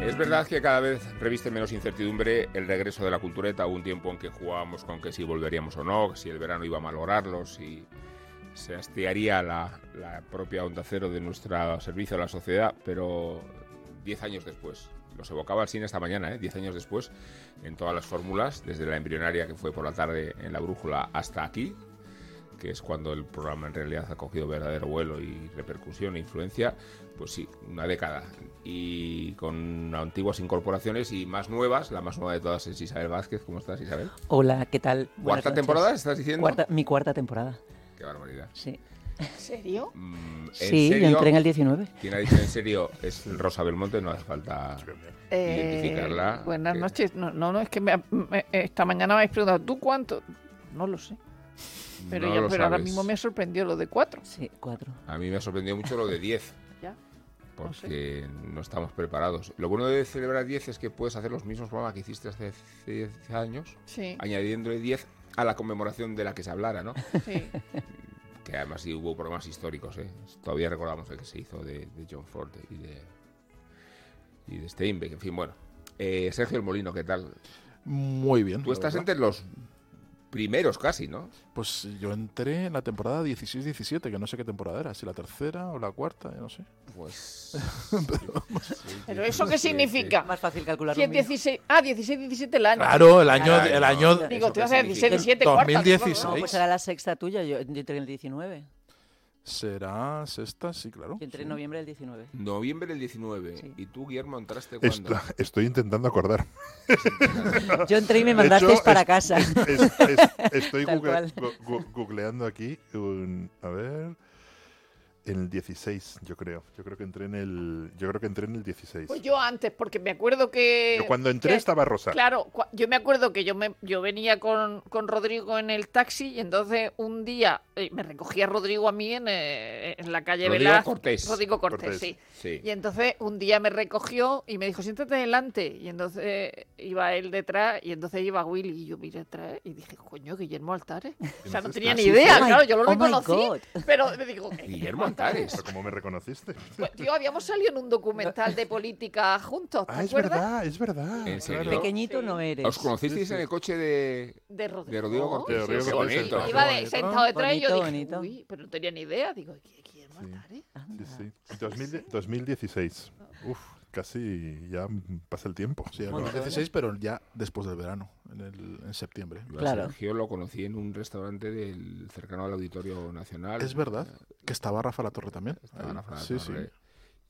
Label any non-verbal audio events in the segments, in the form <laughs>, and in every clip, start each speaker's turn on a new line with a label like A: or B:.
A: Es verdad que cada vez reviste menos incertidumbre el regreso de la cultureta, un tiempo en que jugábamos con que si volveríamos o no, si el verano iba a malograrlo, si se hastiaría la, la propia onda cero de nuestro servicio a la sociedad, pero 10 años después, los evocaba el cine esta mañana, ¿eh? 10 años después, en todas las fórmulas, desde la embrionaria que fue por la tarde en la brújula hasta aquí, que es cuando el programa en realidad ha cogido verdadero vuelo y repercusión e influencia, pues sí, una década. Y con antiguas incorporaciones y más nuevas, la más nueva de todas es Isabel Vázquez. ¿Cómo estás, Isabel?
B: Hola, ¿qué tal?
A: ¿Cuarta
B: Buenas
A: temporada
B: noches.
A: estás diciendo?
B: Cuarta- mi cuarta temporada,
A: Qué barbaridad.
B: sí.
C: ¿En serio?
A: Mm, ¿en
B: Sí,
A: serio?
B: yo entré en el 19.
A: Quien ha dicho en serio es Rosa Belmonte, no hace falta identificarla.
C: Eh, buenas
A: que-
C: noches. No, no, no, es que me ha- me- esta mañana me habéis preguntado, ¿tú cuánto? No lo sé. Pero,
A: no
C: ya-
A: lo
C: pero ahora
A: sabes.
C: mismo me sorprendió lo de cuatro.
B: Sí, cuatro.
A: A mí me ha sorprendido mucho lo de 10.
C: Ya. No sé.
A: Porque no, estamos preparados. Lo bueno de celebrar 10 es que puedes hacer los mismos programas que hiciste hace 10 años,
C: Sí,
A: añadiéndole 10 a la conmemoración de la que se hablara, ¿no? <laughs>
C: sí.
A: que además sí hubo programas históricos, ¿eh? Todavía recordamos el que se hizo de, de John Ford y de, y de Steinbeck, en fin, bueno. Eh, Sergio El Molino, ¿qué tal?
D: Muy bien.
A: Tú
D: la
A: estás
D: verdad.
A: entre los primeros casi, ¿no?
D: Pues yo entré en la temporada 16-17, que no sé qué temporada era, si la tercera o la cuarta, ya no sé.
E: <laughs>
A: Pues...
C: ¿Pero eso qué significa?
B: Ah, Más fácil calcular.
C: Si es 16, ah, 16, 17 el año.
D: Claro, el año.
A: Claro,
D: el
A: no.
D: año
A: ¿eso
C: Digo, tú
A: qué
C: vas a
A: significa?
C: 16, 17,
D: El
C: cuarta. supongo,
D: 2016.
B: No, pues era la sexta tuya, yo entré en el 19.
D: será sexta, sí, claro.
B: Yo entré en noviembre
D: <laughs>
B: del 19.
A: Noviembre del 19.
B: Sí.
A: ¿Y tú, Guillermo, entraste cuando?
E: Está- <laughs> estoy intentando
B: <laughs>
E: acordar.
B: Yo entré y me
E: De
B: mandasteis
E: hecho,
B: para
E: es-
B: casa.
E: es- es- es- estoy
B: Tal
E: google-
B: cual.
E: gu- gu- googleando aquí. un- a ver. En el 16, yo creo. Yo creo que entré en el. Yo creo que entré en el 16.
C: Pues yo antes, porque me acuerdo que...
E: Yo cuando entré
C: que-
E: estaba Rosa.
C: Claro, cua- yo me acuerdo que yo me yo venía con, con Rodrigo en el taxi y entonces un día eh, me recogía Rodrigo a mí en, eh, en la calle
A: Rodrigo
C: Velaz-
A: Cortés.
C: Rodrigo Cortés,
E: Cortés.
C: sí.
A: Sí.
C: Y entonces un día me recogió y me dijo, siéntate delante. Y entonces iba él detrás y entonces iba Willy y yo miré atrás y dije, coño, Guillermo
B: <laughs>
C: Altares. O sea, no
E: Entonces,
C: tenía ni
E: así fue.
C: idea,
B: Oh my-
C: claro, yo lo
B: oh my God.
C: reconocí. Pero
A: <laughs>
C: me digo, "Eh,
A: Guillermo Antares.
E: Pero ¿Cómo me
C: <laughs>
E: reconociste?
C: pues, tío, habíamos salido en un documental de política juntos, ¿te
E: Ah, es
C: acuerdas?
E: verdad, es verdad.
A: ¿En serio?
E: claro.
B: Pequeñito
C: Sí.
B: no eres.
A: ¿Os conocisteis en el coche de,
C: De
A: de
C: Rodrigo.
A: Rodrigo Cortés?
E: De Rodrigo
A: Qué
E: Cortés,
A: bonito.
E: el
C: Iba de-
D: bonito.
C: sentado detrás y yo dije,
B: Bonito, bonito.
C: uy, pero no tenía ni idea. Digo, "¿Qui- ¿quién va a
E: Sí.
C: estar, eh?".
B: Anda.
E: Sí, sí. 2000 2016. Uf, casi ya pasa el tiempo.
D: Sí, el
B: Montón.
D: 16, pero ya después del verano, en, el- en septiembre.
A: Yo a
B: Claro.
A: Sergio lo conocí en un restaurante del, cercano al Auditorio Nacional.
D: Es verdad que estaba Rafa La Torre también.
A: Estaba
D: ahí.
A: Rafa La
D: sí,
A: Torre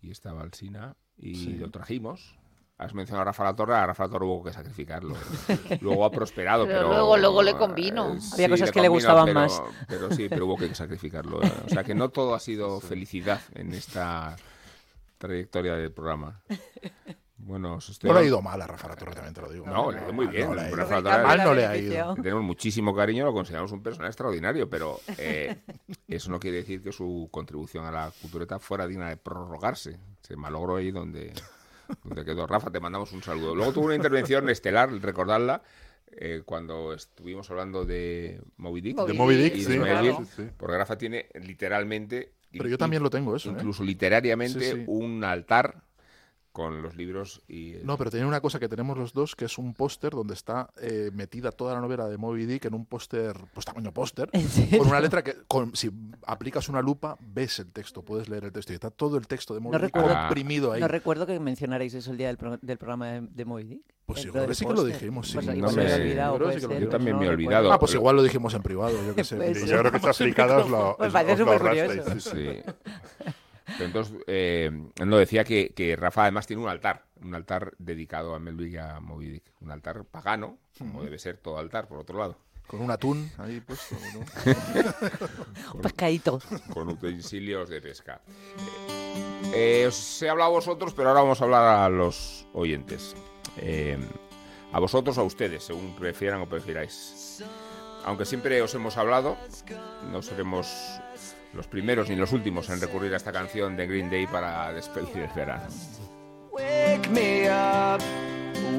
D: sí.
A: y estaba Alsina y
D: Sí.
A: lo trajimos. Has mencionado a Rafa La Torre, a Rafa La Torre hubo que sacrificarlo. <laughs> Luego ha prosperado,
C: Pero
A: pero... eh,
C: luego- luego le convino.
B: Había cosas que le gustaban
A: pero-
B: más.
A: Pero sí, pero hubo que sacrificarlo. O sea que no todo ha sido felicidad en esta trayectoria del programa. Bueno, os estoy...
D: No le ha ido mal a Rafa La Torre, también te lo digo. Ah,
A: No, le ha ido muy bien.
D: No le ha ido
A: Rafa La Torre-
D: mal no le ha ido.
B: beneficiado.
A: Le tenemos muchísimo cariño, lo consideramos un personaje extraordinario, pero eh, <laughs> eso no quiere decir que su contribución a la cultureta fuera digna de prorrogarse. Se malogró ahí donde, donde quedó Rafa. Te mandamos un saludo. Luego tuvo una intervención estelar, recordarla, eh, cuando estuvimos hablando de Moby Dick.
C: Moby
E: De
C: Sí,
E: Moby
C: sí,
E: Dick, sí.
C: claro.
E: sí, sí, sí.
A: Porque Rafa tiene literalmente...
D: Pero yo también lo tengo, eso. ¿eh?
A: Incluso literariamente
D: Sí, sí.
A: un altar con los libros y...
D: No, pero tiene una cosa que tenemos los dos, que es un póster donde está eh, metida toda la novela de Moby Dick en un póster, pues tamaño póster,
B: <laughs> ¿En serio?
D: con una letra que, con- si aplicas una lupa, ves el texto, puedes leer el texto y está todo el texto de Moby Dick
B: recuerdo-
D: comprimido ahí.
B: No recuerdo que mencionarais eso el día del, pro- del programa de, de Moby Dick.
D: Pues
B: El-
D: yo creo
B: del
D: que sí que lo
B: póster.
D: dijimos, sí.
B: Pues
A: No
B: igual me he
A: me-
B: olvidado,
D: yo creo que sí
B: puede
D: que lo-
B: ser,
A: yo también me he
B: lo recuerdo.
A: olvidado.
D: ah, pues igual lo dijimos en privado, yo
B: <laughs>
D: qué sé.
B: Puede
E: Y
B: ser.
E: yo creo que estas fricadas lo,
B: Me parece
E: os lo
B: supercurioso.
E: ahorrasteis, sí, sí.
A: Sí. Pero entonces, eh, no decía que, que Rafa además tiene un altar, un altar dedicado a Melville y a Moby Dick, un altar pagano, como debe ser todo altar, por otro lado,
D: Con un atún ahí puesto. ¿no?
B: Un <laughs> pescadito.
A: con utensilios de pesca. Eh, os he hablado a vosotros, pero ahora vamos a hablar a los oyentes. Eh, a vosotros o a ustedes, según prefieran o prefiráis. Aunque siempre os hemos hablado, no seremos los primeros ni los últimos en recurrir a esta canción de Green Day para despedir el verano.
F: Wake me up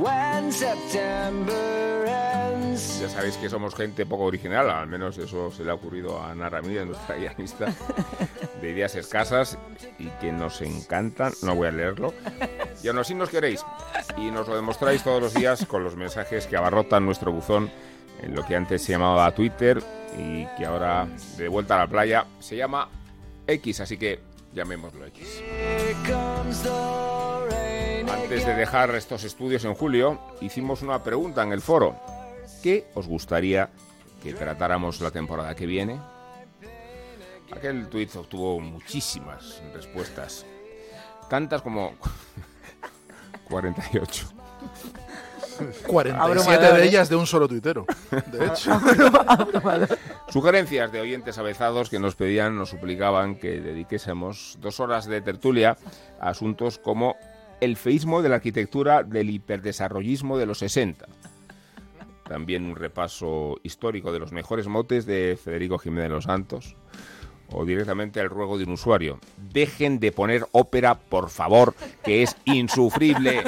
F: when September ends.
A: pues Ya sabéis que somos gente poco original, al menos eso se le ha ocurrido a Ana Ramírez, nuestra guionista, de ideas escasas y que nos encantan. No voy a leerlo, Y aún así nos queréis. Y nos lo demostráis todos los días con los mensajes que abarrotan nuestro buzón en lo que antes se llamaba Twitter y que ahora, de vuelta a la playa, se llama X. Así que llamémoslo X.
F: Here comes the rain
A: Antes de dejar estos estudios en julio, hicimos una pregunta en el foro. ¿Qué os gustaría que tratáramos la temporada que viene? Aquel tweet obtuvo muchísimas respuestas. Tantas como <laughs> 48.
D: 47
B: ¿eh?
D: de ellas de un solo tuitero.
B: <laughs>
D: De hecho,
A: Sugerencias de oyentes avezados que nos pedían, nos suplicaban que dediquésemos dos horas de tertulia a asuntos como el feísmo de la arquitectura del hiperdesarrollismo de los 60. También un repaso histórico de los mejores motes de Federico Jiménez de los Santos. O directamente el ruego de un usuario. Dejen de poner ópera, por favor, que es insufrible.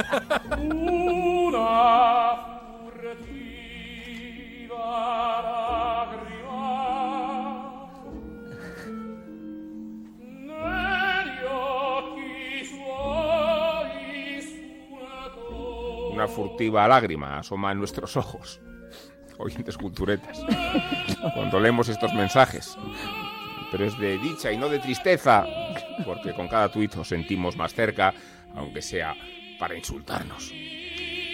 A: Una furtiva lágrima asoma en nuestros ojos. Oyentes culturetas. Cuando leemos estos mensajes. Pero es de dicha y no de tristeza. Porque con cada tuit os sentimos más cerca, aunque sea para insultarnos.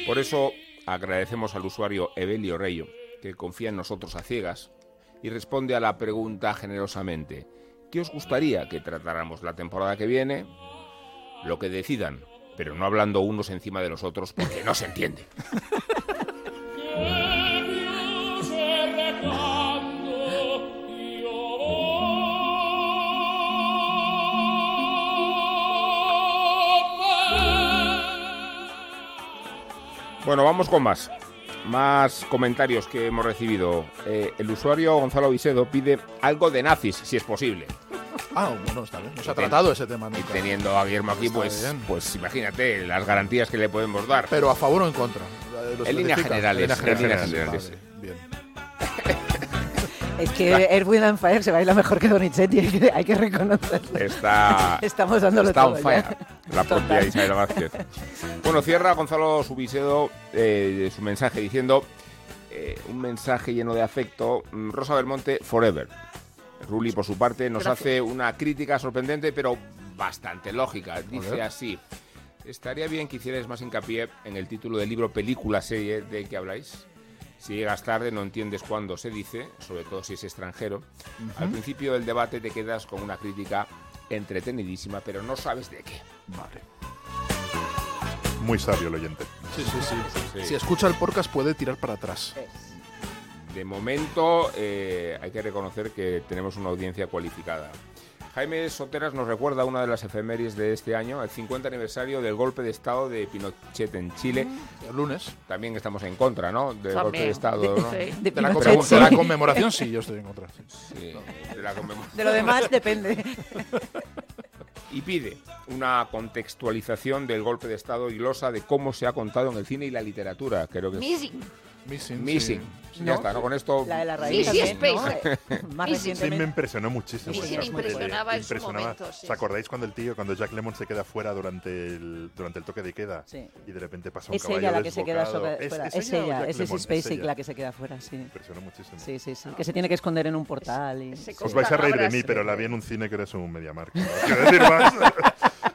A: Por eso agradecemos al usuario Evelio Reyo, que confía en nosotros a ciegas y responde a la pregunta generosamente: ¿Qué os gustaría que tratáramos la temporada que viene? Lo que decidan, pero no hablando unos encima de los otros porque no se entiende. Bueno, vamos con más. Más comentarios que hemos recibido. Eh, el usuario Gonzalo Vicedo pide algo de nazis, si es posible.
D: ah, bueno, está bien. No se ha tratado ese tema
A: Y
D: nunca.
A: teniendo a Guillermo aquí,
D: Está
A: pues,
D: bien.
A: pues imagínate las garantías que le podemos dar.
D: Pero a favor o en contra. Eh, lo
A: En líneas
D: especifica.
A: generales,
D: líneas
A: en líneas
D: generales,
A: generales.
D: vale, bien.
B: Es que Earth, Wind and Fire se baila mejor que Donizetti, hay que, hay que reconocerlo. <laughs>
A: Está,
B: Estamos dándolo
A: está
B: todo
A: on
B: ya.
A: fire, la propia
B: Total.
A: Isabel Vázquez. Bueno, cierra Gonzalo Subicedo eh, su mensaje diciendo eh, un mensaje lleno de afecto. mm, Rosa Belmonte, forever. Ruli, por su parte, nos
C: Gracias.
A: hace una crítica sorprendente, pero bastante lógica. Dice
D: Joder.
A: así. Estaría bien que hicierais más hincapié en el título del libro, película, serie de que habláis. Si llegas tarde no entiendes cuándo se dice, sobre todo si es extranjero. Al principio del debate te quedas con una crítica entretenidísima, pero no sabes de qué.
D: Vale.
E: Muy sabio el oyente.
D: Sí, sí, sí.
A: Sí.
D: Si escucha el podcast puede tirar para atrás.
A: De momento eh, hay que reconocer que tenemos una audiencia cualificada. Jaime Soteras nos recuerda una de las efemérides de este año, el 50 aniversario del golpe de Estado de Pinochet en Chile.
D: El lunes.
A: También estamos en contra, ¿no? Del
C: También.
A: golpe de Estado, ¿no?
C: <laughs> Sí.
B: De
D: De la,
B: Pinochet,
D: conmemo-
B: sí.
D: de la conmemoración sí, yo estoy en contra. sí.
A: Sí, de la conmemoración.
B: De lo demás depende.
A: y pide una contextualización del golpe de Estado y glosa de cómo se ha contado en el cine y la literatura. Creo que es
C: Missing.
D: Missing.
A: Missing.
D: sí.
A: Ya
B: No.
A: está, ¿no? Con esto.
B: La de la
C: Sí,
B: raíz
C: sí,
B: también, ¿no? Eh, Más
C: Sí, sí,
E: Sí, me
B: recientemente.
E: impresionó muchísimo.
C: Sí, sí,
E: esa
C: me
E: serie.
C: impresionaba en su momento, sí,
E: ¿Os acordáis cuando el tío, cuando Jack Lemon se queda fuera durante el, durante el toque de queda?
B: Sí.
E: Y de repente pasa un
B: Es
E: caballo
B: ella la que se queda
E: desbocado?
B: soca- fuera. Es, ella, es Sissy Spacek la que se queda fuera, sí.
E: Me impresionó muchísimo.
B: Sí, sí, sí. Que se tiene que esconder en un portal. Y...
C: Se
E: Os vais a reír de
C: compran
E: mí,
C: obras.
E: pero la vi en un cine que eres un
B: <laughs>
E: mediamarca. ¿no? Quiero decir más. <laughs>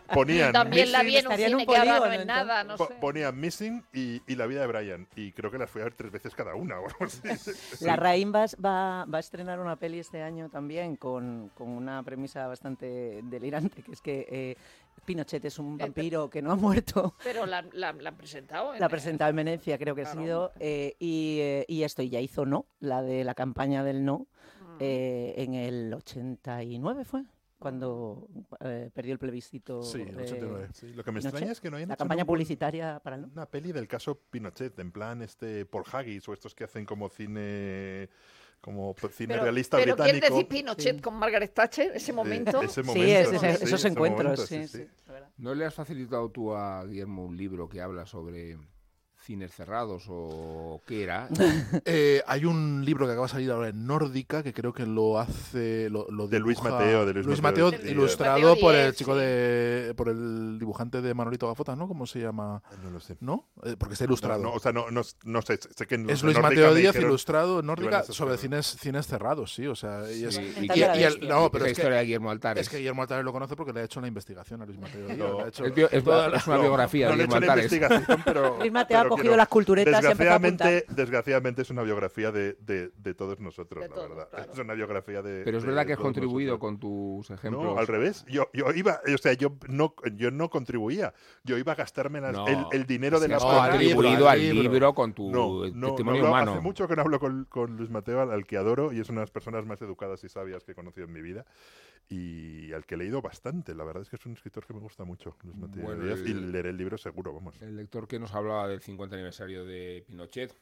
E: Ponían,
C: También la
E: Missing-
C: vi en un
B: Estaría
C: cine
B: en un
C: que ahora no
B: polígono,
C: es nada, no
E: po-
C: sé.
E: ponían Missing y, y La vida de Brian. Y creo que las fui a ver tres veces cada una. o algo así.
B: <laughs> La Raim va, va- va a estrenar una peli este año también con, con una premisa bastante delirante, que es que eh, Pinochet es un vampiro que no ha muerto.
C: Pero la, la- la han presentado. en-
B: La presentaba en Venecia, creo que ha
C: Claro.
B: sido. eh, y, eh, y esto, y ya hizo no, la de la campaña del no,
C: Mm.
B: eh, en el 89 fue, cuando eh, perdió el plebiscito.
D: Sí,
B: eh,
D: el 89.
E: Sí, lo que me
B: Pinochet.
E: extraña es que no hayan
B: la
E: hecho
B: campaña
E: ningún-
B: publicitaria para el no.
E: Una peli del caso Pinochet, en plan este Paul Haggis o estos que hacen como cine como pues, cine
C: Pero,
E: realista
C: pero ¿quieres
E: británico.
C: decir Pinochet con Margaret Thatcher? Ese
E: De-
C: momento.
E: de ese
B: sí,
E: momento,
B: es- es-
E: sí,
B: esos
E: ese
B: encuentros,
E: momento,
B: sí,
E: sí, sí.
B: sí, la verdad.
A: ¿No le has facilitado tú a Guillermo un libro que habla sobre cines cerrados o qué era.
D: Eh, hay un libro que acaba de salir ahora en Nórdica que creo que lo hace. Lo, lo
E: De Luis
D: dibuja-
E: Mateo, de Luis Mateo Díaz.
D: ilustrado
C: Mateo
D: por
C: Díaz,
D: el chico
C: sí.
D: de. por el dibujante de Manolito Gafotas, ¿no? ¿Cómo se llama?
E: No lo sé.
D: ¿No? Eh, porque está ilustrado.
E: No, no, o sea, no, no, no sé. Sé que en
D: es
E: en
D: Luis
E: Nórdica
D: Mateo
E: me
D: Díaz
E: dijeron-
D: ilustrado
E: iban
D: en
E: a
D: Nórdica
E: ser
D: sobre
E: cerrados.
D: cines, cines cerrados, sí. O sea, y es,
A: Sí,
D: y-
A: Eh, y-
D: y- y el- no, pero
A: esa
D: es que,
A: historia de Guillermo Altares.
D: es que Guillermo Altares lo conoce porque le ha hecho la investigación a Luis Mateo Díaz.
E: No,
D: le ha hecho-
A: Es bio- es
D: toda
A: una- es una biografía
E: no
A: de
E: le he
A: Guillermo
E: hecho una
A: Altares.
E: investigación,
C: <laughs>
E: pero.
B: Luis Mateo ha
E: pero
B: cogido
E: quiero-
B: las culturetas y ha empezado a apuntar.
E: Desgraciadamente, desgraciadamente es una biografía de, de, de todos nosotros,
C: De
E: la
C: todos,
E: verdad.
C: claro.
E: Es una biografía de.
A: Pero es
E: de
A: verdad que has
E: todos
A: contribuido
E: nosotros.
A: con tus ejemplos.
E: No, al revés. Yo, yo iba, o sea, yo no, yo no contribuía. Yo iba a gastarme las-
A: No.
E: el, el dinero de
A: Sí,
E: las
A: has
D: no,
E: cosas.
A: contribuido al
D: al
A: libro,
D: libro.
A: con tu
E: No,
A: eh,
E: no, no
A: testimonio
E: hablaba-
A: humano.
E: hace mucho que no hablo con, con Luis Mateo, al, al que adoro, y es una de las personas más educadas y sabias que he conocido en mi vida. Y al que he leído bastante. La verdad es que es un escritor que me gusta mucho, Luis Mateo.
A: Bueno,
E: Díaz, y
A: el-
E: leeré el libro seguro, vamos.
A: El lector que nos hablaba del 50 aniversario de Pinochet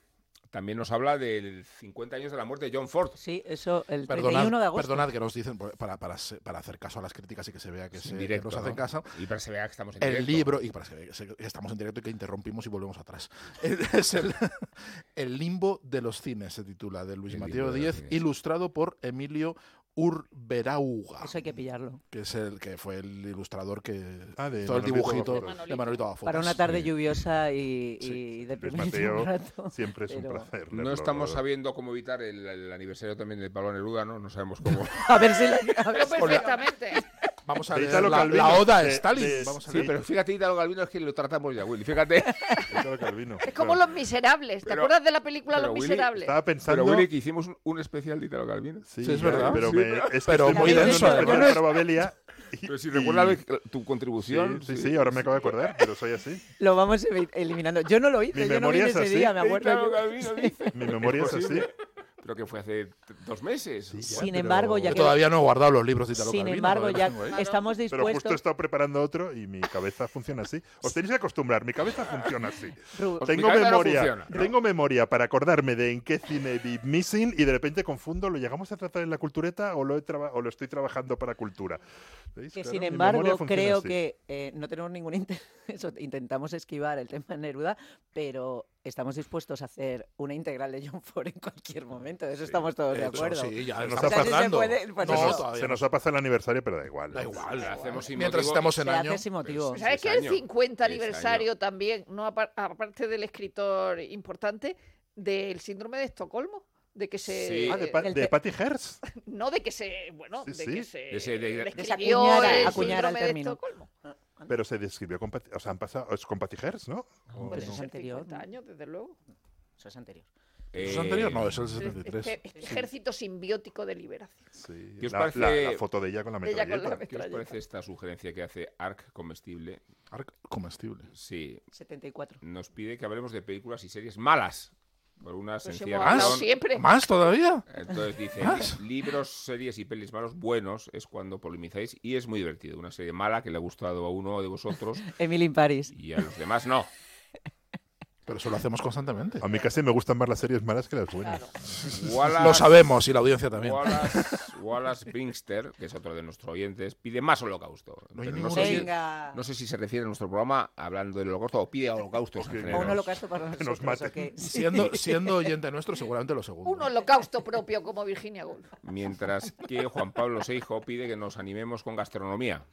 A: también nos habla del 50 años de la muerte de John Ford.
B: Sí, eso el 31 de
D: Perdonad,
B: agosto.
D: perdonad que nos dicen por- para, para, se- para hacer caso a las críticas y que se vea que,
A: Es
D: se,
A: en
D: que
A: directo,
D: nos hacen
A: ¿no?
D: caso.
A: Y para que se vea que estamos en
D: El
A: directo.
D: libro, y para que se- que estamos en directo y que interrumpimos y volvemos atrás. <laughs> Es el, El limbo de los cines, se titula, de Luis
A: El limbo
D: Mateo
A: de los
D: Díez,
A: cines.
D: ilustrado por Emilio Urberauga,
B: Eso hay que pillarlo.
E: Pues
D: que es el que fue el ilustrador que
E: Ah, de
D: todo
E: Manolito
D: el dibujito
E: Gafotas.
D: de Manolito Pues, Gafotas.
B: Para una tarde lluviosa y,
D: Sí.
B: y de
E: Luis
B: primer <laughs>
E: Mateo.
B: rato.
E: Siempre es un
B: Pero-
E: placer.
A: No
E: leerlo,
A: estamos
E: la verdad.
A: sabiendo cómo evitar el, el aniversario también de Pablo Neruda, ¿no? No sabemos
E: <laughs>
A: cómo.
B: A ver si la- a ver
C: Pero
B: si-
C: perfectamente.
D: Vamos a
E: De
D: leer
E: Italo
D: la,
E: Calvino,
D: la oda a
E: de-
D: Stalin.
E: de-
D: Vamos a
A: Sí,
D: leer.
A: pero fíjate, Italo Calvino es que lo tratamos ya, Willy.
E: <laughs>
A: Fíjate.
E: Ricardo Calvino,
C: Es como
E: claro.
C: Los Miserables. ¿Te
A: Pero-
C: acuerdas de la película
A: pero
C: Los
A: Willy
C: Miserables?
E: Estaba pensando.
A: Pero Willy, que hicimos un, un especial de Italo Calvino.
E: Sí,
D: Sí, es
E: ya,
D: verdad.
E: Pero,
A: Sí,
E: me- <laughs>
A: pero-
E: es que
D: pero
E: estoy
D: muy
E: haciendo
D: denso,
E: una
D: además.
A: <laughs>
E: pequeña probabelia y-
A: Pero si
E: y-
A: recuerdas tu
E: Sí,
A: contribución.
E: sí, sí, ahora me acabo de acordar, pero soy así.
B: Lo vamos evi- eliminando. Yo no lo hice,
E: Mi
B: yo no
E: memoria
B: vine
E: es
B: ese
E: así.
B: día, me acuerdo.
A: Italo
B: yo.
A: Calvino dice.
E: Mi memoria es así.
A: posible. Pero que fue hace t- dos meses.
E: Sí,
B: Sin
E: pero-
B: embargo, ya
D: Yo
B: que-
D: todavía no he guardado los libros de Italo
B: Sin
D: Calvino,
B: embargo,
D: todavía
B: ya
D: los tengo ahí.
B: estamos
E: Pero justo he
B: dispuestos.
E: estado preparando otro y mi cabeza funciona así. Os tenéis que acostumbrar, mi cabeza funciona así.
A: <laughs>
B: Ru-
A: Pues mi
E: Tengo
A: cabeza no
E: memoria,
A: funciona.
E: tengo memoria para acordarme de en qué cine vi Missing y de repente confundo, ¿lo llegamos a tratar en la cultureta o lo, he traba- o lo estoy trabajando para cultura? ¿Veis?
B: Que
E: Claro,
B: sin
E: mi memoria
B: embargo,
E: funciona
B: creo
E: así.
B: que eh, no tenemos ningún interés, <laughs> eso, intentamos esquivar el tema Neruda, pero estamos dispuestos a hacer una integral de John Ford en cualquier momento, de eso estamos todos de
D: Eso
B: acuerdo.
D: Sí, ya
E: Se
D: lo
E: nos
D: estamos
E: ha pasado.
D: guardando.
B: Se puede- pues
E: Se
B: No,
E: nos-
D: todavía
E: se nos ha pasado el aniversario, pero da igual.
D: Da igual.
A: Lo hacemos sin
D: Mientras
A: motivo.
D: estamos en
B: Se
D: año.
B: hace sin motivo.
A: Pero-
C: Pues, ¿Sabes
A: Ese
C: que el
A: año.
C: 50
A: Ese
C: aniversario también, no apar- aparte del escritor importante, del síndrome de Estocolmo? De que se. eh,
A: Sí.
E: Ah, de, pa-
B: El
E: de
B: pe-
E: Patty Hearst.
C: No de que se. Bueno,
E: Sí,
C: de
E: sí.
C: que se.
A: Ese de-
C: le
A: de-
B: se
C: escribió
B: acuñara-
C: el
B: acuñara el
C: síndrome de
B: término.
C: Estocolmo.
E: Pero se describió con Patty, o sea, han pasado, es con Patty Hearst, ¿no?
A: No,
B: Pero
E: ¿O
B: eso
E: no?
B: es anterior,
C: 50
B: ¿no?
C: años, desde luego.
B: Eso es anterior.
D: ¿Eso es
A: Eh,
D: anterior? No, es el
C: Es- es-
D: 73.
C: es- es- Ejército simbiótico de liberación.
E: Sí,
A: ¿Qué os
E: la,
A: parece-
E: la- la foto de ella con la
C: De ella con la
E: metralleta.
A: ¿Qué os
C: metralleta.
A: parece esta sugerencia que hace Arc Comestible?
D: Arc comestible.
A: Sí,
B: 74.
A: nos pide que hablemos de películas y series malas. Por una
C: Pues
A: sencilla
C: hemos hablado
A: razón.
D: ¿Más?
C: siempre.
D: ¿Más todavía?
A: Entonces dice,
D: ¿Más?
A: libros, series y pelis malos buenos es cuando polemizáis y es muy divertido. Una serie mala que le ha gustado a uno de vosotros
B: Emily in Paris.
A: y a los demás
D: <laughs>
A: no.
D: Pero eso lo hacemos constantemente.
E: A mí casi me gustan más las series malas que las buenas.
C: Claro.
A: Wallace,
D: Lo sabemos y la audiencia también.
A: Wallace, Wallace Brinkster, que es otro de nuestros oyentes, pide más holocausto.
D: No hay
A: Pero
D: ningún
A: sé si-
D: oyente.
B: Venga.
A: No sé si se refiere a nuestro programa hablando del holocausto o pide holocaustos. en
E: Ok.
A: general.
B: O un holocausto para nosotros.
E: nos maten.
B: ok. Sí.
D: <laughs> Siendo, siendo oyente nuestro, seguramente lo segundo.
C: Un holocausto propio como Virginia Woolf.
A: Mientras que Juan Pablo Seijo pide que nos animemos con
D: <laughs>
A: gastronomía,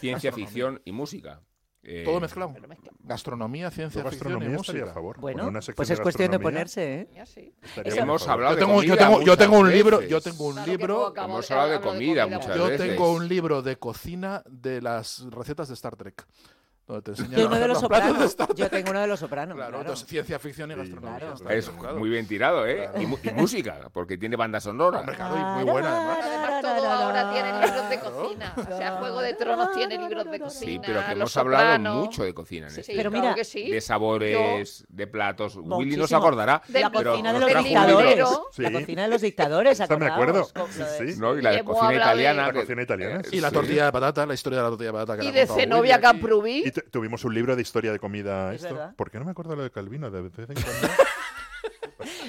A: ciencia ficción y música. Eh,
D: Todo mezclado.
C: Pero mezcla.
D: Gastronomía, ciencia
E: Yo
D: ficción y
E: gastronomía estaría a
D: música.
E: favor. Poner
B: Bueno,
E: una sección
B: pues es
E: de
B: cuestión de
E: gastronomía
B: ponerse, ¿eh?
C: Ya sí.
E: estaría
C: Eso-
E: muy a
A: Hemos
E: favor.
A: hablado
D: Yo
A: de
D: tengo, yo,
A: comida
D: tengo, yo
A: muchas
D: tengo un
A: veces.
D: libro, yo tengo un
C: Claro que puedo
D: libro,
C: acabar-
A: Hemos hablado de
C: hablo
A: comida muchas
D: yo
A: veces.
D: tengo un libro de cocina de las recetas de Star Trek. Donde te enseñan
B: Yo uno de los
D: platos de
B: sopranos.
D: Star Trek.
B: Yo tengo uno de los sopranos.
D: Claro,
B: claro.
D: entonces ciencia ficción y
E: Sí,
D: gastronomía.
B: claro.
D: está
A: Es
D: bien, claro.
A: muy bien tirado, ¿eh? Y, mu- y música, porque tiene banda sonora.
D: Hombre, claro, y muy buena además.
C: Además, todo ahora tiene libros de cocina. O sea, Juego de Tronos tiene libros de cocina.
A: Sí, pero que
C: Los
A: hemos hablado
C: Soprano.
A: mucho de cocina en
C: Sí,
A: este
B: Pero
C: claro
B: mira,
C: que sí.
A: De sabores, de platos. Willy no se
B: Muchísimo.
A: acordará.
C: Del
B: La
A: pero
B: cocina de
A: nos
B: los
A: trajo un
B: dictadores.
A: libro,
E: Sí.
B: La cocina de los dictadores,
E: Esa me
B: acordaos,
E: acuerdo.
B: con lo de-
E: Sí, sí.
A: ¿no? Y la de
C: Hemos
A: cocina
C: hablado de-
A: italiana.
E: La
A: que-
E: cocina italiana,
A: eh,
D: Y la
A: sí.
D: tortilla de patata, la historia de la tortilla de patata. Que
C: Y
D: la
C: de
D: contaba Willy
C: Zenobia
D: aquí.
C: Camprubí.
E: Y tu- tuvimos un libro de historia de comida.
B: Es
E: Esto.
B: verdad. <laughs>
E: ¿Por qué no me acuerdo lo de Calvino? De vez en cuando.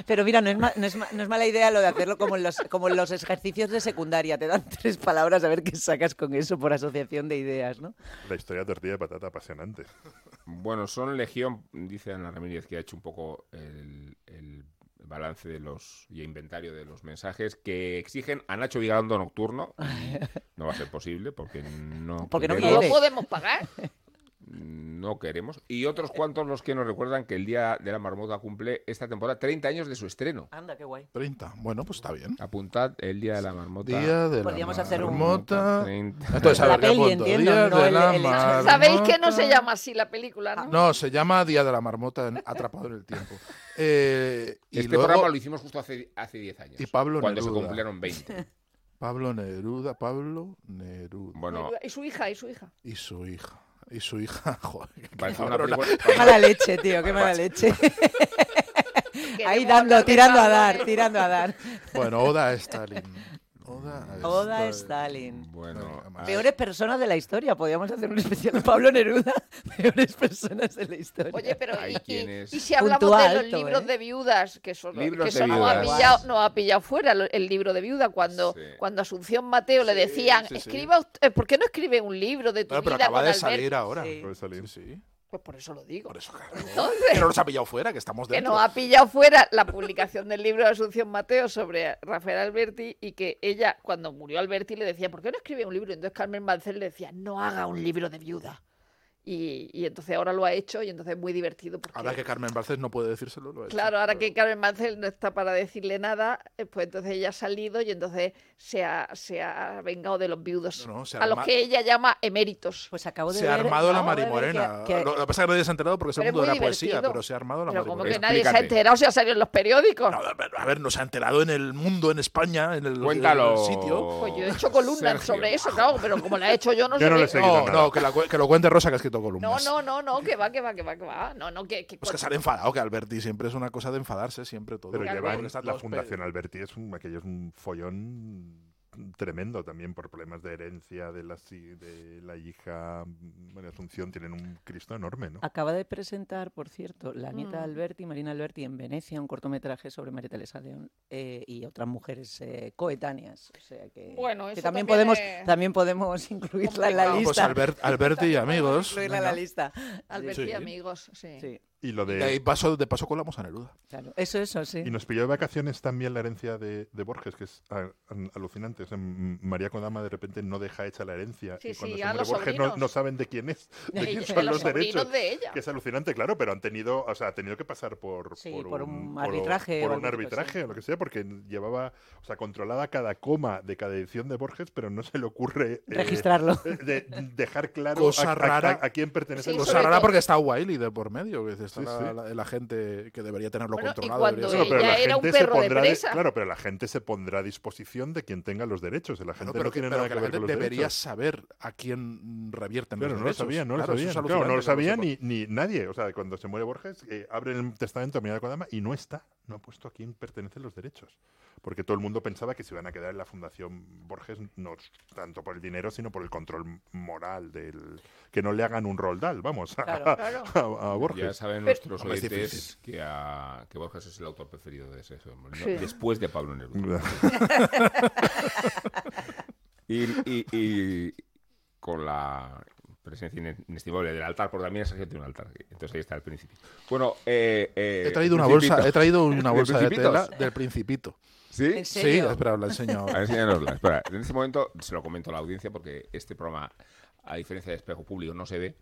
B: Pero mira, no es, ma- no es ma- no es mala idea lo de hacerlo como en, los, como en los ejercicios de secundaria. Te dan <laughs> tres palabras a ver qué sacas con eso por asociación de ideas, ¿no?
E: La historia de tortilla de patata apasionante.
A: Bueno, son legión, dice Ana Ramírez, que ha hecho un poco el, el balance de los y inventario de los mensajes que exigen a Nacho Vigalondo
B: <laughs>
A: nocturno. No va a ser posible porque no,
B: Porque no
A: queremos,
C: ¿No lo
B: quiere.
C: podemos pagar?
A: no queremos. Y otros cuantos los que nos recuerdan que el Día de la Marmota cumple esta temporada 30 años de su estreno.
B: Anda, qué guay.
D: 30. Bueno, pues está bien.
A: Apuntad el Día de la Marmota.
D: Día de
B: Podríamos
D: la
B: hacer un-
D: marmota.
A: 30.
D: Entonces, a
B: La
D: ver, ¿qué
B: peli,
D: apunto?
B: entiendo,
D: Día
B: no
D: de
B: el-
D: la
B: el-
D: marmota.
C: Sabéis que no se llama así la película,
A: Ah,
C: ¿no?
D: No, se llama Día de la Marmota en- atrapado en el tiempo. Eh, y
A: Este
D: luego,
A: programa lo hicimos justo hace, hace 10 años.
D: Y Pablo
A: cuando se
D: Neruda.
A: cumplieron 20.
D: Pablo Neruda, Pablo Neruda.
A: Bueno,
C: <laughs>
A: <laughs>
C: Y su hija, y su hija.
D: Y su hija. Y su hija, <laughs> joder. qué
A: parece una
D: cabrona.
B: Qué
A: película-
B: mala leche, tío, qué mala leche. Ahí
C: Queremos
B: dando,
C: hablar de
B: tirando a
C: Pablo
B: dar,
C: Neruda.
B: tirando a dar.
D: Bueno, Oda a Stalin. Oda a
B: Oda a Stalin.
A: Bueno,
D: Venga,
A: ah,
B: Peores personas de la historia. Podríamos hacer un especial de Pablo Neruda. <laughs> Peores personas de la historia.
C: Oye, pero
A: Hay
C: y, y-
A: quienes-
C: y si hablamos
B: Punto
C: de los
B: alto,
C: libros
B: ¿eh?
C: de viudas, que son los-
A: Libros
C: que
A: de
C: eso nos ha,
A: viudas.
C: pillado, nos ha pillado fuera lo- el libro de viuda, cuando,
A: Sí.
C: cuando a Asunción Mateo le decían,
D: sí, sí.
C: escriba usted- eh, ¿por qué no escribe un libro de tu
D: Bueno, pero
C: vida
D: acaba
C: con
D: de
C: Albert?".
D: salir ahora.
B: Sí.
E: Puede salir.
D: Sí, sí.
C: Pues por eso lo digo.
D: Por eso, claro.
C: Entonces-
D: Pero nos ha pillado fuera, <laughs> que estamos
C: que
D: dentro.
C: nos ha pillado fuera la publicación del libro de Asunción Mateo sobre Rafael Alberti y que ella, cuando murió Alberti, le decía, ¿por qué no escribe un libro? Y entonces Carmen Mancel le decía, no haga un libro de viuda. Y, y entonces ahora lo ha hecho y entonces es muy divertido. Porque,
D: Ahora que Carmen Barces no puede decírselo, lo ha hecho.
C: Claro, ahora que Carmen Mancel no está para decirle nada, eh, pues entonces ella ha salido y entonces se ha, se ha vengado de los viudos,
D: No, no, se ha
C: a los
D: arma-
C: que ella llama eméritos.
B: Pues acabo de
D: Se ha
B: ver-
D: armado la
B: acabo de ver
D: marimorena.
B: que- que-
D: Lo, lo que pasa es que nadie se ha enterado porque es el
C: Pero es
D: mundo de la
C: muy
D: poesía,
C: divertido.
D: pero se ha armado la
C: Pero como que
D: marimorena.
C: nadie se ha
A: Explícate.
C: enterado, se ha salido en los periódicos.
D: No, a ver, a ver, nos ha enterado en el mundo, en España, en el,
A: Cuéntalo.
D: en el sitio.
C: Pues yo he hecho columnas
A: Sergio.
C: sobre eso, claro, pero como la he hecho yo, no
E: Yo
C: sé.
E: no
C: qué-
E: le sé. seguido
D: No,
E: nada.
D: no, que, la cu- que lo cuente Rosa, que ha escrito
C: No,
D: columnas.
C: no, no, no, que va, que va, que va, que va. No, no, que, que
D: Pues que
C: cuando-
D: se han enfadado, que Alberti siempre es una cosa de enfadarse, siempre todo.
E: Pero
C: Claro,
E: llevan
D: Porque están
E: la
D: los pe-
E: Fundación Alberti, es un, aquello es un follón tremendo también por problemas de herencia de la, si- de la hija María Asunción. Tienen un Cristo enorme,
C: Ah,
E: ¿no?
B: Acaba de presentar, por cierto, la nieta
C: Mm.
B: de Alberti, Marina Alberti, en Venecia, un cortometraje sobre María Teresa León eh, y otras mujeres eh, coetáneas. O sea que,
C: Bueno,
B: que
C: eso
B: también,
C: también
B: podemos,
C: es
B: también podemos incluirla en la
C: complicado.
D: No, pues
B: lista.
D: Albert, Alberti y Pues amigos.
B: incluirla en la
D: venga.
B: lista.
C: Alberti,
D: Sí.
C: y amigos, sí. <laughs>
B: Sí,
E: Y lo
D: Y ahí
E: de.
D: paso, de paso colamos a Neruda.
B: claro. Eso, eso, sí.
E: Y nos pilló de vacaciones también la herencia de, de Borges, que es a- an- alucinante. O sea, m- María Kodama de repente no deja hecha la herencia.
C: Sí,
E: y cuando
C: sí,
E: se
C: a
E: muere
C: los
E: Borges no,
C: sobrinos.
E: no saben de quién es,
C: <laughs>
E: de <laughs>
B: Y
E: quién
C: de
E: son
C: los
E: los
C: sobrinos
E: derechos.
C: de ella.
E: Que es alucinante, claro, pero han tenido, o sea, ha tenido que pasar por,
B: Sí, por un arbitraje
E: por
B: o
E: un
B: algo tipo,
E: arbitraje
B: sí.
E: o lo que sea, porque llevaba, o sea, controlada cada coma de cada edición de Borges, pero no se le ocurre eh,
B: Registrarlo.
E: de- dejar claro
D: Cosa
E: a, a-
D: rara.
E: a- a quién pertenece
C: Sí,
E: el
D: Cosa
C: sobre
D: rara
C: todo-
D: Pues porque está Wiley de por medio, que está
E: Sí,
D: la,
E: sí.
D: la- el agente que debería tenerlo
C: Bueno, y
D: controlado.
C: cuando
D: debería
E: Claro,
D: ser-
E: pero
C: ella
E: la
C: era un
E: gente se
C: perro de
E: pondrá de-
C: presa.
E: claro, pero la gente se pondrá a disposición de quien tenga los derechos. La gente
D: Claro,
E: no,
D: pero, que,
E: tiene
D: pero
E: nada
D: que
E: que,
D: la
E: ver
D: gente
E: con los
D: debería
E: derechos.
D: saber a quién revierten
E: Claro,
D: los
E: no lo
D: derechos.
E: sabían, no lo
D: Claro, eso
E: sabían.
D: es
E: Claro, no lo
D: alucinante que
E: sabía
D: sepa.
E: ni, ni nadie. O sea, cuando se muere Borges, eh, abre el testamento de María Kodama y no está, no ha puesto a quién pertenecen los derechos. Porque todo el mundo pensaba que se iban a quedar en la Fundación Borges, no tanto por el dinero, sino por el control moral del. que no le hagan un roldal, vamos, a, <laughs>
B: Claro,
C: claro.
E: a- a Borges.
A: Ya saben
C: Pero-
A: nuestros
D: Hombre, es
A: oyentes
D: difícil.
A: que, a- que Borges es el autor preferido de Sergio Molina,
C: Sí.
A: después de Pablo Neruda. Y, y- y con la presencia ine- inestimable del altar, porque también Sergio tiene un altar. Entonces ahí está el príncipe. Bueno, eh, eh,
D: He traído una
A: Principito.
D: bolsa, he traído una
E: <laughs>
A: ¿De
D: bolsa de tela
A: Principitos?
D: del Principito.
A: ¿Sí?
B: ¿En
D: Sí,
B: serio?
D: espera, la enseño
A: A
D: ahora.
A: ver, enséñanosla. Espera, en este momento se lo comento a la audiencia porque este programa, a diferencia de espejo público, no se ve.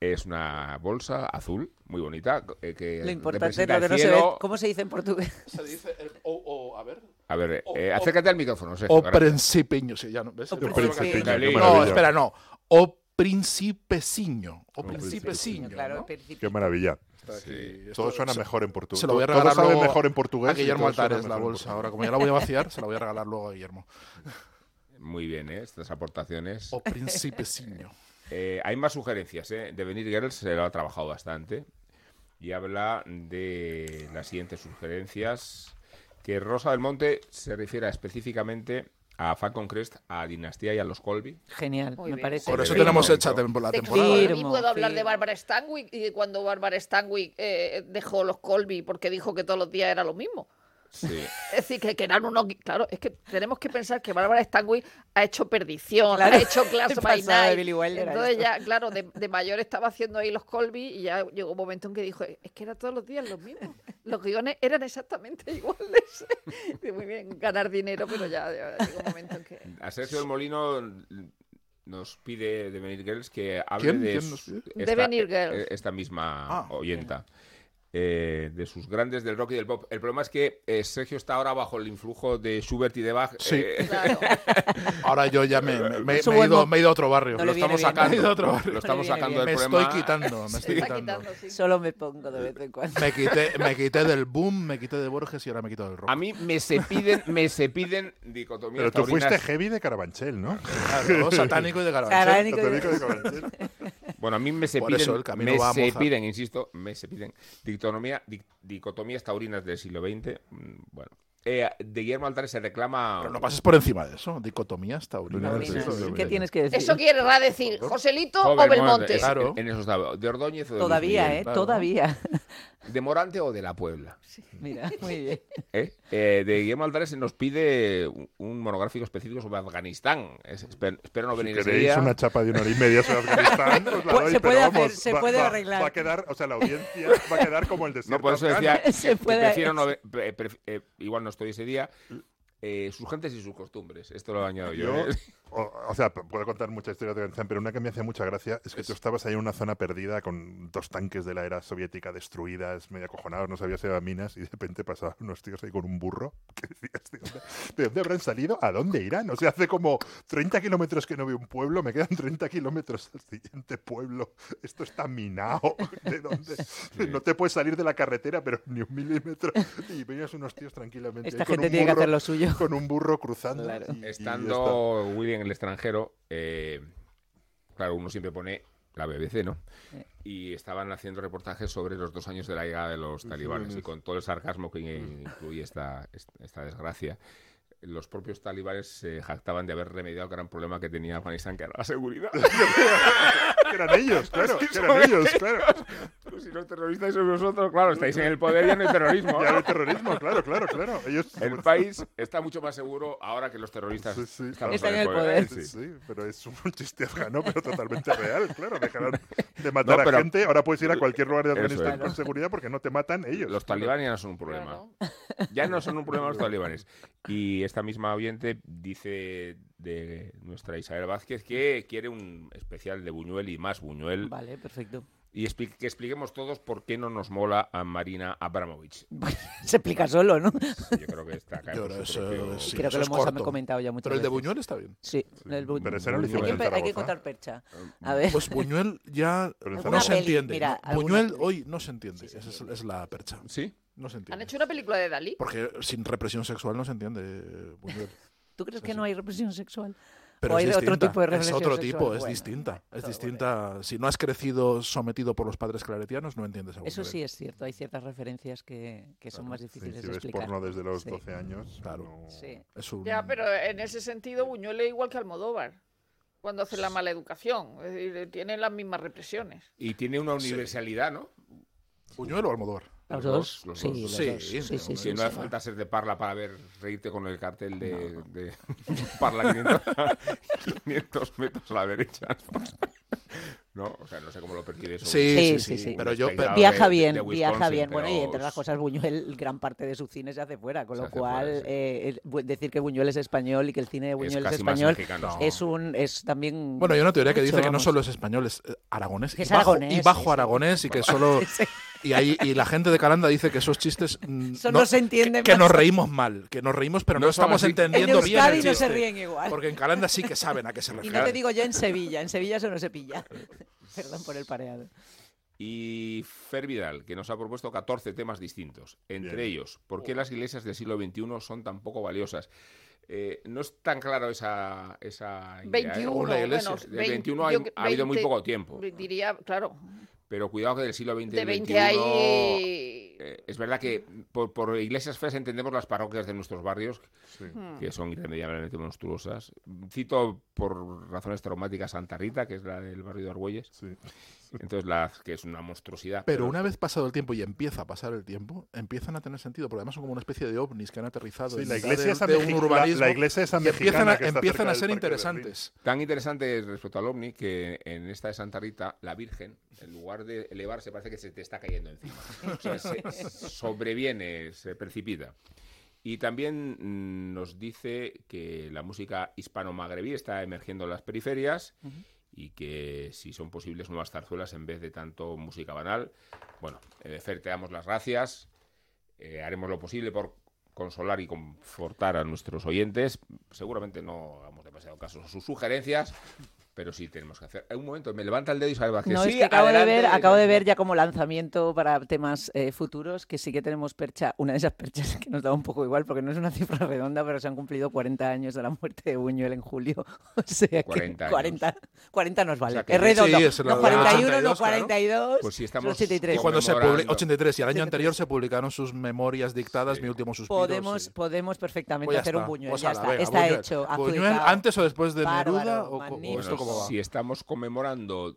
A: Es una bolsa azul, muy bonita. eh, Que
B: Lo importante es
A: representa
B: lo
A: el
B: que no se ve.
A: cielo.
B: ¿Cómo se dice en portugués?
D: Se dice el- o, o- a ver.
A: A ver,
D: O-
A: eh,
D: o-
A: acércate al micrófono, Sergio.
D: O
A: gracias.
D: principiño, sí, ya no. ¿ves?
B: O
D: No,
B: principiño,
A: qué
D: No,
E: maravilla.
D: espera, no. O principeciño. O
E: principeciño,
D: principeciño.
B: Claro,
D: ¿no?
B: principio.
E: Qué maravilla.
D: Está aquí.
A: Sí.
D: Esto-
E: Todo suena
D: se-
E: mejor en portugués.
D: Se lo voy a
E: Todo
D: regalar
E: sabe
D: luego
E: mejor en portugués.
D: a
E: y
D: Guillermo
E: todo suena
D: Altares la
E: mejor en
D: bolsa.
E: portugués.
D: Ahora, como ya la voy a vaciar, se la voy a regalar luego a Guillermo.
A: Muy bien, ¿eh? estas aportaciones.
D: O principeciño.
A: Eh, hay más sugerencias, ¿eh? Devenir Girls se lo ha trabajado bastante. Y habla de las siguientes sugerencias. Que Rosa del Monte se refiera específicamente a Falcon Crest, a Dinastía y a los Colby.
B: Genial,
C: Muy
B: me
C: bien.
B: parece.
D: Por eso
A: Sí,
D: tenemos
A: sí.
D: hecha tem- la
C: Te
D: temporada.
C: explico,
B: Firmo,
C: y puedo hablar de
B: firmo.
C: Bárbara Stanwyck y de cuando Bárbara Stanwyck eh, dejó los Colby porque dijo que todos los días era lo mismo.
A: Sí.
C: Es decir, que, que eran unos... Claro, es que tenemos que pensar que Bárbara Stanwyck ha hecho Perdición,
B: Claro.
C: ha hecho Class by
B: Pasada de
C: Night.
B: Billy Wilder a
C: Entonces
B: esto.
C: ya, claro, de, de mayor estaba haciendo ahí los Colby y ya llegó un momento en que dijo, es que era todos los días lo mismo. Los guiones eran exactamente <laughs> iguales. Y Muy bien, ganar dinero, pero ya, ya llegó un momento en que...
A: A Sergio del Molino nos pide de venir Girls que hable
D: ¿Quién?
A: de
D: ¿Quién nos
A: su-
D: pide?
A: esta- e,
C: Devenir Girls.
A: Esta misma
D: Ah,
A: oyenta. eh, de sus grandes del rock y del pop. El problema es que eh, Sergio está ahora bajo el influjo de Schubert y de Bach.
D: Sí.
A: eh,
C: Claro.
D: Ahora yo ya me, me- me-
B: Eso
D: me he ido,
B: bueno.
D: me he ido a otro barrio.
B: No
A: lo
B: le viene
A: estamos
B: bien.
A: sacando.
B: <laughs>
D: De otro barrio.
A: Lo estamos
B: No le viene
A: sacando
D: Me
A: del
D: estoy
A: problema.
D: quitando, me
C: Se
D: estoy
C: está
D: quitando.
C: quitando, sí.
B: Solo me pongo de vez en cuando.
D: Me quité, me quité del boom, me quité de Borges y ahora me quito del rock.
A: A mí me se piden, me se piden dicotomías
E: Pero tú fuiste
A: taurinas.
E: heavy de Carabanchel, ¿no? <laughs>
D: Claro, satánico y de
B: Caray,
D: Carabanchel.
B: Nico,
E: Ah, Satánico de Carabanchel.
A: Bueno, a mí me se
D: Por
A: piden,
D: eso el camino
A: me
D: va a
A: se
D: Mozart.
A: piden, insisto, me se piden dicotomía- dic- dicotomías taurinas del siglo XX. mm, Bueno, Eh, de Guillermo Altares se reclama.
B: Ah,
D: Pero no pases por encima de <laughs> eso. Dicotomías taurinas.
E: Taurinas,
D: del
B: Paulina,
E: eso
D: siglo
E: sí.
B: ¿Qué
D: XX.
B: tienes que decir?
C: Eso querrá decir Joselito
A: Joven,
C: o Belmonte.
A: es-
D: Claro.
A: En eso estaba. ¿De Ordóñez o de Luis
B: Todavía,
A: Miguel?
B: ¿eh?
D: claro.
B: Todavía. <laughs>
C: ¿eh?
A: ¿De Morante o de La Puebla?
B: Mira, muy bien.
A: ¿Eh? Eh, de Guillermo Altares se nos pide un- un monográfico específico sobre Afganistán. Es- esper- espero no venir
E: Si
A: ese
E: queréis
A: día.
E: una chapa de una hora y media sobre
B: <laughs>
E: Afganistán, os la
B: Pues
E: doy,
B: se
E: pero
B: puede hacer,
E: vamos,
B: se
E: va-
B: puede
E: va-
B: arreglar.
E: Va a quedar, o sea, la audiencia va a quedar como el desierto.
A: No, pues por eso
E: afgano.
A: decía
B: Se
A: que- que
B: puede-
A: prefiero no ve- pre- pref- eh, igual no estoy ese día. Eh, sus gentes y sus costumbres. Esto lo añado yo.
E: Yo,
A: ¿eh?
E: o, o sea, p- puedo contar muchas historias de Afganistán, pero una que me hacía mucha gracia es que tú estabas ahí en una zona perdida con dos tanques de la era soviética destruidas, medio acojonados, no sabías si eran minas, y de repente pasaban unos tíos ahí con un burro. <laughs> que decías, "¿De dónde- ¿De dónde habrán salido? ¿A dónde irán? O sea, hace como 30 kilómetros que no veo un pueblo, me quedan 30 kilómetros al siguiente pueblo. Esto está minado. <laughs> ¿De dónde? No te puedes salir de la carretera, pero ni un milímetro. Y venías unos tíos tranquilamente.
B: Esta
E: ahí con
B: gente
E: un
B: tiene que
E: burro-
B: hacer lo suyo.
E: <laughs> con un burro cruzando.
B: Claro.
E: y- y ya está.
A: Estando Willy en el extranjero, eh, claro, uno siempre pone la BBC, ¿no? Y estaban haciendo reportajes sobre los dos años de la llegada de los talibanes y con todo el sarcasmo que
E: Mm.
A: incluye esta, esta desgracia. Los propios talibanes se jactaban de haber remediado el gran problema que tenía Afganistán, que era la seguridad. <laughs>
E: Que eran ellos, claro. que eran ellos, claro.
A: Pero Pues si los terroristas sois vosotros, claro, estáis en el poder y ya no hay terrorismo.
E: <laughs> Ya el terrorismo, claro, claro, claro. Ellos.
A: El país está mucho más seguro ahora que los terroristas
E: Sí, sí.
A: estamos
B: Están en el poder.
E: Sí,
A: Sí.
E: sí, pero es un chiste afgano, pero totalmente real, claro. Dejaron de matar
A: No, pero-
E: a gente, ahora puedes ir a cualquier lugar de
A: Eso
E: Afganistán
A: es.
E: con seguridad porque no te matan ellos.
A: Los talibanes ya no son un problema.
C: Claro.
A: Ya no son un problema los talibanes. Y esta misma oyente dice de nuestra Isabel Vázquez que quiere un especial de Buñuel y más Buñuel.
B: Vale, perfecto.
A: Y expli- que expliquemos todos por qué no nos mola a Marina Abramovich.
B: Se explica solo, ¿no?
A: Yo creo que está acá.
D: Yo
A: por
D: creo
A: su
D: eso,
A: propio-
D: sí.
B: Creo
D: eso
B: que lo
D: es
B: hemos
D: corto.
B: comentado ya muchas
D: Pero el de
B: veces.
D: Buñuel está
B: <laughs>
D: bien.
B: Sí, el Bu-
E: Pero ese no lo hicimos
B: Siempre
E: en
B: hay que
E: Zaragoza.
B: contar percha. A ver.
D: Pues Buñuel ya
E: Pero en
D: no
E: Zaragoza.
D: se entiende.
B: Mira,
D: ¿no?
B: alguna
D: Buñuel
B: peli.
D: hoy no se entiende. Esa es, es la percha.
A: ¿Sí?
D: No se
C: ¿Han
D: entiende.
C: hecho una película de Dalí?
D: Porque sin represión sexual no se entiende eh,
B: <laughs>
D: Buñuel.
B: ¿Tú crees
D: Sí,
B: que
D: sí.
B: no hay represión sexual?
D: Pero
B: ¿O
D: es
B: hay
D: distinta.
B: otro tipo de
D: es
B: represión
D: otro
B: sexual?
D: tipo, es
B: Bueno,
D: distinta.
B: bueno,
D: es
B: todo
D: distinta. Si no has crecido sometido por los padres claretianos, no entiendes a
B: bueno. Eso
D: Buñuel.
B: sí es cierto, hay ciertas referencias que, que son más
E: Sí,
B: difíciles
E: si
B: de
E: ves
B: explicar.
E: porno desde los
B: Sí,
E: 12 años.
D: Claro.
E: no-
B: sí.
D: Es un-
C: Ya, pero en ese sentido Buñuel es igual que Almodóvar. Cuando hace la mala educación, es decir, eh, tiene las mismas represiones.
A: Y tiene una
D: Sí.
A: universalidad, ¿no?
D: ¿Buñuel o Almodóvar?
B: Los
A: Los
B: dos,
A: dos, los
B: sí,
A: dos.
B: los
D: Sí,
B: dos. Sí,
D: sí,
B: sí, sí.
A: Si no
D: sí.
A: hace falta ser de Parla para ver reírte con el cartel de, de <laughs> Parla <laughs> 500, 500 metros a la derecha. <laughs> No, o sea, no sé cómo lo percibes.
D: Sí, sí, sí.
B: Sí, sí, sí.
D: Pero yo.
A: Espectador.
D: pero-
B: Viaja
A: de-
B: bien,
A: de
B: viaja
A: Wisconsin,
B: bien. Bueno, y
A: pero
B: entre las cosas, Buñuel, gran parte de su cine se hace fuera, con
A: Se
B: lo
A: hace
B: cual
A: fuera, sí.
B: eh, el- bu- decir que Buñuel es español y que el cine de
A: es
B: Buñuel es,
A: casi más
B: español
A: mexicano.
B: es un es también
D: Bueno, hay
B: <laughs>
D: una teoría que
B: mucho,
D: dice que no
B: vamos.
D: solo es español, es eh, aragonés.
B: Que es
D: y bajo,
B: aragonés,
D: y bajo
B: sí, sí.
D: aragonés y
B: <laughs>
D: que solo. <laughs> Y, ahí, y la gente de Calanda dice que esos chistes.
B: <laughs>
D: mm,
B: Eso no, se entiende
D: que, que
B: más.
D: nos reímos mal, que nos reímos, pero no,
A: No son
D: estamos
A: así.
B: en
D: entendiendo bien.
B: Euskadi
D: el
B: no se
D: chiste.
B: ríen igual.
D: Porque en Calanda sí que saben a qué se
B: <laughs> Y
D: refieren.
B: no te digo yo en Sevilla, en Sevilla eso no se pilla. <laughs> Perdón por el pareado.
A: Y Fer Vidal, que nos ha propuesto 14 temas distintos. Entre
E: Bien.
A: ellos, ¿por qué las iglesias del siglo XXI son tan poco valiosas? Eh, no es tan claro esa, esa idea. ¿eh?
C: 21,
D: la iglesia.
C: menos
A: Del 21 hay- ha habido muy poco tiempo.
C: Diría, claro,
A: Pero cuidado que del siglo XX y
C: de
A: el
C: 20
A: XXI
C: hay
A: eh, es verdad que por, por iglesias feas entendemos las parroquias de nuestros barrios,
E: Sí.
A: que son irremediablemente monstruosas. Cito por razones traumáticas Santa Rita, que es la del barrio de Argüelles,
E: Sí.
A: entonces la que es una monstruosidad.
D: Pero una vez pasado el tiempo y empieza a pasar el tiempo, empiezan a tener sentido, porque además son como una especie de ovnis que han aterrizado
E: Sí,
D: en
E: la
D: mitad
E: iglesia
D: Pues de-
E: esa
D: de
E: mexi-
D: un
E: la-
D: urbanismo
E: la iglesia esa
D: y empiezan a,
E: mexicana que está
D: empiezan
E: cerca
D: a ser
E: del Parque de
D: interesantes.
A: Tan interesante es respecto al ovni que en esta de Santa Rita, la Virgen, en lugar de elevarse, parece que se te está cayendo encima. O sea, se sobreviene, se precipita. Y también mm, nos dice que la música hispano-magrebí está emergiendo en las periferias y que si son posibles nuevas zarzuelas en vez de tanto música banal. Bueno, eh, Fer, te damos las gracias. Eh, haremos lo posible por consolar y confortar a nuestros oyentes. Seguramente no hagamos demasiado caso a sus sugerencias, pero sí tenemos que hacer. En un momento, me levanta el dedo y sabe que
B: No,
A: sí,
B: es que acabo de,
A: adelante.
B: ver, acabo de ver ya como lanzamiento para temas eh, futuros que sí que tenemos percha, una de esas perchas que nos da un poco igual porque no es una cifra redonda, pero se han cumplido 40 años de la muerte de Buñuel en julio. <laughs> O sea que
A: 40 años.
B: 40, 40 nos vale.
A: O sea que
B: es redondo.
D: sí, es la
B: no
D: de
B: 41,
D: 82,
B: no 42.
A: Pues sí, estamos
B: son 83.
D: Y cuando se
A: Conmemorando.
D: publicó, 83, y el año anterior se publicaron sus memorias dictadas,
A: Sí.
D: mi último suspiro.
B: Podemos,
D: sí.
B: podemos perfectamente
D: Pues ya
B: hacer
D: está,
B: un Buñuel.
D: pues
B: ya
D: ala,
B: está,
D: venga,
B: está
D: Buñuel.
B: hecho.
D: Buñuel
B: adjudicado.
D: antes o después de
B: Bárbaro,
D: Neruda o, co- o
B: magnífico.
D: esto cómo va.
A: Si estamos conmemorando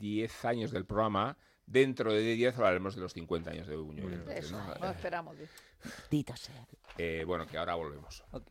A: 10 años del programa, dentro de 10 hablaremos de los 50 años de Buñuel. Entonces,
C: Eso,
A: ¿no?
C: no esperamos. Dios.
B: Dito sea.
A: Eh, bueno, que ahora volvemos.
B: Ok.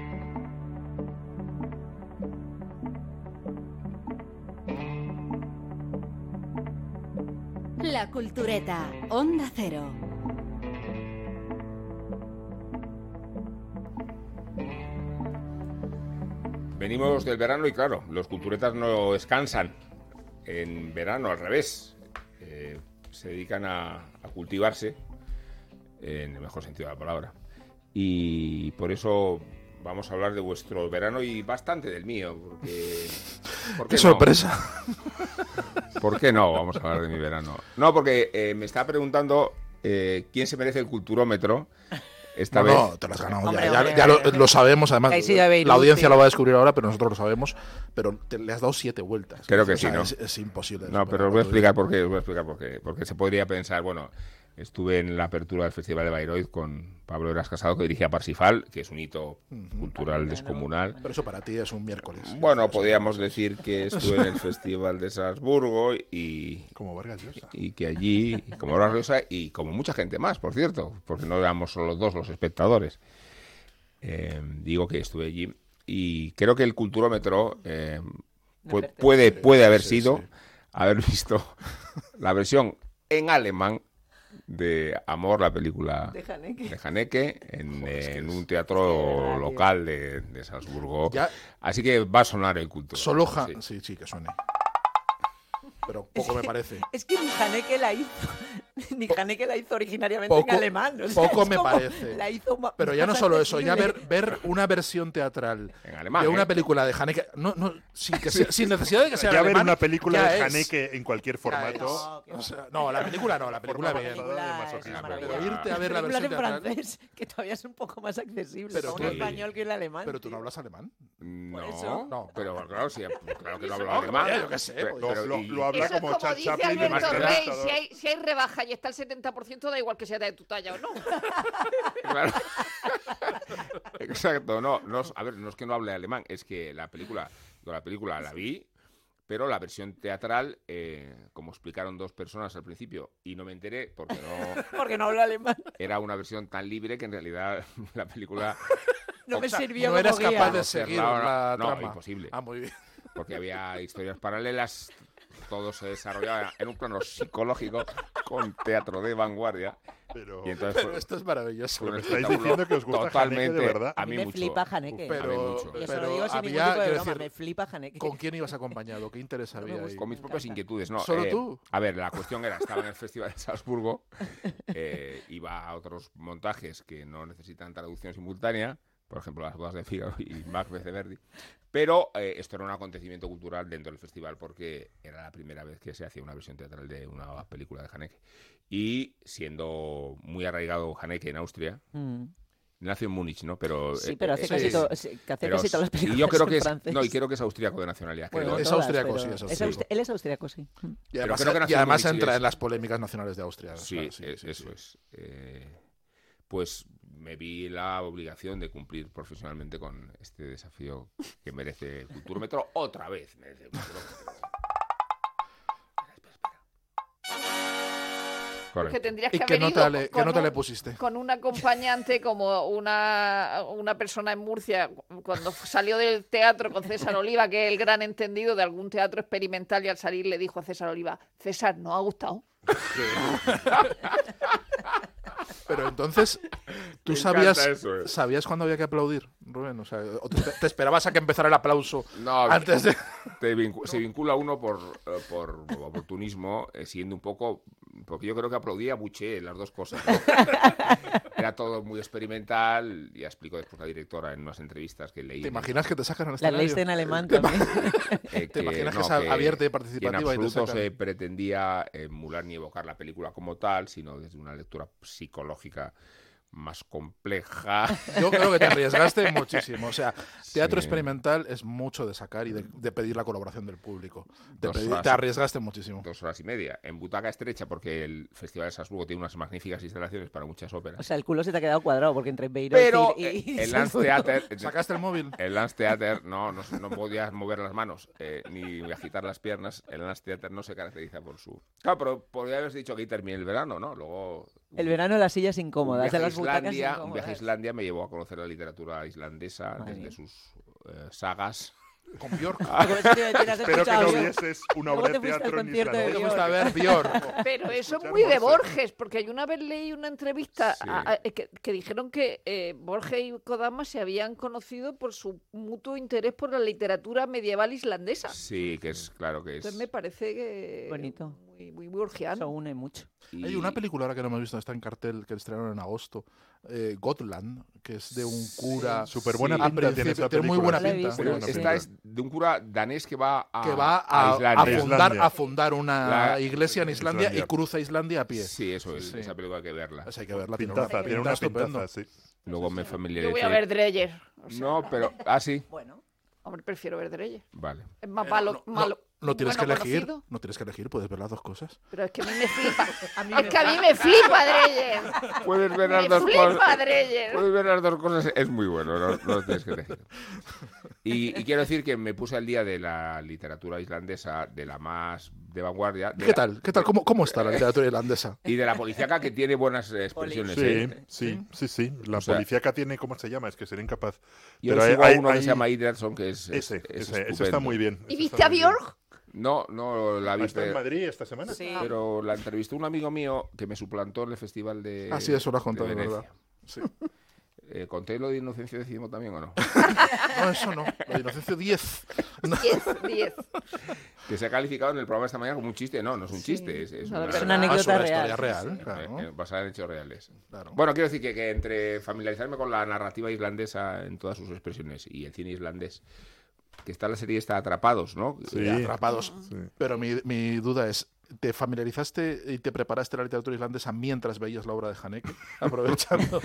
G: La Cultureta, Onda Cero.
A: Venimos del verano y claro, los culturetas no descansan en verano, al revés. Eh, se dedican a, a cultivarse, en el mejor sentido de la palabra. Y por eso vamos a hablar de vuestro verano y bastante del mío, porque... ¿por
D: ¡Qué
A: no?
D: sorpresa!
A: ¿Por qué no? Vamos a hablar de mi verano. No, porque eh, me está preguntando eh, quién se merece el culturómetro esta
D: No,
A: vez.
D: no, te las has ganado. ya,
B: Hombre,
D: ya,
B: hombre,
D: ya lo,
B: hombre.
D: lo sabemos, además.
B: Ahí sí ya veis
D: la
B: luz,
D: audiencia
B: sí.
D: lo va a descubrir ahora, pero nosotros lo sabemos. Pero te- le has dado siete vueltas.
A: Creo que
D: O sea,
A: sí, ¿no?
D: Es, es imposible. de
A: No, pero
D: superar
A: os voy a
D: cuando-
A: explicar por qué. os voy a explicar por qué. Porque se podría pensar, bueno, estuve en la apertura del Festival de Bayreuth con Pablo Eras Casado, que dirigía Parsifal, que es un hito cultural descomunal.
D: Pero eso para ti es un miércoles.
A: Bueno,
D: Eso-
A: podríamos decir que estuve en el Festival de Salzburgo y,
E: Como Vargas Llosa.
A: y que allí, como Laura Rosa y como mucha gente más, por cierto, porque no éramos solo dos los espectadores. Eh, digo que estuve allí y creo que el culturómetro eh,
B: Me
A: pu-
B: pertenece.
A: puede, puede haber
D: Sí,
A: sido
D: sí.
A: haber <laughs> visto la versión en alemán de Amor, la película
B: De Haneke.
A: de Haneke, en,
D: Joder, es que
A: en
D: es-
A: un
B: es que de
A: teatro
B: verdad, tío.
A: local de, de Salzburgo.
D: Ya-
A: Así que va a sonar el culto.
D: Solo Han- Sí. sí, que suene.
B: <laughs>
D: Pero poco me parece.
B: Es que ni Haneke la hizo, <laughs> ni Haneke la hizo originariamente
D: Poco-
B: en alemán. o sea,
D: poco
B: es
D: me
B: como
D: parece.
B: La hizo ma-
D: Pero ya no
B: más
D: solo eso, ya
B: <laughs>
D: ver,
B: accesible.
D: ver una versión teatral
A: En alemán,
D: de una
A: ¿eh?
D: película de Haneke, no, no, sin, que sea- sin necesidad de que sea en
E: Ya ver
D: alemán,
E: una película
D: ya
E: de
D: es.
E: Haneke en cualquier formato.
B: No, que
D: O sea, no, la película no, la película
E: Forma
D: bien.
E: pasada.
B: película
E: de
B: es
E: masoquismo.
B: maravillosa.
D: Pero irte a ver la
B: Películas
D: versión
B: en
D: teatral.
B: francés, que todavía es un poco más accesible
D: Pero
B: para un
A: tú-
B: español que el alemán.
D: Pero tú no
B: tío.
D: hablas alemán.
A: No,
B: eso-
A: no, pero claro, sí, claro que lo habla
D: No,
A: alemán.
D: vaya, yo qué sé,
A: Pero-
D: pues.
E: Lo,
A: pero
E: lo-
A: y-
E: lo habla
C: Eso es
E: como
C: como
E: Charles
C: dice
E: Chaplin. y
C: Alberto
E: Mark
C: Rey,
E: Rothko.
C: si hay, si hay rebaja y está el 70%, da igual que sea de tu talla o no.
A: Claro. <laughs> Exacto, no, no, es- a ver, no es que no hable alemán, es que la película, yo la película la vi, pero la versión teatral, eh, como explicaron dos personas al principio, y no me enteré porque no
B: <laughs> Porque no hablo alemán.
A: era una versión tan libre que en realidad <laughs> la película
B: No me
A: O sea,
B: sirvió
D: no
B: como
D: eras
B: guía.
D: capaz de
A: No,
D: seguir
A: cerrado,
D: la
A: no,
D: trama.
A: imposible.
D: Ah, muy bien.
A: porque había historias paralelas, todo se desarrollaba en un plano psicológico con teatro de vanguardia
E: Pero
A: y entonces
D: Pero
A: fue,
D: esto es maravilloso.
A: fue un
E: me estáis
A: espectáculo
E: diciendo que os gusta
A: totalmente
E: Haneke de verdad.
A: a mí
B: me
A: mucho.
B: flipa Haneke.
A: Uf, pero-
B: Y
A: mucho.
B: eso
A: pero
B: lo digo sin ningún
D: había-
B: tipo de
D: quiero
B: broma, me
D: decir,
B: flipa Haneke.
D: ¿Con quién ibas acompañado? ¿Qué interés
B: me
D: había ahí?
B: gusta.
A: Pues Con mis propias
B: encanta.
A: inquietudes, ¿no? eh,
D: ¿Solo tú?
A: A ver, la cuestión era, estaba en el <laughs> Festival de Salzburgo, eh, iba a otros montajes que no necesitan traducción simultánea, por ejemplo, las bodas de Fígaro y Macbeth de Verdi. Pero eh, esto era un acontecimiento cultural dentro del festival porque era la primera vez que se hacía una versión teatral de una película de Haneke. Y siendo muy arraigado Haneke en Austria,
B: Mm.
A: nació en Múnich, ¿no? Pero,
B: Sí,
A: eh,
B: pero hace
A: es-
B: casi,
A: es-
B: todo- sí, que hace
A: pero
B: casi todas las
A: sí,
B: películas.
A: y yo creo
B: en
A: que es,
B: francés.
A: no, y creo que es austriaco de nacionalidad. creo,
B: Bueno,
A: ¿no?
D: Es
B: todas,
D: austriaco,
B: pero
D: sí, es
B: es
D: austriaco.
B: aus- Él es austriaco, sí.
D: Y
A: Pero
D: además,
A: creo que
D: y
A: nació en
D: además
A: Múnich,
D: entra
A: es-
D: en las polémicas nacionales de Austria.
A: Sí,
D: claro, sí,
A: es-
D: sí,
A: eso
D: sí.
A: es. Eh, pues me vi la obligación de cumplir profesionalmente con este desafío que merece Culturmetro otra vez. merece
B: <laughs>
A: Culturmetro. Espera, espera, espera.
C: Que
A: Correcto.
C: tendrías
D: ¿Y
C: que
D: qué
C: haber
D: nota,
C: ido
D: le, qué
C: con
D: nota
C: un-
D: le pusiste?
C: con un acompañante como una, una persona en Murcia, cuando fu- salió del teatro con César Oliva, que es el gran entendido de algún teatro experimental, y al salir le dijo a César Oliva, César, ¿no ha gustado?
D: Pero entonces,
A: <laughs>
D: ¿tú
A: Me
D: sabías,
A: encanta eso, eh.
D: sabías cuándo había que aplaudir, Rubén? O sea, ¿o te, te esperabas a que empezara el aplauso
A: No, <laughs>
D: antes de...
A: te vincu- se vincula uno por, eh, por oportunismo, eh, siendo un poco. Porque yo creo que aplaudía, buche, las dos cosas. ¿no?
D: <laughs>
A: Era todo muy experimental. Ya explicó después la directora en unas entrevistas que leí.
D: ¿Te imaginas que te sacan al
B: La
D: escenario?
B: leíste en alemán también.
A: <laughs> Eh,
D: ¿Te imaginas que es abierta y participativa y
A: En
D: te
A: absoluto
D: sacan?
A: se pretendía emular ni evocar la película como tal, sino desde una lectura psicológica más
D: <laughs>
A: compleja.
D: Yo creo que te
B: <laughs>
D: arriesgaste muchísimo. O sea, teatro
A: Sí.
D: experimental es mucho de sacar y de, de pedir la colaboración del público. Te,
A: Dos
D: pedi-
A: horas.
D: te arriesgaste muchísimo.
A: Dos horas y media. En butaca estrecha, porque el Festival de Salzburgo tiene unas magníficas instalaciones para muchas
B: <laughs> O
A: óperas.
B: sea, el culo se te ha quedado cuadrado porque entre Beirut
A: Pero
B: y,
A: eh,
B: y- <laughs>
A: el Lance Theater.
D: ¿Sacaste el móvil?
A: El Lance Theater no, no, no podías mover las manos eh, ni agitar las piernas. El Lance Theater no se caracteriza por su. Claro, pero podría haberse dicho que ahí terminé el verano, ¿no? Luego.
B: El verano las sillas
A: un
B: incómodas,
A: viaje,
B: de
A: a
B: las butacas
A: Islandia, un viaje a
B: incómodas.
A: Islandia me llevó a conocer la literatura islandesa
B: Madre
A: desde
B: mía.
A: sus eh, sagas.
D: Con <laughs> Bjork.
B: Por eso te iba a decir, has
E: Espero que
B: escuchado
E: no
B: bien.
E: vieses una
B: Luego
E: obra de
B: te fuiste al
E: teatro ni
B: concierto de
D: ¿Te
E: Islandia.
D: gusta ver Bjork?
C: Pero eso es
E: Escuchar
C: muy de
E: Mozart.
C: Borges, porque yo una vez leí una entrevista
A: Sí.
C: a- a- que, que dijeron que eh, Borges y Kodama se habían conocido por su mutuo interés por la literatura medieval islandesa.
A: Sí, que es claro que es.
C: Entonces me parece que...
B: Bonito.
C: Muy, muy borgiano.
B: Eso une mucho.
A: y-
D: Hay una película ahora que no hemos visto, está en cartel, que estrenaron en agosto, eh, Gotland, que es de un cura
E: Súper buena
A: Sí.
D: Al
E: pinta tiene
D: principio,
E: esa
D: tiene muy
E: película.
D: buena pinta.
A: Pero
D: Buena
A: esta
D: pinta.
A: es de un cura danés que va Ah, a,
D: que va a, a
A: Islandia.
D: fundar,
E: Islandia.
D: a fundar una
A: La-
D: iglesia en Islandia,
E: Islandia.
D: y cruza Islandia a pie.
A: Sí, eso es.
D: Sí.
A: Esa película hay que verla.
D: O sea, hay que verla. tiene una
E: Pintaza, tiene
D: pinta
E: una
D: estupenda.
E: pintaza, sí.
A: Luego me
C: Yo
A: familiaricé.
C: voy a ver Dreyer. o sea,
A: No, pero. Ah, sí.
B: Bueno,
C: Hombre, prefiero ver Dreyer. <laughs>
A: Vale.
C: Es más
D: Pero
C: malo.
D: Eh, no,
C: malo
D: No, no tienes
C: bueno
D: que elegir,
C: conocido,
D: no tienes que elegir, puedes ver las dos cosas.
C: pero es que a mí me flipa. es que <laughs> a mí me flipa
D: <laughs>
C: Dreyer.
A: Puedes ver las
C: Me
A: dos
C: flipa
A: cosas.
C: Dreyer.
A: Puedes ver las dos cosas. Es muy bueno. No, no lo tienes que elegir. Y, y quiero decir que me puse al día de la literatura islandesa, de la más de vanguardia. de
D: ¿Qué
A: la-
D: tal? ¿Qué tal? ¿Cómo, cómo está la literatura irlandesa?
A: Y de la policíaca que tiene buenas eh, expresiones.
E: Sí,
A: ¿eh?
E: sí, sí, sí. La
A: O sea-
E: policíaca tiene, ¿cómo se llama? Es que sería incapaz.
A: Yo
E: Pero hay-
A: sigo a
E: hay-
A: uno que
E: hay-
A: se llama Idrason, que es. es-
E: Ese,
A: es
E: ese, ese está
A: estupendo.
E: muy bien.
C: ¿Y
E: ese
C: viste
E: está
C: a
E: muy bien.
C: Bjork?
A: No, no la
E: Ah, ¿Está en
A: viste.
E: Madrid esta semana?
B: sí.
A: Pero la entrevistó un amigo mío que me suplantó en el festival de.
D: Ah, sí, eso lo has
A: de
D: contado, es
A: Venecia.
D: verdad. Sí.
A: Eh, ¿Conté lo de Inocencio Décimo también o no?
D: No, eso no. La inocencia 10. No.
C: 10, 10.
A: que se ha calificado en el programa esta mañana como un chiste. No, no es un chiste, es, es
C: No,
A: una,
C: es
B: una
A: eh,
D: Ah, es
B: anécdota
D: una historia
B: real.
D: real,
A: eh,
D: claro.
A: eh, basada en hechos reales.
D: claro.
A: Bueno, quiero decir que, que entre familiarizarme con la narrativa islandesa en todas sus expresiones y el cine islandés, que está la serie está Atrapados, ¿no?
E: Sí.
D: Atrapados.
E: Sí.
D: Pero mi, mi duda es, ¿te familiarizaste y te preparaste la literatura islandesa mientras veías la obra de
A: <laughs>
D: Haneke? Aprovechando.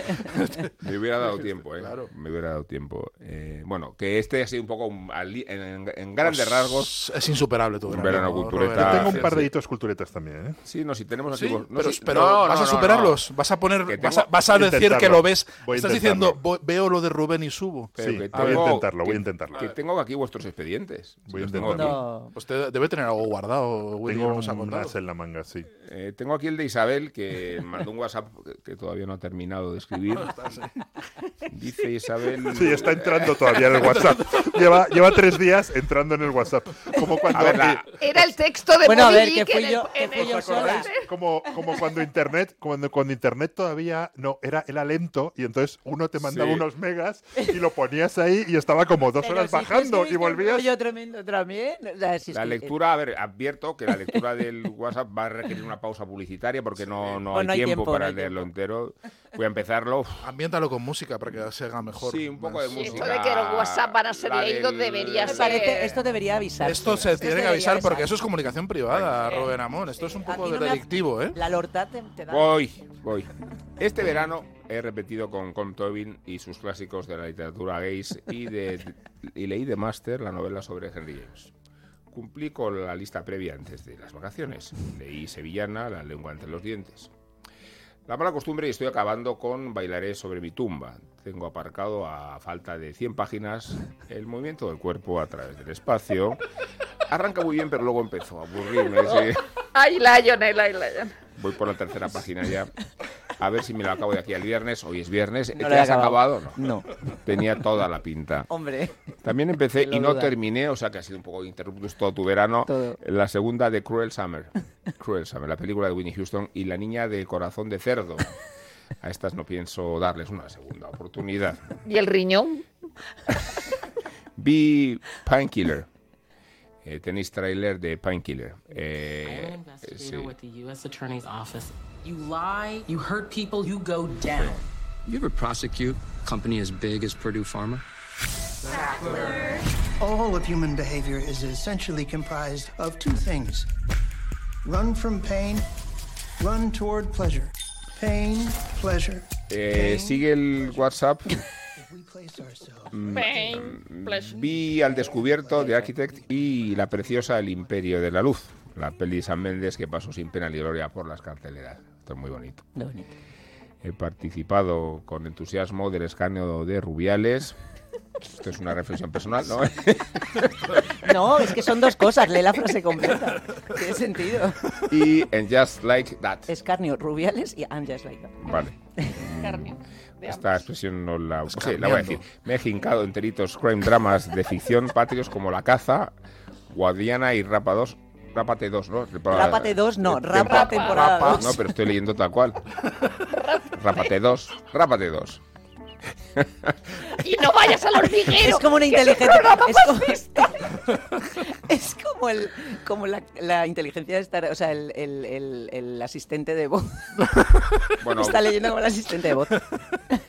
A: Me hubiera dado tiempo, ¿eh?
D: Claro.
A: Me hubiera dado tiempo. Eh, bueno, que este ha sido un poco un ali- en, en- en
E: Pues,
A: grandes rasgos.
D: Es insuperable tu
A: Un
D: verano.
A: verano cultureta.
E: Yo
A: Ah,
E: tengo
A: sí,
E: un par
A: sí.
E: de hitos culturetas también, ¿eh?
A: Sí, no, si tenemos
D: Sí,
A: aquí. vos- no,
D: pero,
A: si-
D: pero
A: no, no,
D: vas
A: no,
D: a
A: no.
D: superarlos, vas a poner,
A: Que
D: vas
A: tengo-
D: a, vas a
E: voy a
D: decir que
E: intentarlo,
D: lo ves,
E: voy a
D: estás
E: intentarlo.
D: diciendo "Vo- veo lo de Rubén y subo.
A: Pero
E: Sí, Ah,
A: que
E: voy a
A: tengo-
E: intentarlo, voy a
A: que-
E: intentarlo.
A: Que tengo aquí vuestros expedientes.
E: Voy a
A: Los tengo aquí.
B: no.
D: Usted Pues debe tener algo guardado, Willy,
E: Tengo
D: no nos ha contado.
E: unas en la manga, sí.
A: Eh, tengo aquí el de Isabel, que mandó un WhatsApp que- que todavía no ha terminado de <laughs> escribir. Dice Isabel...
E: <laughs> Sí, está entrando todavía en el WhatsApp. Lleva, lleva tres días entrando en el WhatsApp. Como cuando,
A: A ver, la-
C: Era el texto de
B: Bueno, a
C: Moby
B: ver,
C: Dick
B: que
C: en
B: fui
C: el-
B: yo- que
C: en
B: fui
C: el-
B: yo sola.
E: como, como cuando internet, cuando, cuando internet todavía no, era, era lento, y entonces uno te mandaba
A: Sí.
E: unos megas y lo ponías ahí y estaba como dos horas bajando y volvías.
B: Yo tremendo también. O sea, si es
A: La
B: que- eh,
A: lectura, a ver, advierto que la lectura del WhatsApp va a requerir una pausa publicitaria porque no, no
B: Bueno,
A: hay tiempo para
B: no hay
A: leerlo
B: tiempo.
A: entero. Voy a empezarlo. Uf,
D: Ambiéntalo con música para que se haga mejor.
A: Sí, un poco de
D: más-
C: Sí,
A: música.
C: esto de que los WhatsApp van a ser
A: La
C: leídos
A: del-
C: debería
B: Me
C: ser-
B: parece, esto debería avisar.
D: Esto se tiene que
B: debería
D: avisar
B: avisar.
D: porque eso es comunicación privada, Rubén Amón. Esto es un
B: A mí
D: poco
B: no me ha-
D: delictivo, ¿eh?
B: La lortad te, te da.
A: Voy, voy. Este verano he repetido con Colm Tobin y sus clásicos de la literatura gays y, de, y leí de máster la novela sobre Henry James. Cumplí con la lista previa antes de las vacaciones. Leí Sevillana, La lengua entre los dientes. La mala costumbre y estoy acabando con Bailaré sobre mi tumba. Tengo aparcado a falta de 100 páginas el movimiento del cuerpo a través del espacio. Arranca muy bien, pero luego empezó a aburrirme. sí.
C: Ay, Lion, ay, Lion.
A: Voy por la tercera página ya. A ver si me la acabo de aquí al viernes. Hoy es viernes.
B: No
A: ¿Ya
B: la he
A: has acabado? No.
B: No, <laughs>
A: Tenía toda la pinta.
B: hombre.
A: También empecé
B: Lo
A: y no
B: duda.
A: terminé, o sea que ha sido un poco interruptus todo tu verano.
B: Todo.
A: La segunda de Cruel Summer. Cruel Summer, la película de Winnie Houston y La niña del corazón de cerdo. A estas no pienso darles una segunda oportunidad.
C: ¿Y el riñón?
A: Vi Painkiller. Eh, tenéis trailer de Painkiller. Eh, sí.
H: the U.S. Attorney's Office. You lie, you hurt people, you go down.
F: You ever prosecute a company as big as Purdue Pharma?
I: All of human behavior is essentially comprised of two things run from pain, run toward pleasure. Pain, pleasure.
A: Eh, sigue el WhatsApp. Mm,
I: If we place ourselves.
C: Pain, pleasure.
A: Vi al descubierto de Architect y la preciosa El Imperio de la Luz, la peli de San Méndez que pasó sin pena ni gloria por las carteleras. Esto es muy bonito.
B: Lo bonito.
A: He participado con entusiasmo del escáneo de Rubiales. Esto es una reflexión personal, ¿no? <laughs>
B: No, es que son dos cosas. Lee la frase <laughs> completa. Tiene sentido.
A: y en Just Like That.
B: Escarnio, rubiales y I'm just like that.
A: Vale.
C: Carne. Veamos.
A: Esta expresión no la,
D: Pues
A: sí, la voy a
D: cambiando.
A: decir. Me he jincado enteritos crime dramas de ficción patrios como La Caza, Guadiana y Rapa 2. Rápate 2, ¿no?
B: Rápate 2, no,
A: Eh, tempa-
B: Rapa temporada
A: Rapa,
B: 2.
A: No, pero estoy leyendo tal cual. Rápate 2, Rápate 2.
C: Y no vayas al hormiguero.
B: Es como una
C: que <laughs> es un
B: inteligencia.
C: programa
B: Es como, este- <laughs> es como el, como la, la inteligencia de estar. O sea, el, el- el- el asistente de voz.
A: Bueno,
B: <laughs> Está leyendo como el asistente de voz.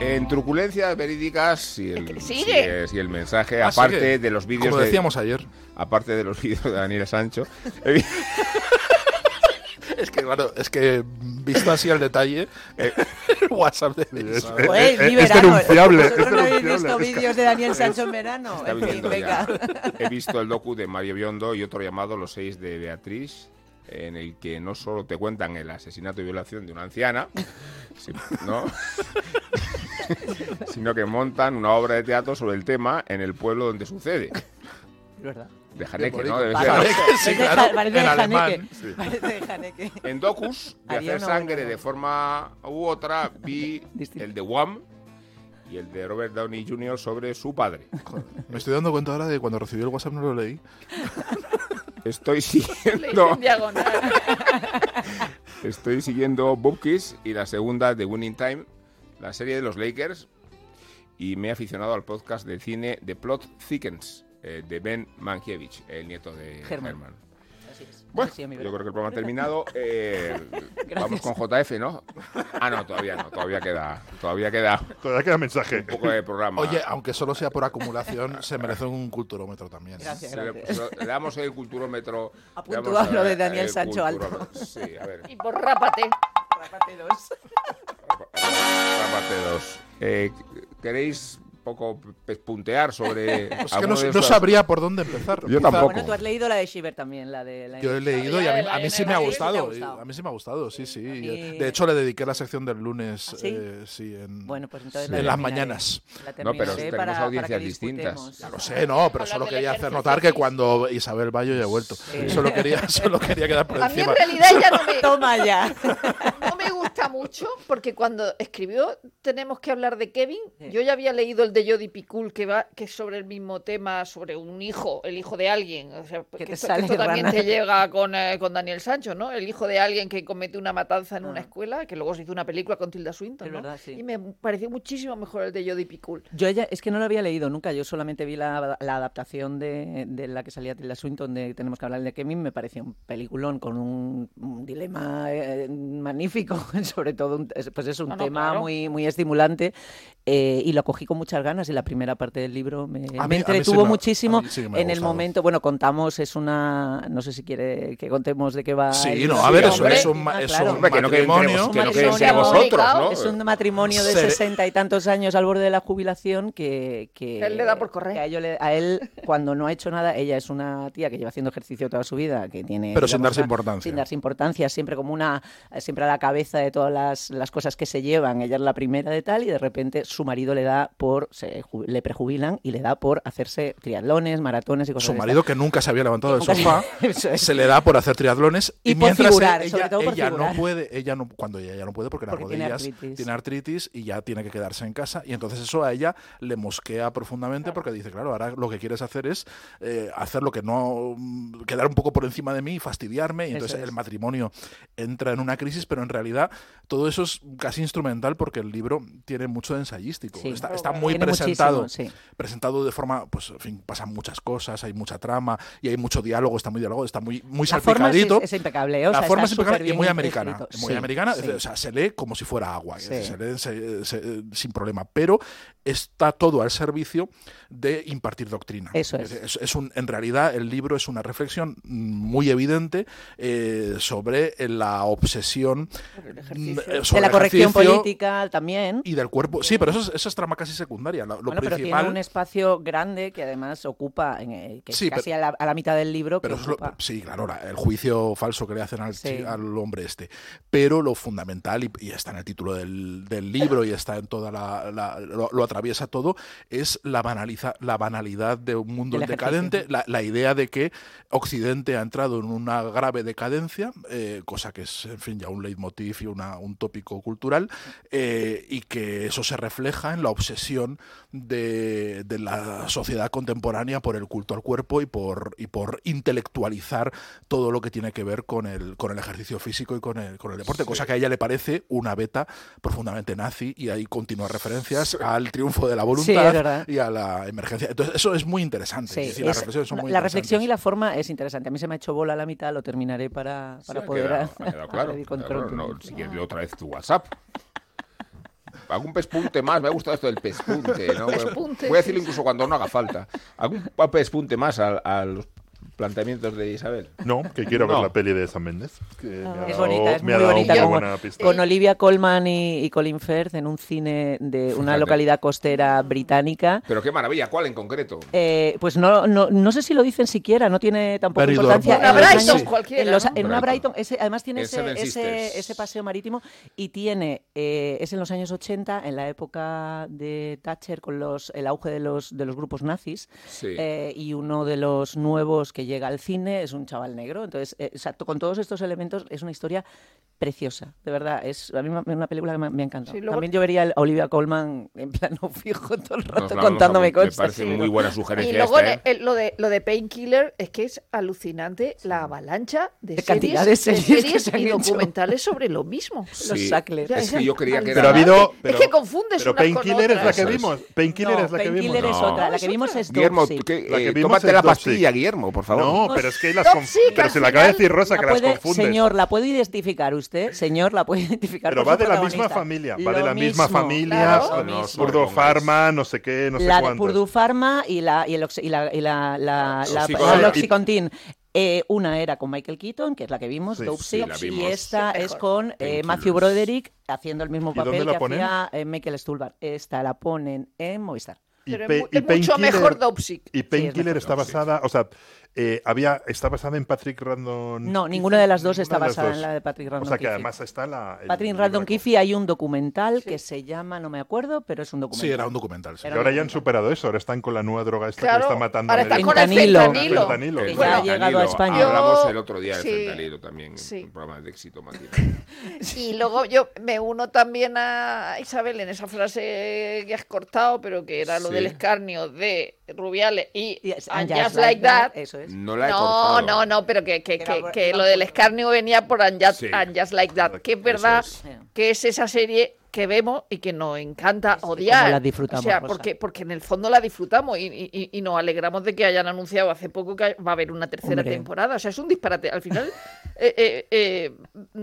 A: En truculencias verídicas y el,
C: Sigue.
A: si es- y el mensaje,
D: Ah,
A: aparte
D: sigue.
A: de los vídeos
D: Como
A: de,
D: decíamos ayer.
A: aparte de los vídeos de Daniel Sancho, he vi-
D: Es que, claro, es que visto así al detalle, eh, <laughs> el WhatsApp de
E: Es,
D: Elisa.
E: es- es-
B: Joder, mi
E: es
B: verano. ¿eh?
E: denunciable.
B: Vosotros
E: es
B: no habéis
E: denunciable. este
B: visto
E: Es que-
B: vídeos de Daniel Sancho en verano.
A: Está
B: En fin,
A: viendo
B: venga.
A: ya. He visto el docu de Mario Biondo y otro llamado Los seis de Beatriz, en el que no solo te cuentan el asesinato y violación de una anciana, <laughs> si- ¿no? <laughs> sino que montan una obra de teatro sobre el tema en el pueblo donde sucede.
B: Es <laughs> verdad.
A: De Haneke,
D: Qué
A: ¿no? Debe
D: bonito.
A: ser.
D: Vale. Sí,
B: Parece de
D: claro,
B: Ja- parece de
D: en alemán.
B: Haneke. Parece de Haneke.
A: En docus de
B: Había
A: hacer
B: una buena
A: sangre de
B: obra.
A: forma u otra vi
B: <laughs> Distinto.
A: el de Wham y el de Robert Downey Jr. sobre su padre.
D: Me estoy dando cuenta ahora de cuando recibí el WhatsApp no lo leí.
A: Estoy
C: Leí
B: <laughs>
A: siguiendo
C: en diagonal.
A: Estoy siguiendo Bookies y la segunda de Winning Time, la serie de los Lakers, y me he aficionado al podcast de cine The Plot Thickens, eh, de Ben Mankiewicz, el nieto de
B: Germán.
A: Herman.
B: Así es.
A: Bueno,
B: Así,
A: yo
B: amigo.
A: creo que el programa ha
B: <laughs>
A: terminado. eh, vamos
B: Gracias.
A: con JF, ¿no? Ah, no, todavía no, todavía queda, todavía queda
E: Todavía queda mensaje.
A: un poco de programa.
D: Oye, aunque solo sea por acumulación, se merece un culturómetro también. ¿eh?
B: Gracias,
A: Se le-
B: gracias.
A: se lo- le damos el culturómetro. le
B: Ha puntuado
A: damos, eh,
B: lo de Daniel
A: el
B: Sancho Alto.
A: culturómetro. Sí, a ver.
C: Y por rápate.
B: Parte dos.
A: La parte 2. Eh, ¿Queréis poco puntear sobre.
D: Pues <laughs> es que
A: alguno
D: no,
A: de
D: no
A: estos-
D: sabría por dónde empezar.
A: Yo
D: Quizá-
A: tampoco.
B: Bueno, tú has leído la de Shiver también, la de la
D: Yo he leído y a mí, a mí sí me ha gustado.
B: Sí, te ha gustado.
D: A mí sí me ha gustado, sí, sí.
B: mí-
D: De hecho, le dediqué la sección del lunes.
B: ¿Ah, sí?
D: eh, sí, en,
B: Bueno, pues entonces
D: en
B: la
D: las
B: terminaré.
D: mañanas.
B: La No, pero terminaré tenemos para- para que audiencias distintas. discutemos.
D: Ya lo sé, no, pero solo quería hacer notar que cuando Isabel Bayo ya ha vuelto. Solo, quería, <laughs> solo quería quedar por
C: A mí en
D: encima.
C: realidad ya no me...
B: Toma ya.
C: No me gusta mucho porque cuando escribió Tenemos que hablar de Kevin, yo ya había leído el de Jodi Picoult que va que es sobre el mismo tema, sobre un hijo, el hijo de alguien. O sea, que
B: te
C: esto,
B: sale
C: esto también
B: rana.
C: te llega con, eh, con Daniel Sancho, ¿no? El hijo de alguien que comete una matanza en una escuela, que luego se hizo una película con Tilda Swinton,
B: Ah. Es
C: ¿no?
B: verdad, sí.
C: Y me pareció muchísimo mejor el de Jodi Picoult.
B: Yo ella- es que no lo había leído nunca, yo solamente vi la, la adaptación de, de la que salía Tilda Swinton de Tenemos que hablar de Kevin, me pareció un peliculón con un, un dilema eh, magnífico, <laughs> sobre todo, un- es- pues es un
C: No, no,
B: tema
C: claro.
B: muy, muy estimulante eh, y lo cogí con muchas ganas y la primera parte del libro me,
D: A
B: me
D: mí- a mí sí me-
B: entretuvo
D: a
B: muchísimo.
D: mí sí que me ha
B: en el
D: gustado.
B: momento, bueno, contamos, es una, no sé si quiere que contemos de qué va.
D: Sí,
B: el- Ah,
D: no, a ver, es-
A: hombre.
D: es un ma- es un
A: Hombre, que no queremos-
D: matrimonio.
A: que no queremos
B: Matrimonio
A: vosotros, ¿no?
B: Es un matrimonio de
D: Se ve-
B: sesenta y tantos años al borde de la jubilación que... que-
C: Que él le da por correr.
B: que a, ello le- a él, cuando no ha hecho nada, ella es una tía que lleva haciendo ejercicio toda su vida, que tiene...
D: Pero sin
B: digamos,
D: darse
B: una-
D: importancia.
B: Sin darse importancia, siempre como una... Siempre a la cabeza de todas las, las cosas que se llevan. Ella es la primera de tal y de repente su marido le da por... Se, ju- le prejubilan y le da por hacerse triatlones, maratones y cosas
D: Su
B: de
D: marido, que nunca se había levantado del
B: Nunca se-
D: sofá,
B: <laughs> Eso es.
D: se le da por hacer triatlones. Y,
B: Y por
D: mientras
B: figurar,
D: ella,
B: sobre todo por
D: ella no
B: figurar.
D: puede, ella no, cuando ella ya no puede porque las
B: Porque tiene
D: rodillas
B: artritis.
D: tiene artritis y ya tiene que quedarse en casa. Y entonces eso a ella le mosquea profundamente porque dice, claro, ahora lo que quieres hacer es eh, hacer lo que no, mm, quedar un poco por encima de mí y fastidiarme. Y
B: Eso
D: entonces
B: es.
D: el matrimonio entra en una crisis, pero en realidad todo eso es casi instrumental porque el libro tiene mucho de ensayístico.
B: Sí.
D: Está, está muy
B: Tiene
D: presentado
B: muchísimo, sí.
D: presentado de forma, pues, en fin, pasan muchas cosas, hay mucha trama y hay mucho diálogo, está muy diálogo, está muy, muy
B: La forma es-
D: salpicadito.
B: es impecable, o
D: la
B: sea,
D: forma es
B: está
D: impecable y
B: superbién
D: muy americana.
B: escrito.
D: Muy
B: Sí,
D: americana, es
B: sí.
D: decir, o sea, se lee como si fuera agua, es
B: Sí.
D: decir, se lee se- se- sin problema, pero está todo al servicio de impartir doctrina.
B: Eso es.
D: decir, es, es un, en realidad, el libro es una reflexión muy evidente eh, sobre la obsesión mm, eh,
B: De
D: sobre
B: la
D: el
B: corrección
D: ejercicio
B: política también.
D: Y del cuerpo. Sí, pero eso es, eso es trama casi secundaria. Lo, lo
B: bueno, pero
D: principal.
B: tiene un espacio grande que además ocupa, en el- que es
D: Sí,
B: casi
D: pero-
B: a, la, a la mitad del libro.
D: Pero
B: que
D: eso es lo-
B: ocupa.
D: sí, claro, la- el juicio falso que le hacen al,
B: Sí.
D: chi- al hombre este. Pero lo fundamental, y, y está en el título del, del libro y está en toda la. la- lo, lo atraviesa todo, es la, banaliza, la banalidad de un mundo
B: Del
D: en
B: ejercicio.
D: decadente, la, la idea de que Occidente ha entrado en una grave decadencia, eh, cosa que es, en fin, ya un leitmotiv y una- un tópico cultural, eh, y que eso se refleja en la obsesión de, de la sociedad contemporánea por el culto al cuerpo y por, y por intelectualizar todo lo que tiene que ver con el, con el ejercicio físico y con el, con el deporte, cosa que a ella le parece una beta profundamente nazi y hay continuas referencias al triunfo de la
B: es
D: voluntad
B: verdad.
D: y a la emergencia. Entonces, eso es muy interesante.
B: Sí,
D: es decir, las
B: es-
D: reflexiones son muy
B: la reflexión y
D: interesantes.
B: la forma es interesante. A mí se me ha hecho bola a la mitad, lo terminaré para, para
A: ha
B: <laughs> poder
A: quedado-
B: a-
A: ha quedado claro.
B: abrir con
A: ha quedado
B: todo
A: claro.
B: el
A: No,
B: mundo.
A: si quieres, leo otra vez tu WhatsApp. Algún pespunte más, me ha gustado esto del pespunte. ¿no? Bueno,
C: Pespunte,
A: Voy a decirlo
C: sí, sí.
A: incluso cuando no haga falta. ¿Algún pa- pespunte más al- a, los planteamientos de Isabel?
E: No, que quiero
A: No.
E: ver la peli de San Méndez. que me ha
B: Ah, Es
E: dado-
B: bonita, es
E: me
B: muy
E: ha dado
B: bonita.
E: muy
B: como-
E: buena pista.
B: con Olivia Colman y, y Colin Firth en un cine de una
A: Fíjate.
B: localidad costera británica.
A: Pero qué maravilla, ¿cuál en concreto?
B: Eh, pues no, no, no sé si lo dicen siquiera, no tiene tampoco
D: Very
B: importancia.
D: Dortmund.
B: En
D: Una
B: los
D: Brighton
B: años-
C: cualquiera,
B: En, los-
C: ¿no?
B: en una
A: Brighton.
B: Brighton, ese- además tiene
A: En Seven
B: ese,
A: Sisters.
B: ese, ese paseo marítimo y tiene, eh, es en los años 80, en la época de Thatcher, con los, el auge de los, de los grupos nazis,
A: Sí.
B: eh, y uno de los nuevos que llega al cine es un chaval negro. Entonces, eh, o sea, to- con todos estos elementos es una historia preciosa, de verdad. Es a mí me- una película que me, me ha encantado.
C: Sí, luego-
B: También yo vería a Olivia Colman en plano <laughs> fijo todo el
A: Nos la
B: rato
A: vamos a-
B: contándome
A: Me
B: cosas.
A: parece muy buena
C: Y
A: sugerencia
C: luego
A: esta, ¿eh?
C: le- el- lo de, lo de Painkiller es que es alucinante la avalancha de,
B: De
C: series,
B: cantidad de series que
C: series
B: se han
C: y
B: hecho.
C: documentales sobre lo mismo.
B: los
A: Sí,
B: Sackler.
A: Es que yo creía que
E: Pero ha
A: era...
E: habido-
C: es
E: pero-
C: que confundes
E: Pero
C: unas con
E: Painkiller es la
C: otras.
E: que
A: Eso es.
E: vimos. Painkiller
B: No,
E: es la que vimos.
B: Painkiller es
A: No.
B: otra. La que vimos es
A: Guillermo,
B: Dopsy.
A: que,
E: La que
A: eh,
E: vimos
A: tómate
E: es
A: la
E: Dopsy.
A: pastilla, Guillermo, por favor.
E: No,
C: Pues
E: pero es que las
C: no,
E: conf-
C: sí, que
E: pero
C: al
E: se la acaba de
C: final
E: decir Rosa
B: La
E: que las
B: puede-
E: confundes.
B: Señor, la puede identificar usted. Señor, la puede identificar.
E: Pero
B: por
E: va
B: su
E: de la misma
B: protagonista.
E: familia, va
B: Lo
E: de la misma
B: mismo,
E: familia,
B: claro,
A: no,
B: lo mismo.
A: son-
E: Purdo Pharma, no sé qué, no sé
B: la de
E: cuántos.
B: Purdue Pharma y la y el oxi- y la y la, la, la-
A: Oxycontin.
B: la- la Oxycontin. Eh, una era con Michael Keaton, que es la que vimos,
E: Sí,
B: Dope
A: sí, la
B: Six,
A: vimos.
B: y esta
C: Sí,
B: es
C: mejor.
B: con eh,
A: Painkillers.
B: Matthew Broderick haciendo el mismo
E: dónde
B: papel
E: la
B: que
E: ponen?
B: hacía eh, Michael Stuhlbarg. Esta la ponen en Movistar.
E: Y,
C: Pero es
E: Pe-
C: mu-
E: y
C: es mucho
E: Painkiller-
C: mejor Dopsic. Sí,
E: Y
C: es
E: Painkiller
C: mejor
E: está
C: Dopsic.
E: basada, o sea, eh, había, está basada en Patrick Randon.
B: No, ninguna de las dos está
E: Mm, Ninguna de las
B: basada
E: dos.
B: en la de Patrick Random
E: O sea, que
B: Keefe.
E: además está la. el
B: Patrick
E: libro
B: Random
E: de-
B: Keefe hay un documental que se llama, no me acuerdo, pero es un documental.
E: Sí, era un documental,
B: Era
E: Y ahora
B: un
E: ya han superado eso, ahora están con la nueva droga esta
B: Claro,
E: que está matando.
B: ahora
E: a
B: están
E: Nelly.
B: con el Fentanilo.
E: El
B: fentanilo.
E: fentanilo.
B: Que ya ha llegado a España.
A: Hablamos
C: Yo-
A: el otro día del
C: sí.
A: fentanilo también,
C: Sí.
A: en un programa de éxito matinal.
C: Y luego yo me uno también a Isabel en esa frase que has cortado, pero que era lo
A: Sí.
C: del escarnio de Rubiales y and
B: and
C: just, like that. eh,
B: eso es.
A: No la he
C: no,
A: cortado.
C: no, no, pero que, que, que,
B: por-
C: que
B: era
C: lo del escarnio venía por and just,
A: Sí.
C: and Just like that, que es verdad
B: Eh,
C: que es esa serie que vemos y que nos encanta odiar.
B: como la disfrutamos,
C: O sea,
B: Rosa.
C: porque, porque en el fondo la disfrutamos y, y- y- y nos alegramos de que hayan anunciado hace poco que va a haber una tercera
B: Hombre.
C: temporada. O sea, es un disparate. Al
B: <laughs>
C: final, eh, eh, eh,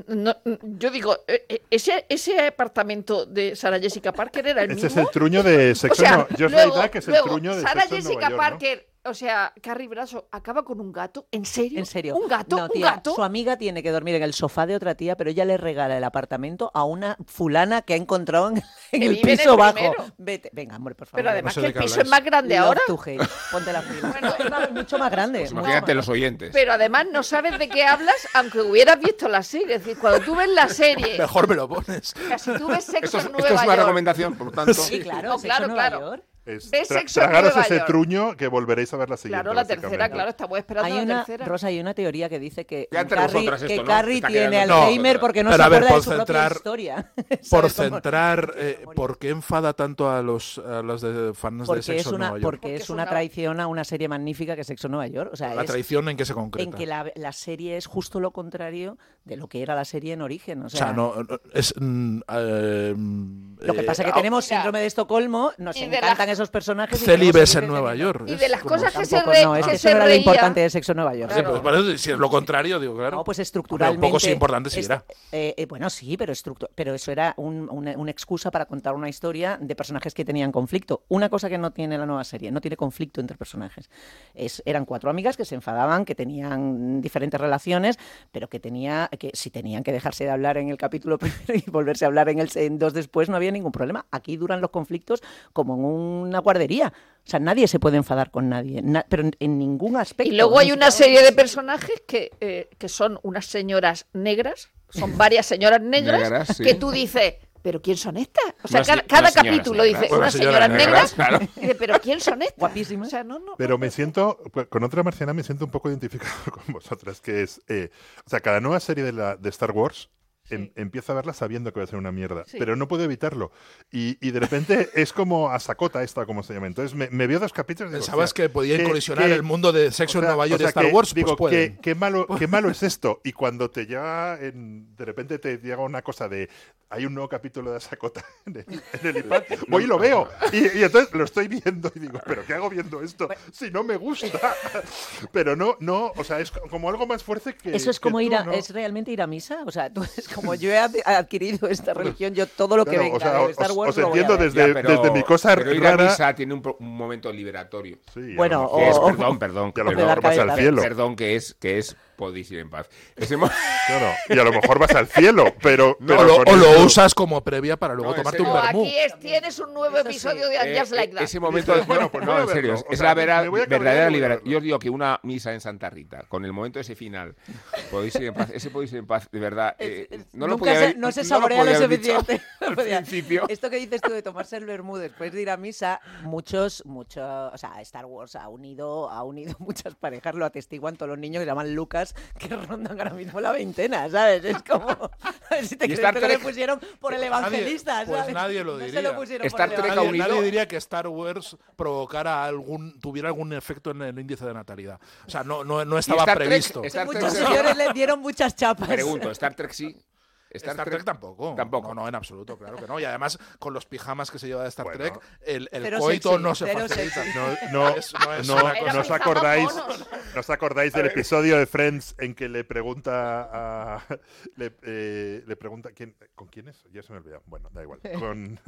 C: no- yo digo, eh, eh, ese, ese apartamento de Sara Jessica Parker era el
E: Ese
C: mismo.
E: es el truño de sexo.
C: O sea,
E: no, Just
C: luego-
E: Like That, que es el
C: luego,
E: truño de
C: Sarah
E: sexo en Nueva
C: Jessica
E: York, ¿no?
C: Parker, o sea, Carrie Brazo acaba con un gato. ¿En serio?
B: En serio.
C: ¿Un gato?
B: No,
C: ¿Un
B: tía,
C: gato?
B: Su amiga tiene que dormir en el sofá de otra tía, pero ella le regala el apartamento a una fulana que ha encontrado en, en
C: Que
B: el
C: vive en el
B: piso bajo.
C: primero.
B: Vete. Venga, amor, por favor.
C: Pero además
A: sé
C: que
A: de
C: el
A: qué
C: piso es
A: habláis.
C: más grande
B: Love
C: ahora.
B: to hate. Ponte la fila.
C: Bueno,
B: es más- mucho más grande.
A: Pues imagínate los oyentes.
C: Pero además no sabes de qué hablas aunque hubieras visto la serie. Es decir, cuando tú ves la serie,
D: Mejor me lo pones.
C: casi tú ves
A: Esto
C: sexo
A: es, esto
C: en Nueva
A: es una
C: York.
A: recomendación, por lo tanto.
B: Sí, claro,
C: No,
B: Sexo
C: claro,
B: en Nueva
C: claro.
B: York.
E: Es
C: Ves
E: tra-
C: sexo en
E: tragaros
C: Nueva
E: ese
C: York.
E: truño que volveréis a ver la siguiente.
C: Claro, la tercera,
E: básicamente.
C: claro, estamos esperando
B: Hay
C: la
B: una,
C: tercera.
B: Rosa, hay una teoría que dice que
A: Ya entre
B: Carrie,
A: vosotras esto,
B: que
A: ¿no?
B: Carrie
A: Está
B: tiene
A: quedando- No.
B: Alzheimer porque no
D: Pero
B: se
D: a ver,
B: acuerda
D: por
B: de su propia
D: centrar-
B: historia. <laughs>
D: Por
B: ¿Sabes cómo?
D: centrar, eh, ¿por qué enfada tanto a los, a los de fans de
B: Porque
D: sexo
B: es,
D: en
B: una,
D: Nueva York?
B: porque es una traición a una serie magnífica que es Sexo en Nueva York. O sea,
D: La
B: es-
D: traición en que se concreta.
B: en que la, la serie es justo lo contrario de lo que era la serie en origen. O
D: O
B: sea,
D: sea, no, no, es. mm, eh, mm,
B: lo que
D: eh,
B: pasa es que
D: ah,
B: tenemos
C: mira.
B: síndrome de Estocolmo, nos
C: Y de
B: encantan
C: la-
B: esos personajes. y queremos
D: eh, Célibes
B: seguir
D: en Nueva
B: teniendo.
D: York.
C: Y
D: es
C: de las
D: como-
C: cosas que se,
B: Tampoco,
C: re-
B: no, es
C: que
B: que
C: se
B: eso no era lo
C: reía-
B: importante de Sexo en Nueva York.
D: Sí, pues,
C: Claro.
D: por eso, si es lo contrario, digo, claro.
B: No, pues
D: Hombre,
B: estructuralmente.
D: un poco sí importante sí
B: es-
D: era.
B: eh, eh, bueno, sí, pero, estructu- pero eso era un- una, una excusa para contar una historia de personajes que tenían conflicto. Una cosa que no tiene la nueva serie, no tiene conflicto entre personajes. Es, eran cuatro amigas que se enfadaban, que tenían diferentes relaciones, pero que tenía que si tenían que dejarse de hablar en el capítulo <laughs> primero y volverse a hablar en el en dos después, no había ningún problema. Aquí duran los conflictos como en una guardería. O sea, nadie se puede enfadar con nadie, na- pero en, en ningún aspecto.
C: Y luego hay
B: ni
C: una
B: siquiera-
C: serie de personajes que, eh, que son unas señoras negras, son varias señoras negras,
A: Negras, sí.
C: que tú dices, ¿pero quién son estas? O sea,
A: Unas-
C: cada,
A: unas
C: cada
A: señoras
C: capítulo
A: negras.
C: dice,
A: Unas
C: unas
D: señoras
C: señoras negras,
A: negras, claro.
C: y dice, ¿pero quién son estas?
B: <laughs> Guapísimas.
C: O sea, no, no.
E: Pero me siento, pues, con otra marciana me siento un poco identificado <laughs> con vosotras, que es, eh, o sea, cada nueva serie de, la, de Star Wars em- empieza a verla sabiendo que va a ser una mierda,
C: Sí.
E: pero no puedo evitarlo. Y, y de repente es como a sacota esta, como se llama. Entonces me, me veo dos capítulos y digo,
D: Pensabas
E: o sea,
D: que podía
E: qué-
D: colisionar
E: qué-
D: el mundo de sexo
E: o sea,
D: en Nueva York
E: o sea,
D: y Star
E: que
D: Wars,
E: digo,
D: pues pueden.
E: qué, qué malo, qué malo es esto. Y cuando te llega, en- de repente te llega una cosa de. Hay un nuevo capítulo de Asakota <laughs> en el, en el
B: <laughs>
E: iPad. Voy y lo veo. Y, y entonces lo estoy viendo y digo, ¿pero qué hago viendo esto? Si no me gusta. <laughs> Pero no, no, o sea, es como algo más fuerte que.
B: Eso es
E: que
B: como
E: tú,
B: ir a,
E: ¿no?
B: es realmente ir a misa, o sea, tú es como yo he ad- adquirido esta religión, yo todo lo que
E: Claro,
B: venga
E: o sea,
B: de Star
E: os-
B: Wars
E: os
B: lo voy a
E: entiendo
B: ver.
E: desde- desde mi cosa
A: pero ir
E: rara-
A: a misa tiene un, pro- un momento liberatorio.
E: Sí, a lo
B: Bueno,
E: mejor-
A: Que es,
B: o-
A: perdón, perdón.
E: y Oh. a lo
A: perdón,
E: mejor
B: de la
E: vas al
B: cabeza.
E: cielo.
A: Perdón, que es, que es, podéis ir en paz. Ese
B: <laughs>
A: mo-
E: Claro, y a lo mejor vas al cielo, pero.
D: O
E: pero
D: lo-
E: con
D: o lo,
E: esto-
D: usas como previa para luego
A: No, en
D: tomarte
A: serio.
D: un
C: No,
D: vermú.
C: aquí es, tienes un nuevo episodio de And
A: Eh,
C: Just Like
A: eh,
C: That.
A: Ese momento,
E: Dices, bueno, pues
A: no,
E: voy a
A: en serio,
E: verlo.
A: es
E: O
A: la
E: sea,
A: vera-
E: me voy a cabrear
A: verdadera
E: y voy a
A: liberación.
E: verlo.
A: Yo os digo que una misa en Santa Rita, con el momento ese final, podéis ir en paz, ese podéis ir en paz, de verdad. eh, <laughs> no lo
B: Nunca
A: podía
B: se-
A: haber-
B: no se
A: lo
B: saborea lo,
A: podía haber dicho
B: suficiente. <laughs>
A: <laughs> al
B: No podía.
A: principio.
B: Esto que dices tú de tomarse el vermú después de ir a misa, muchos, muchos, o sea, Star Wars ha unido, ha unido <laughs> muchas parejas, lo atestiguan todos los niños que llaman Lucas, que <laughs> rondan ahora mismo la veintena, ¿sabes? Es como, a ver si te
A: Y
B: crees
A: Star
B: que se lo
A: Trek-
B: pusieron por el evangelista,
D: pues
B: ¿sabes?
D: nadie lo
B: No se
D: diría.
B: lo pusieron
A: Star
B: por el
A: Trek ha
D: Nadie,
A: unido-
D: nadie diría que Star Wars provocara algún, tuviera algún efecto en el índice de natalidad. O sea, no, no, no
A: Y
D: estaba
A: Star Trek-
D: previsto.
A: Star Trek-
B: Muchos señores le dieron muchas chapas.
A: Pregunto, ¿Star Trek sí?
D: Star, Trek, tampoco.
A: Tampoco.
D: No, no, en absoluto, claro que no. Y además, con los pijamas que se lleva de Star
E: Bueno.
D: Trek, el, el
B: Cero
D: coito
B: sexy,
D: no se
B: cero
D: facilita.
B: sexy.
D: <laughs>
E: No,
D: Es- no es
E: no,
D: una
E: no
D: cosa-
E: os acordáis,
C: Monos.
E: no os acordáis del episodio de Friends en que le pregunta a, le, eh, le pregunta quién, con quién es, ya se me olvidó. Bueno, da
B: <laughs>
E: igual. Con-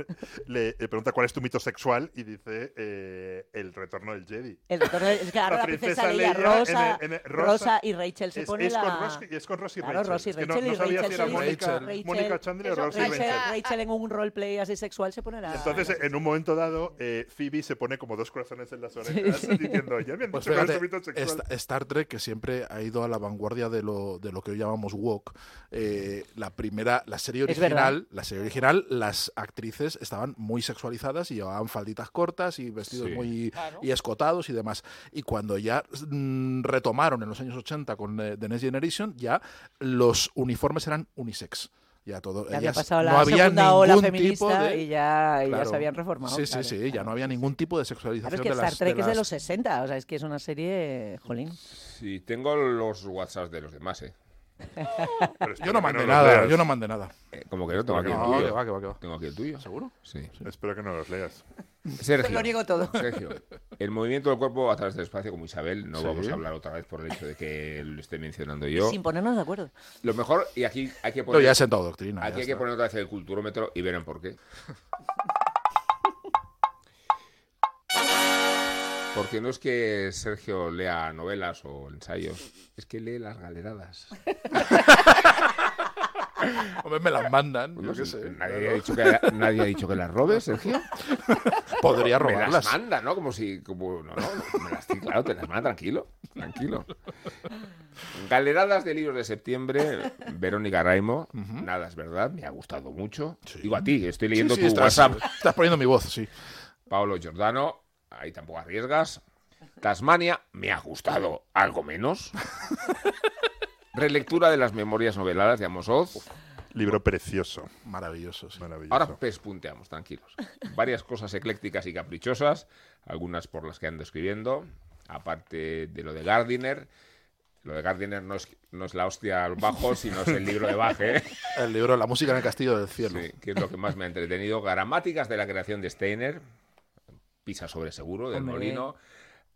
E: le, le pregunta cuál es tu mito sexual y dice eh, el retorno del Jedi.
B: El retorno de- es que ahora
E: La
B: la
E: princesa
B: princesa Leia,
E: Leia en el-
B: Rosa,
E: en el- Rosa-
B: Rosa y Rachel se
E: Es,
B: pone
E: es
B: la...
E: con Ross, y- es con Ross y
B: Claro,
E: Rachel.
B: Ross y
E: Es que no-
B: Rachel
E: no
B: y
E: sabía
B: Rachel
E: si era
B: sí.
E: Mónica ser Mónica Chandler o Rosy
B: Rachel,
E: Rachel.
B: Rachel en un roleplay así sexual se ponerá.
E: Entonces, en un momento dado, eh, Phoebe se pone como dos corazones en las orejas
B: Sí, sí.
E: diciendo, ya
D: <laughs>
E: me han
D: Pues
E: dicho que no
D: fíjate,
E: soy bisexual".
D: esta- Star Trek, que siempre ha ido a la vanguardia de lo, de lo que hoy llamamos woke, eh, la primera, la serie
B: Es verdad.
D: original, la serie original, las actrices estaban muy sexualizadas y llevaban falditas cortas y vestidos
A: Sí.
D: muy y escotados y demás. Y cuando ya mm, retomaron en los años 80 con eh, The Next Generation, ya los uniformes eran unisex. Ya todo.
B: Ya había
D: ellas-
B: pasado
D: no
B: la
D: había
B: segunda ola
D: ningún tipo
B: feminista
D: de-
B: y, ya, y ya
D: Claro.
B: se habían reformado.
D: Sí, sí,
B: claro.
D: sí. Ya no había ningún tipo de sexualización
B: Claro, es que
D: de las
B: Star Trek
D: de
B: es de
D: las-
B: los 60, o sea, es que es una serie, jolín.
A: Sí, tengo los WhatsApps de los demás, ¿eh?
E: Pero
D: Yo no
E: espero que
D: mandé
E: los
D: nada,
E: leas.
D: yo no mandé nada.
A: Eh, Como que no tengo aquí el
D: No,
A: tuyo.
D: que va, que va, que va.
A: Tengo aquí el tuyo.
D: ¿Seguro?
A: Sí.
E: Espero que no los leas.
A: Sergio.
B: Te Pues lo niego todo.
A: Sergio, el movimiento del cuerpo a través del espacio, como Isabel, no
D: Sí.
A: vamos a hablar otra vez por el hecho de que lo esté mencionando yo.
B: Sin ponernos de acuerdo. <laughs>
A: Lo mejor, y aquí hay que
D: No,
A: poner.
D: ya he sentado doctrina.
A: Pues Aquí
D: ya
A: hay que
D: está.
A: poner otra vez el culturómetro y verán por
D: <laughs>
A: qué. Porque no es que Sergio lea novelas o ensayos, es que lee las galeradas.
D: Hombre, me las mandan.
A: Pues No
D: yo qué
A: sé,
D: sé.
A: nadie, ha dicho que, nadie ha dicho que las robes, Sergio.
D: Podría
A: Me las
D: robarlas.
A: manda, ¿no? Como si. Como, no, no, me las, sí, claro, te las manda, tranquilo. Tranquilo. Galeradas de libros de septiembre, Verónica Raimo. Nada es verdad, me ha gustado mucho. Digo a ti, estoy leyendo
D: Sí, sí,
A: tu
D: estás,
A: WhatsApp.
D: Estás poniendo mi voz, sí.
A: Paolo Giordano, ahí tampoco arriesgas. Tasmania, me ha gustado algo
D: <laughs>
A: menos. Relectura de las memorias noveladas de Amos Oz.
E: Libro precioso,
D: Maravilloso, sí.
E: maravilloso.
A: Ahora pespunteamos, tranquilos. Varias cosas eclécticas y caprichosas, algunas por las que ando escribiendo, aparte de lo de Gardiner. Lo de Gardiner no es, no es la hostia al bajo, sino es el libro de Baje, ¿eh?
D: El libro La música en el castillo del cielo.
A: Sí, que es lo que más me ha entretenido. Gramáticas de la creación de Steiner, Pisa sobre seguro, del
B: Hombre.
A: Molino.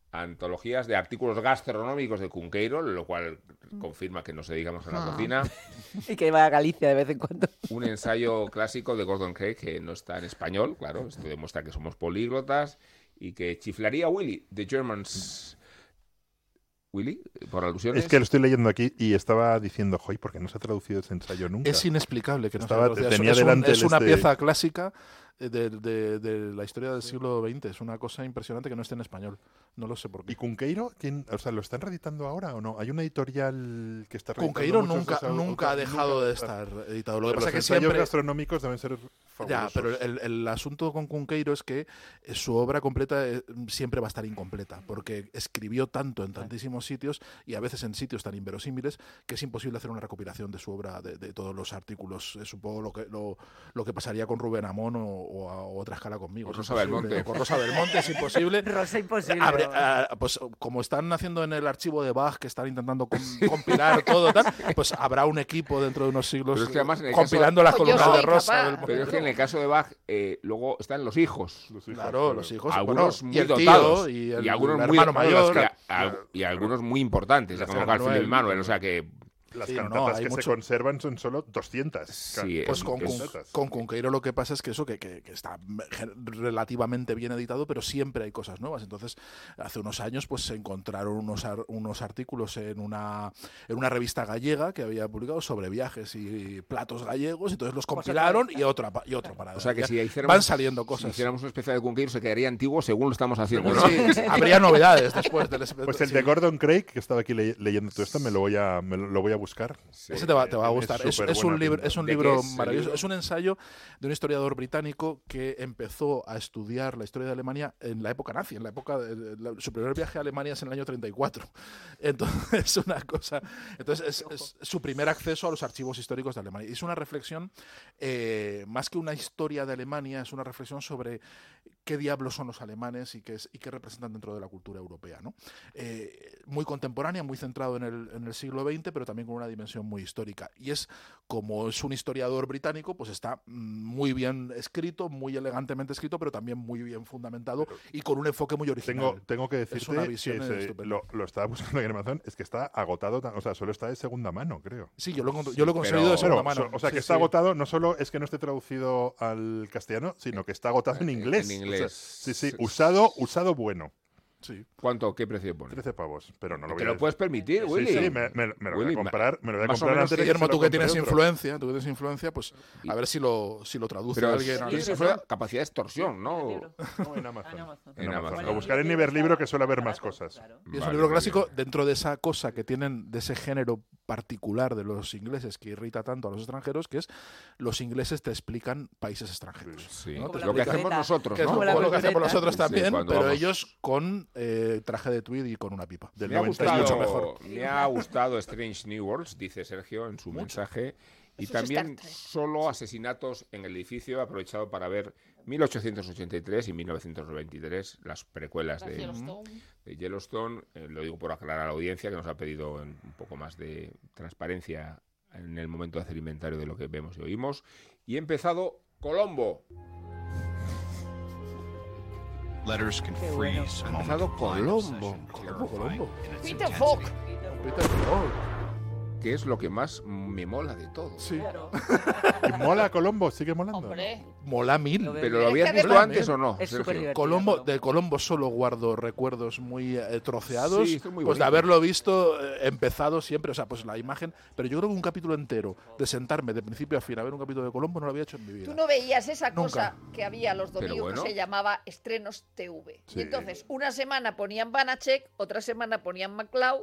A: Antologías de artículos gastronómicos de Cunqueiro, lo cual confirma que nos dedicamos a la cocina.
B: Y que va a Galicia de vez en cuando.
A: Un ensayo clásico de Gordon Craig que no está en español, claro. Esto demuestra que somos políglotas y que chiflaría Willy, The Germans. Willy, por alusiones.
E: Es que lo estoy leyendo aquí y estaba diciendo, joy, porque no se ha traducido ese ensayo nunca.
D: Es inexplicable que no
E: Estaba-
D: se traducía.
E: tenía
D: es, un-
E: delante
D: es
E: el
D: una
E: este-
D: pieza clásica eh, de, de- de la historia del siglo XX. Es una cosa impresionante que no esté en español. No lo sé por
E: ¿Y
D: qué.
E: Cunqueiro? quién- o sea, ¿lo están reeditando ahora o no? ¿Hay una editorial que está reeditando
D: Conqueiro
E: muchos de
D: nunca,
E: esos-
D: nunca ha
E: otros?
D: dejado de
E: Nunca.
D: estar editado. Lo que
E: Pero los
D: pasa es que
E: ensayos
D: siempre,
E: gastronómicos deben ser fabulosos.
D: Ya, pero el, el asunto con Cunqueiro es que eh, su obra completa eh, siempre va a estar incompleta, porque escribió tanto en tantísimos sitios y a veces en sitios tan inverosímiles que es imposible hacer una recopilación de su obra, de, de todos los artículos. Es un poco lo que, lo, lo que pasaría con Rubén Amón o, o a otra escala conmigo.
A: Con
D: Es
A: Rosa
D: imposible.
A: Belmonte.
D: O Con Rosa Belmonte
A: <laughs>
D: es imposible.
B: Rosa imposible.
D: Abre- ah, pues como están haciendo en el archivo de Bach, que están intentando com- compilar todo,
A: <laughs>
D: tal, pues habrá un equipo dentro de unos siglos
A: Pero es que además en el
D: compilando las
C: caso- Yo
D: columnas de
C: soy
D: Rosa.
C: capaz.
D: Belmonte.
A: Pero es que en el caso de Bach, eh, luego están los hijos.
E: Los hijos,
D: Claro, los hijos.
A: algunos
D: bueno,
A: muy
D: y el tío,
A: dotados
D: y el
A: algunos muy
D: hermano
A: dotados,
D: mayor.
A: que a- al- y algunos muy importantes,
D: Las
A: como
D: Manuel.
A: Garfield y Manuel. O sea que
E: Las
D: Sí, no,
E: cantatas
D: hay
E: que se
D: mucho-
E: conservan son solo 200.
A: Sí,
D: Pues
A: es-
D: con,
A: es-
D: con, con Conqueiro lo que pasa es que eso, que, que- que está gen- relativamente bien editado, pero siempre hay cosas nuevas. Entonces, hace unos años pues se encontraron unos, ar- unos artículos en una, en una revista gallega que había publicado sobre viajes y platos gallegos, entonces los compilaron y, otra, pa- y otro para
A: O sea que si hiciéramos,
D: Van saliendo
A: si
D: cosas.
A: hiciéramos un especial de Cunqueiro se quedaría antiguo según lo estamos haciendo. ¿no? <laughs>
D: Sí, habría novedades después del
E: Pues el
D: sí.
E: de Gordon Craig, que estaba aquí le- leyendo todo esto, me lo voy a, me lo, lo voy a buscar.
D: Ese te va, te va a
E: Tiene
D: gustar. Es,
E: súper
D: es un
E: buena
D: libro,
E: pinta.
D: es un
A: ¿De qué
D: libro
A: es el
D: maravilloso.
A: libro?
D: Es un ensayo de un historiador británico que empezó a estudiar la historia de Alemania en la época nazi, en la época de, de- la- su primer viaje a Alemania es en el año 34. <laughs> Entonces es una cosa. Entonces es, es su primer acceso a los archivos históricos de Alemania. Y Es una reflexión eh, más que una historia de Alemania, es una reflexión sobre qué diablos son los alemanes y qué, es- y qué representan dentro de la cultura europea. ¿no? Eh, muy contemporánea, muy centrado en el, en el siglo XX, pero también con una dimensión muy histórica. Y es, como es un historiador británico, pues está mm, muy bien escrito, muy elegantemente escrito, pero también muy bien fundamentado y con un enfoque muy original.
E: Tengo, tengo que decirte
D: una visión
E: que se-
D: estupenda.
E: lo, lo estaba <laughs> buscando en Amazon, es que está agotado, tan- o sea, solo está de segunda mano, creo.
D: Sí, yo lo, he encont- yo lo Pues he
A: Sí,
D: conseguido
A: pero-
D: de
E: Pero,
D: segunda mano.
E: so- o sea,
D: Sí,
E: que está
D: sí.
E: agotado, no solo es que no esté traducido al castellano, sino que está agotado
A: En-
E: en
A: en
E: inglés. O sea,
A: inglés.
E: sí, sí, usado, usado bueno.
D: Sí.
A: ¿Cuánto? ¿Qué precio pone?
E: 13 pavos, pero no lo
A: Te
E: voy
A: lo
E: a-
A: puedes permitir,
E: Sí,
A: Willy.
E: Sí, me, me- me lo voy
A: Willy,
E: a comprar, me lo voy a
A: más o
E: comprar
A: menos
E: antes de que
D: Guillermo,
E: se lo
D: tú que
E: compre
D: tienes
E: otro.
D: influencia, tú que tienes influencia, pues a ver si lo, si lo traduce
A: Pero
D: alguien.
A: sí, eso fue capacidad de extorsión, ¿no?
E: No, en Amazon.
B: En Amazon.
A: En Amazon.
E: O buscar en Iberlibro que suele haber más cosas.
D: Y es
A: Vale,
D: un libro
A: muy
D: clásico dentro de esa cosa que tienen, de ese género particular de los ingleses que irrita tanto a los extranjeros, que es los ingleses te explican países extranjeros.
A: Sí. pues
D: ¿no? Te
A: Lo que
D: explican-
A: hacemos nosotros,
D: que es
A: ¿no?
D: un
B: Como la
D: poco lo que hacemos
B: voltereta.
D: nosotros
A: Sí,
D: también,
A: cuando
D: pero
A: vamos.
D: ellos con eh, traje de tweed y con una pipa.
E: Del
A: Me ha
E: 90
A: gustado,
E: y
D: mucho
E: mucho
D: mejor.
E: mejor.
A: Me ha gustado Strange New Worlds, dice Sergio en su mensaje. Y
C: Eso es
A: también
C: Star Trek.
A: solo asesinatos en el edificio, aprovechado para ver 1883 y 1993, las precuelas de, de Yellowstone. Eh, lo digo por aclarar a la audiencia que nos ha pedido en- un poco más de transparencia en el momento de hacer inventario de lo que vemos y oímos. Y he empezado Colombo.
J: Letters can
B: Qué bueno.
J: freeze a
A: Ha
J: moment
A: empezado
J: of blind
A: Colombo.
J: obsession,
A: Colombo,
J: terrifying
A: Colombo.
J: in its
C: Peter
J: intensity.
C: Falk.
A: Que es lo que más me mola de todo.
D: Sí.
E: Y mola Colombo, sigue molando.
C: Hombre,
D: Mola mil.
B: Lo veo.
A: ¿Pero lo habías
C: que
A: visto
D: además-
A: antes o no?
B: Es
A: Sergio?
B: superdivertido,
D: Colombo, de Colombo solo guardo recuerdos muy eh, troceados,
A: Sí, esto es muy
D: pues de
A: bonito.
D: haberlo visto eh, empezado siempre, o sea, pues la imagen, pero yo creo que un capítulo entero de sentarme de principio a fin a ver un capítulo de Colombo no lo había hecho en mi vida.
C: Tú no veías esa
D: Nunca.
C: cosa que había los
A: Pero
C: domingos
A: bueno.
C: que se llamaba estrenos TV.
E: Sí.
C: Y entonces, una semana ponían Banachek, otra semana ponían MacLeod,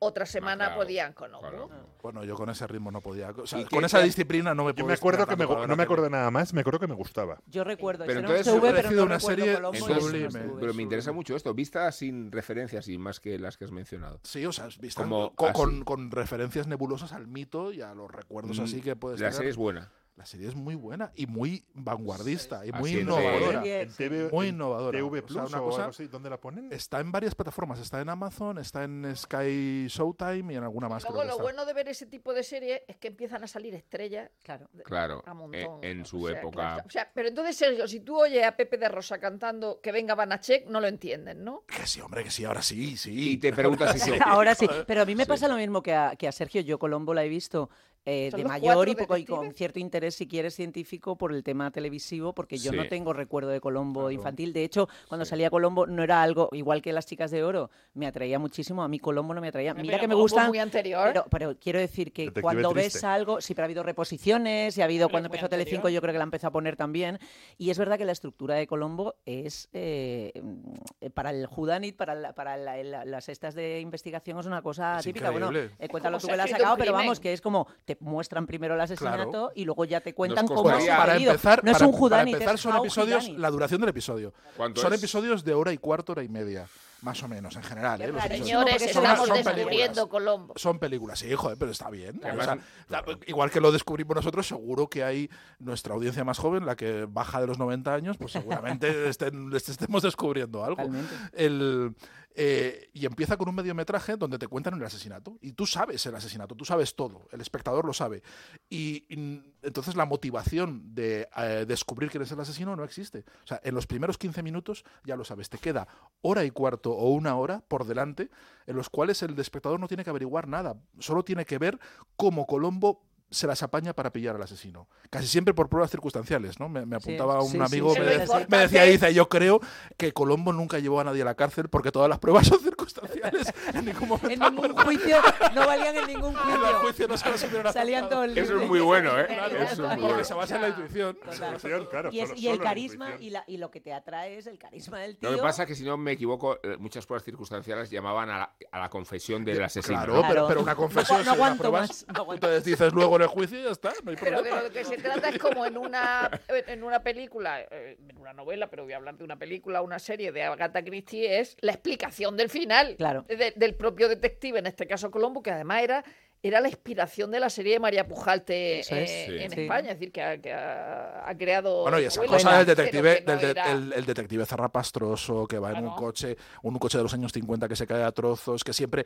C: otra semana
A: Macao,
C: ponían Colombo.
A: Colombo.
D: Bueno, yo con ese ritmo no podía, o sea,
A: ¿Y
D: con
A: qué
D: esa
A: te ha-
D: disciplina no me
E: Yo
D: puedo
E: me acuerdo que
D: destinar
E: me,
D: tanto
E: gu-
D: para
E: no me
D: ver
E: acuerdo nada más, me acuerdo que me gustaba.
B: Yo recuerdo.
A: Pero
B: Estrenos
A: entonces-
B: TV, pero
D: Parecido
B: no
D: una
B: recuerdo
D: serie
B: Colombo y
A: Entonces-
B: Estrenos
D: sublime.
B: TV.
A: Pero me interesa mucho esto, vista sin referencias y más que las que has mencionado.
D: Sí, o sea, es vista-
A: Como
D: con,
A: así.
D: con- con referencias nebulosas al mito y a los recuerdos así que puedes
A: Mm, La
D: tener.
A: serie es buena.
D: La serie es muy buena y muy vanguardista y muy
A: Así es,
D: innovadora.
A: sí.
E: En TV,
D: Muy
E: en
D: innovadora.
E: TV
D: O sea,
E: Plus
D: una
E: o
D: cosa-
E: algo así, ¿dónde la ponen?
D: Está en varias plataformas, está en Amazon, está en Sky Showtime y en alguna más.
C: Luego,
D: creo que
C: lo
D: está.
C: bueno de ver ese tipo de series es que empiezan a salir estrellas
B: Claro.
A: Claro,
C: a
A: eh,
C: montón.
A: en
C: o
A: su
C: sea,
A: época.
C: claro, o sea, pero entonces, Sergio, si tú oyes a Pepe de Rosa cantando que venga Banachek, no lo entienden, ¿no?
D: Que sí, hombre, que sí, ahora sí, sí. Pues,
A: Y te preguntas
C: <laughs>
A: si se-
B: <laughs> Ahora sí, pero a mí me
A: Sí.
B: pasa lo mismo que a, que a Sergio. Yo Colombo la he visto eh,
C: ¿Son
B: de
C: los
B: mayor y,
C: cuatro
B: poco- y con
C: detectives?
B: cierto interés, si quieres, científico por el tema televisivo, porque yo no
A: Sí.
B: tengo recuerdo de Colombo infantil. De hecho, cuando salía Colombo no era algo igual que las chicas de oro. Me atraía muchísimo, a mí Colombo no me atraía. Mira
C: Pero
B: que me
C: Colombo
B: gusta.
C: muy anterior.
B: Pero, pero quiero decir que
E: Detective
B: cuando ves
E: triste.
B: algo, siempre ha habido reposiciones y ha habido
C: Pero
B: cuando
C: muy
B: empezó
C: anterior.
B: Telecinco, yo creo que la empezó a poner también. Y es verdad que la estructura de Colombo es eh, mm, para el Judanit, para, la- para la- la- las estas de investigación es una cosa
D: Es
B: típica. Bueno,
D: increíble.
B: eh, cuéntalo
C: Como
B: tú
C: se ha
B: que la has
C: escrito un
B: sacado, pero
C: crimen.
B: vamos, que es como te muestran primero el asesinato
D: Claro.
B: y luego ya te cuentan
A: Nos
B: cómo
A: costaría-
B: es
A: Para
B: sucedido. no es
D: para-
B: un
D: para
B: Judanit,
D: empezar
B: es
D: son
B: how
D: episodios,
B: Judanit.
D: la duración del episodio.
A: ¿Cuánto
D: Son
A: es?
D: episodios de hora y cuarto, hora y media, más o menos, en general. ¿eh? Los episodios.
C: Señores,
B: porque
D: Son-
C: estamos
D: son
C: descubriendo
D: películas.
C: Colombo.
D: Son películas, sí, hijo, pero está bien.
A: Claro.
D: O sea, la- igual que lo descubrimos nosotros, seguro que hay nuestra audiencia más joven, la que baja de los 90 años, pues seguramente estén- est- estemos descubriendo algo.
B: Totalmente.
D: El, eh, y empieza con un mediometraje donde te cuentan el asesinato. Y tú sabes el asesinato, tú sabes todo, el espectador lo sabe. Y, y entonces la motivación de eh, descubrir quién es el asesino no existe. O sea, en los primeros 15 minutos ya lo sabes, te queda hora y cuarto o una hora por delante en los cuales el espectador no tiene que averiguar nada, solo tiene que ver cómo Colombo se las apaña para pillar al asesino. Casi siempre por pruebas circunstanciales, ¿no? Me, me
B: Sí,
D: apuntaba
B: sí,
D: un
B: sí,
D: amigo,
B: sí,
D: me, de-
B: sí.
D: me
B: Lo
D: decía,
C: importante-
D: dice, yo creo que Colombo nunca llevó a nadie a la cárcel porque todas las pruebas son
B: <laughs>
D: circunstanciales. En ningún momento
B: En ningún juicio, no valían en ningún
D: en el
B: juicio.
D: juicio no se las hubieran
B: Salían
D: aceptado.
B: todos
A: Eso es
B: libres.
A: muy bueno, ¿eh?
C: Claro,
A: Eso es muy
D: Porque
A: bueno.
D: se basa en la intuición.
B: Total.
E: Intuición, claro,
B: y, es-
E: solo-
B: y el
E: solo
B: carisma
E: intuición.
B: y, la- y lo que te atrae es el carisma del tío.
A: Lo que pasa es que, si no me equivoco, eh, muchas pruebas circunstanciales llamaban a la, a la confesión del asesino.
D: Claro,
A: ¿no?
B: Claro.
D: Pero, pero una confesión
B: No
D: sin las
B: aguanto
D: pruebas,
B: más, no aguanto.
D: entonces dices luego en el juicio y ya está, no hay
C: Pero
D: problema.
C: de
B: <laughs>
C: lo que se trata es como en una, en una película, eh, en una novela, pero voy a hablar de una película, una serie de Agatha Christie, es la explicación del final
B: Claro.
C: de- del propio detective, en este caso Colombo, que además era, era la inspiración de la serie de María Pujalte
B: Eso es.
C: eh,
A: Sí.
C: en
B: Sí.
C: España, es decir, que ha, que ha- ha creado...
D: Bueno, y esa
C: novelas,
D: cosa del
C: pero
D: detective,
C: que no
D: del de-
C: era-
D: el, el detective zarrapastroso que va en un
C: Claro.
D: coche, un coche de los años 50 que se cae a trozos, que siempre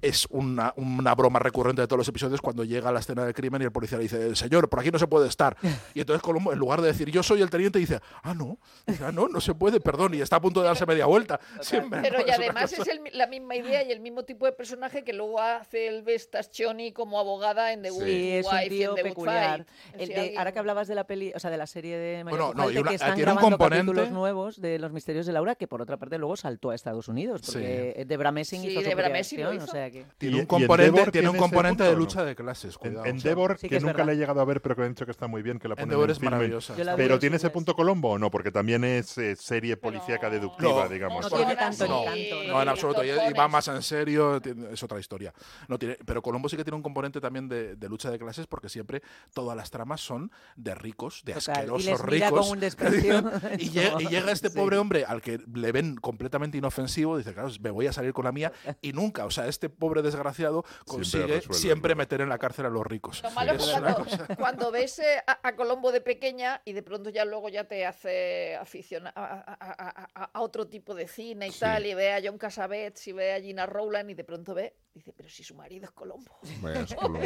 D: es una, una broma recurrente de todos los episodios cuando llega a la escena del crimen y el policía le dice, señor, por aquí no se puede
C: <laughs>
D: estar. Y entonces Columbo, en lugar de decir, yo soy el teniente, dice, ah, no, dice, ah, no, no se puede, perdón, y está a punto de darse media
C: <laughs>
D: vuelta. Siempre,
C: <laughs>
D: <laughs>
C: Pero
D: ¿no?
C: y
D: Es una
C: además
D: cosa-
C: es el mi- la misma idea y el mismo tipo de personaje que luego hace el Scioni como abogada en The Good
B: Sí, es un
C: Wife y en
B: tío
C: The Good
B: peculiar.
C: Fight.
B: El
C: Sí,
B: de-
C: alguien-
B: ahora que hablabas de la peli, o sea, de la serie de María
D: Bueno, no, y
B: Pujalte,
D: una-
B: que están
D: tiene un
B: grabando
D: componente-
B: capítulos nuevos de Los Misterios de Laura, que por otra parte luego saltó a Estados Unidos, porque
C: Sí.
B: Debra Messing
C: Sí,
B: hizo su
C: Debra
B: propia
C: Messing lo
B: versión, o
C: hizo.
B: sea que...
E: Y-
D: Tiene un
E: y en
D: componente-
E: Devor
D: tiene un
E: ese
D: componente de
E: punto, ¿o
D: lucha de clases, cuidado,
E: en en
D: o sea,
E: Devor,
B: sí que
E: que
B: es
E: nunca
B: verdad.
E: la he llegado a ver, pero que han dicho que está muy bien, que la ponen
D: Devor
E: en
D: es
E: filme.
D: maravillosa. Yo
B: la vi en
E: Pero tiene
B: cines.
E: ese punto Colombo o no, porque también es eh, serie policíaca deductiva,
D: No,
E: digamos.
B: no
D: porque-
B: tiene tanto
D: no, no,
B: encanto, no tiene
D: en absoluto. Y,
C: tantos
D: y va
C: dones.
D: más en serio, tiene- es otra historia. No tiene, pero Colombo sí que tiene un componente también de, de lucha de clases porque siempre todas las tramas son de ricos, de
B: Total, y
D: asquerosos
B: les mira
D: ricos.
B: con un desprecio.
D: y, llega, y llega este
B: Sí.
D: pobre hombre al que le ven completamente inofensivo, dice, claro, me voy a salir con la mía y nunca, o sea, este pobre desgraciado consigue siempre,
E: resuelve,
D: meter en la cárcel a los ricos.
C: Lo malo
D: Es
C: es
D: una
C: cuando,
D: cosa-
C: <laughs> cuando ves eh, a, a Colombo de pequeña y de pronto ya luego ya te hace afición a, a- a- a- a otro tipo de cine y tal, y ve a John Cassavetes y ve a Gina Rowland y de pronto ve, dice, pero si su marido es Colombo.
A: Bueno, es Columbo.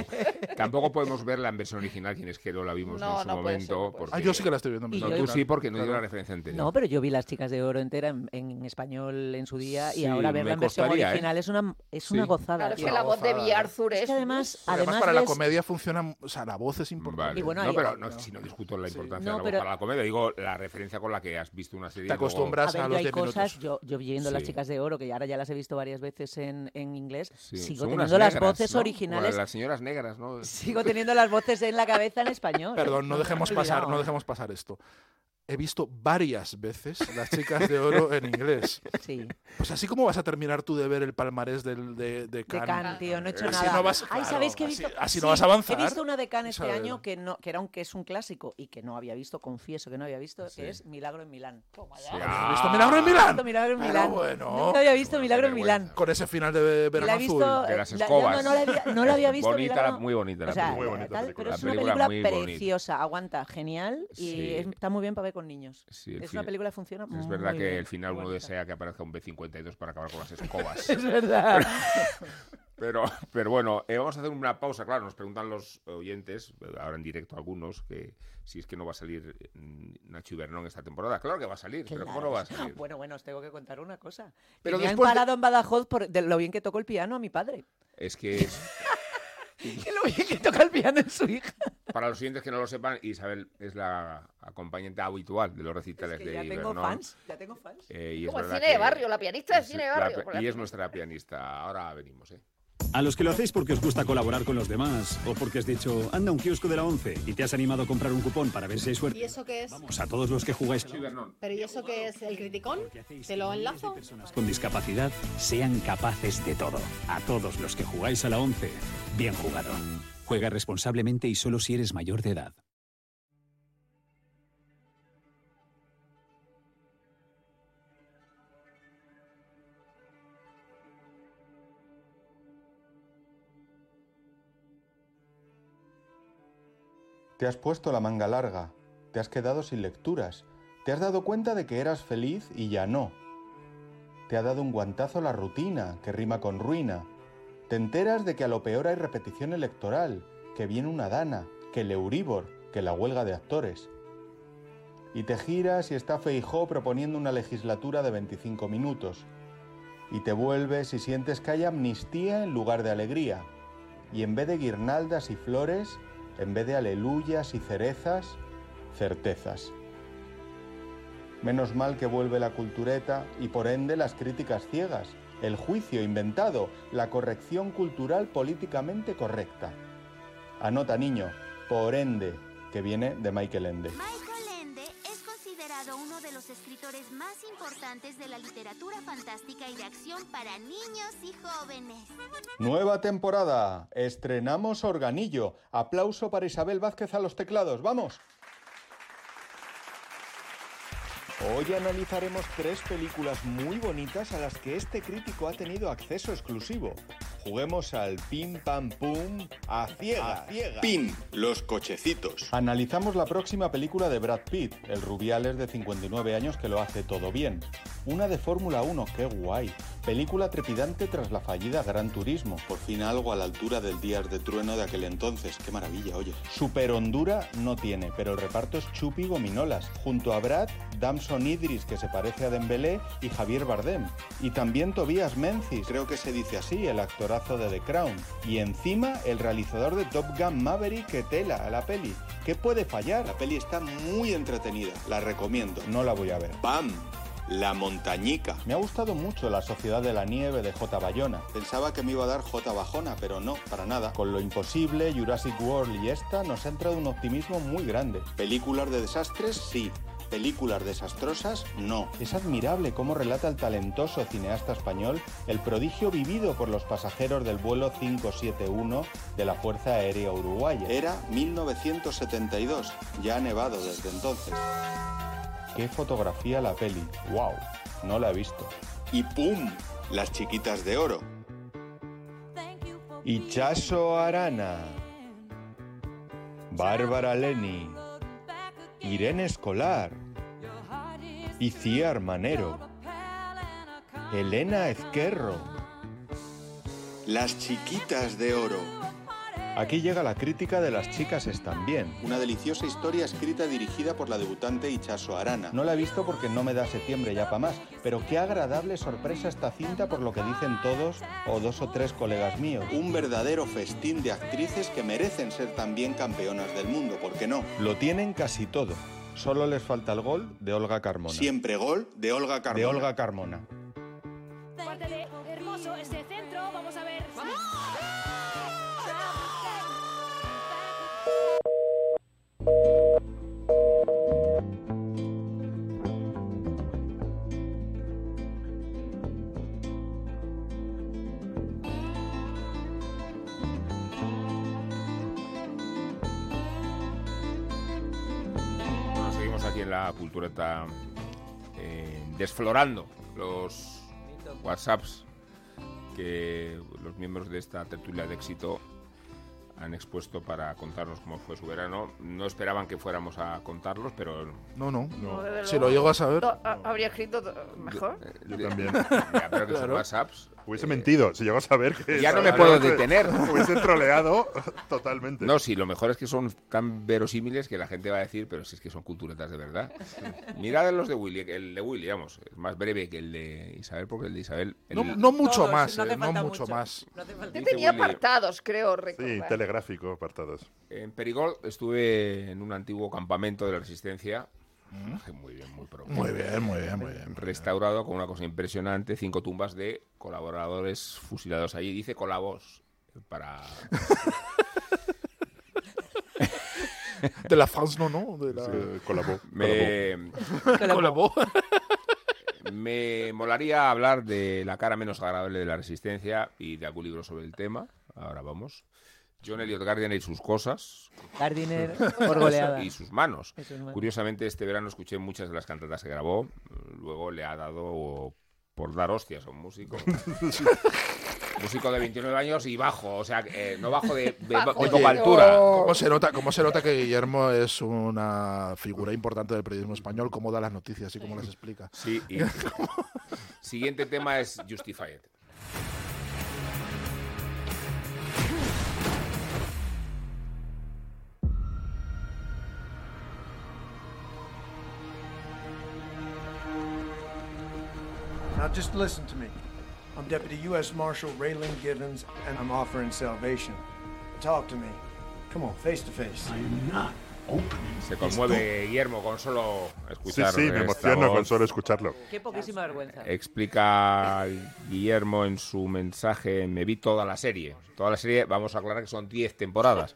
A: Tampoco podemos verla en versión original, quienes que no la vimos
C: No,
A: en su
C: no puede ser,
A: momento.
C: no puede ser.
D: Ah, yo sí que la estoy viendo. en
B: Y
A: No,
D: versión
B: yo-
A: tú
D: original.
A: sí, porque no dio la
D: Claro.
A: referencia anterior.
B: No, pero yo vi Las chicas de oro entera en, en español en su día
A: Sí,
B: y ahora
A: me
B: verla en versión
A: costaría, ¿eh?
B: original es una es
A: Sí.
B: una gozada.
C: Claro, es
B: tío.
C: que la voz de
D: gozada,
C: Bea
D: ¿eh?
C: Arthur
B: Es
C: es...
B: que además,
D: Además,
B: además
D: para la
B: ves-
D: comedia funciona, o sea, la voz es importante.
A: Vale.
B: Y bueno,
A: no,
B: hay-
A: pero no, si no discuto la
D: Sí.
A: importancia de
B: No,
A: la voz
B: pero-
A: para la comedia, digo la referencia con la que has visto una serie.
D: Te
A: y luego-
D: acostumbras.
B: A
D: a
B: ver, yo
D: los
B: hay
D: 10
B: cosas,
D: minutos.
B: yo, yo viendo Las
A: Sí.
B: Chicas de Oro, que ahora ya las he visto varias veces en, en inglés,
A: Sí,
B: sigo
A: son unas
B: teniendo las
A: negras,
B: voces
A: ¿no?
B: originales,
A: Como las señoras negras, ¿no?
B: <laughs> sigo teniendo las voces en la cabeza en español.
D: <laughs> Perdón, no
B: me
D: dejemos
B: he
D: pasar,
B: olvidado.
D: no dejemos pasar esto. He visto varias veces las chicas de oro en inglés. <laughs>
B: Sí,
D: Pues así como vas a terminar tú de ver el palmarés del, de, de
B: de
D: Cannes.
B: Can, tío, no he hecho
D: Así
B: nada.
D: eh, no vas-
B: Ay,
D: claro,
B: ¿sabéis qué he
D: así-
B: visto?
D: así no vas a avanzar.
B: He visto una de Can este
D: Saber.
B: año que no que era un, que es un clásico y que no había visto, confieso que no había visto, que es Milagro en Milán.
C: Toma ya.
A: Sí, Ah,
D: ¿Has visto Milagro en
B: He visto
D: Milán?
B: Milagro en
D: Pero
B: Milán.
D: bueno.
B: Nunca había visto
A: Bueno,
B: Milagro en
A: vergüenza.
B: Milán.
D: Con ese final de
B: la
D: Verano
B: he visto,
D: Azul.
A: De las
B: eh, la-
A: escobas.
B: no, no la había, no la había visto.
A: Bonita,
B: Milagro.
A: muy bonita la
B: O sea,
A: película.
E: Muy bonita
B: tal,
E: película.
B: pero es
A: La
B: una
A: película
B: película
A: muy bonita.
B: preciosa, aguanta, genial y
A: Sí.
B: es- está muy bien para ver con niños.
A: Sí, el
B: es una
A: fin-
B: película que funciona muy
C: Mm,
A: Es verdad que
B: bien,
A: al final
B: muy
A: uno
B: bonita.
A: desea que aparezca un B-52 para acabar con las escobas. <laughs>
B: <laughs> Es verdad.
A: Pero, pero bueno, eh, vamos a hacer una pausa. Claro, nos preguntan los oyentes, eh, ahora en directo algunos, que si es que no va a salir eh, Nacho y Bernón esta temporada. Claro que va a salir,
B: <laughs>
A: pero ¿cómo
B: Claro.
A: no va a salir?
B: Bueno, bueno, os tengo que contar una cosa.
A: Pero
B: Pero me han
A: después de-
B: parado en Badajoz por de lo bien que tocó el piano a mi padre.
A: <laughs>
B: <laughs>
A: Es que es-
B: Que lo bien que toca el piano en
A: <laughs>
B: su hija.
A: para los oyentes que no lo sepan, Isabel es la acompañante habitual de los recitales
B: Es que
A: de
B: ya tengo
A: Ibernón.
B: fans, ya tengo fans.
A: Eh, y es
C: Como el
A: verdad
C: cine de
A: que
C: barrio, la pianista del
A: es
C: cine de
A: la
C: barrio.
A: pi-
C: por la-
A: y es nuestra pianista. Ahora venimos, ¿eh?
K: A los que lo hacéis porque os gusta colaborar con los demás o porque has dicho, anda un kiosco de la 11 y te has animado a comprar un cupón para ver si hay suerte.
L: ¿Y eso qué es?
K: Vamos, a todos los que jugáis
A: Nacho y Bernón.
L: ¿Pero y eso qué es? ¿El criticón? ¿Te lo enlazo?
K: con discapacidad sean capaces de todo. A todos los que jugáis a la 11, bien jugado. Juega responsablemente y solo si eres mayor de edad.
M: Te has puesto la manga larga, te has quedado sin lecturas, te has dado cuenta de que eras feliz y ya no. Te ha dado un guantazo la rutina, que rima con ruina. Te enteras de que a lo peor hay repetición electoral, que viene una dana, que el Euribor, que la huelga de actores. Y te giras y está Feijó proponiendo una legislatura de 25 minutos. Y te vuelves y sientes que hay amnistía en lugar de alegría y en vez de guirnaldas y flores, en vez de aleluyas y cerezas, certezas. Menos mal que vuelve la cultureta y por ende las críticas ciegas, el juicio inventado, la corrección cultural políticamente correcta. Anota niño, por ende, que viene de Michael Ende.
N: Michael Ende es considerado uno de los escritores más importantes de la literatura fantástica y de acción para niños y jóvenes.
M: Nueva temporada, estrenamos Organillo. Aplauso para Isabel Vázquez a los teclados, vamos. Hoy analizaremos tres películas muy bonitas a las que este crítico ha tenido acceso exclusivo. Juguemos al pim pam pum a ciegas. Pim, los cochecitos. Analizamos la próxima película de Brad Pitt, el Rubiales de 59 años que lo hace todo bien. Una de Fórmula 1, qué guay. Película trepidante tras la fallida Gran Turismo. Por fin algo a la altura del Días de Trueno de aquel entonces, qué maravilla, oye. Super Hondura no tiene, pero el reparto es Chupi Gominolas, junto a Brad, Damson Idris, que se parece a Dembélé, y Javier Bardem. Y también Tobias Menzies, creo que se dice así, el actorazo de The Crown. Y encima, el realizador de Top Gun Maverick que tela a la peli. ¿Qué puede fallar? La peli está muy entretenida, la recomiendo. No la voy a ver. ¡Pam! La montañica. Me ha gustado mucho La Sociedad de la Nieve de J. Bayona. Pensaba que me iba a dar J. Bajona, pero no, para nada. Con lo imposible, Jurassic World y esta nos ha entrado un optimismo muy grande. Películas de desastres, sí. Películas desastrosas, no. Es admirable cómo relata el talentoso cineasta español el prodigio vivido por los pasajeros del vuelo 571 de la Fuerza Aérea Uruguaya. Era 1972, ya ha nevado desde entonces. Qué fotografía la peli. Wow, no la he visto. Y pum, las chiquitas de oro. Chaso Arana, Bárbara Leni, Irene Escolar, Iciar Manero, Elena Ezquerro. Las chiquitas de oro. Aquí llega la crítica de Las chicas están bien. Una deliciosa historia escrita y dirigida por la debutante Ichaso Arana. No la he visto porque no me da septiembre ya para más, pero qué agradable sorpresa esta cinta por lo que dicen todos o dos o tres colegas míos. Un verdadero festín de actrices que merecen ser también campeonas del mundo, ¿por qué no? Lo tienen casi todo. Solo les falta el gol de Olga Carmona. Siempre gol de Olga Carmona. De Olga Carmona.
O: Parte de hermoso ese centro. Vamos a ver.
A: Bueno, seguimos aquí en la cultureta eh, desflorando los WhatsApps que los miembros de esta tertulia de éxito han expuesto para contarnos cómo fue su verano. No esperaban que fuéramos a contarlos, pero...
D: No, no.
A: No,
C: de
D: Si
C: verdad.
D: lo llego a saber.
C: No, ha- habría escrito to- mejor.
A: eh, <laughs>
E: Yo también.
A: Ya, pero que son
E: Claro.
A: WhatsApps...
E: Hubiese mentido. Si llego a saber que.
A: Ya no me
E: <laughs>
A: puedo detener.
E: Hubiese troleado <laughs> totalmente.
A: No, sí, lo mejor es que son tan verosímiles que la gente va a decir, pero si es que son culturetas de
C: <laughs>
A: verdad. Mirad los de Willy, el de Willy, vamos, es más breve que el de Isabel, porque el de Isabel... el-
D: No, no mucho más, eh, no mucho, más.
A: <laughs>
C: Yo
A: Dice
C: tenía
A: Willy-
C: apartados, creo,
E: Sí,
C: recordar.
E: telegráfico, apartados.
A: En Perigol estuve en un antiguo campamento de la Resistencia. Muy bien, muy pro.
D: Muy bien, muy bien, muy bien.
A: Restaurado con una cosa impresionante, cinco tumbas de colaboradores fusilados allí. Dice colabos
D: <laughs>
A: para...
D: De la France no, no. De la...
E: Sí, colabó.
A: Me...
D: Colabó.
A: Me molaría hablar de la cara menos agradable de la resistencia y de algún libro sobre el tema. Ahora vamos. John Elliot Gardiner y sus cosas. <laughs>
B: Gardiner, por goleada.
A: Y sus manos.
B: Y sus manos.
A: Curiosamente, este verano escuché muchas de las cantatas que grabó. Luego le ha dado por dar hostias a un <laughs> músico. músico de 29 años y bajo. O sea, eh, no bajo de, de- de
D: Oye,
A: poca altura.
D: ¿Cómo se, nota, ¿Cómo se nota que Guillermo es una figura importante del periodismo español? ¿Cómo da las noticias y cómo las explica?
A: Sí, <laughs> y- Siguiente tema es Justified.
I: Now just listen to me. I'm Deputy U.S. Marshal Raylan Givens, and I'm offering salvation. Talk to me. Come on, face to face. I'm not opening.
A: Se conmueve Guillermo con solo
E: Sí,
A: escuchar.
E: sí, me
A: esta
E: emociono
A: voz.
E: con solo escucharlo.
B: Qué poquísima vergüenza.
A: Eh, Explica Guillermo en su mensaje, me vi toda la serie. Toda la serie, vamos a aclarar que son 10 <laughs> temporadas.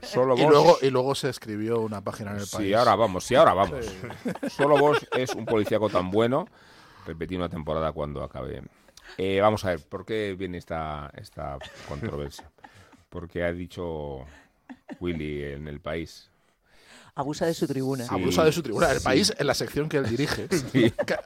A: Solo
D: y,
A: vos-
D: luego, y luego se escribió una página en el
A: Sí,
D: este país.
A: ahora vamos, sí, ahora vamos.
D: Sí.
A: <laughs> Solo vos es un policíaco tan bueno. Repetí una temporada cuando acabe. Eh, vamos a ver, ¿por qué viene esta, esta controversia? Porque ha dicho Willy en el país.
B: Abusa de su tribuna.
A: Sí.
D: Abusa de su tribuna. El
A: Sí. <laughs>
D: país en la sección que él dirige.
A: Sí.
D: Que-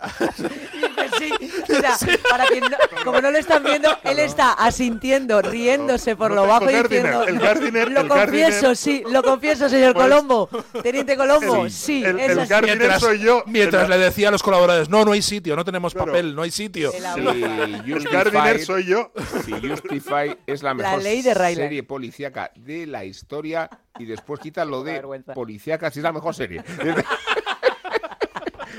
E: <laughs>
B: Sí, mira, para quien no- como no lo están viendo, él está asintiendo, riéndose por lo
E: No,
B: bajo y
E: el Gardiner,
B: diciendo,
E: el Gardiner,
B: lo
E: el
B: confieso,
E: Gardiner".
B: sí, lo confieso, señor
E: Pues,
B: Colombo, teniente Colombo,
D: el-
B: sí,
E: el-
B: es
E: el
B: así.
E: Gardiner
D: Mientras-
E: soy yo.
D: <laughs> Mientras
E: Pero-
D: le decía a los colaboradores, no, no hay sitio, no tenemos papel, no hay sitio.
B: El
A: Si
D: El
A: Justified-
D: Gardiner soy
E: yo.
A: Si Justify es la
B: La
A: mejor
B: ley de Ryland.
A: serie policíaca de la historia y después quita lo de policíaca si es la mejor serie.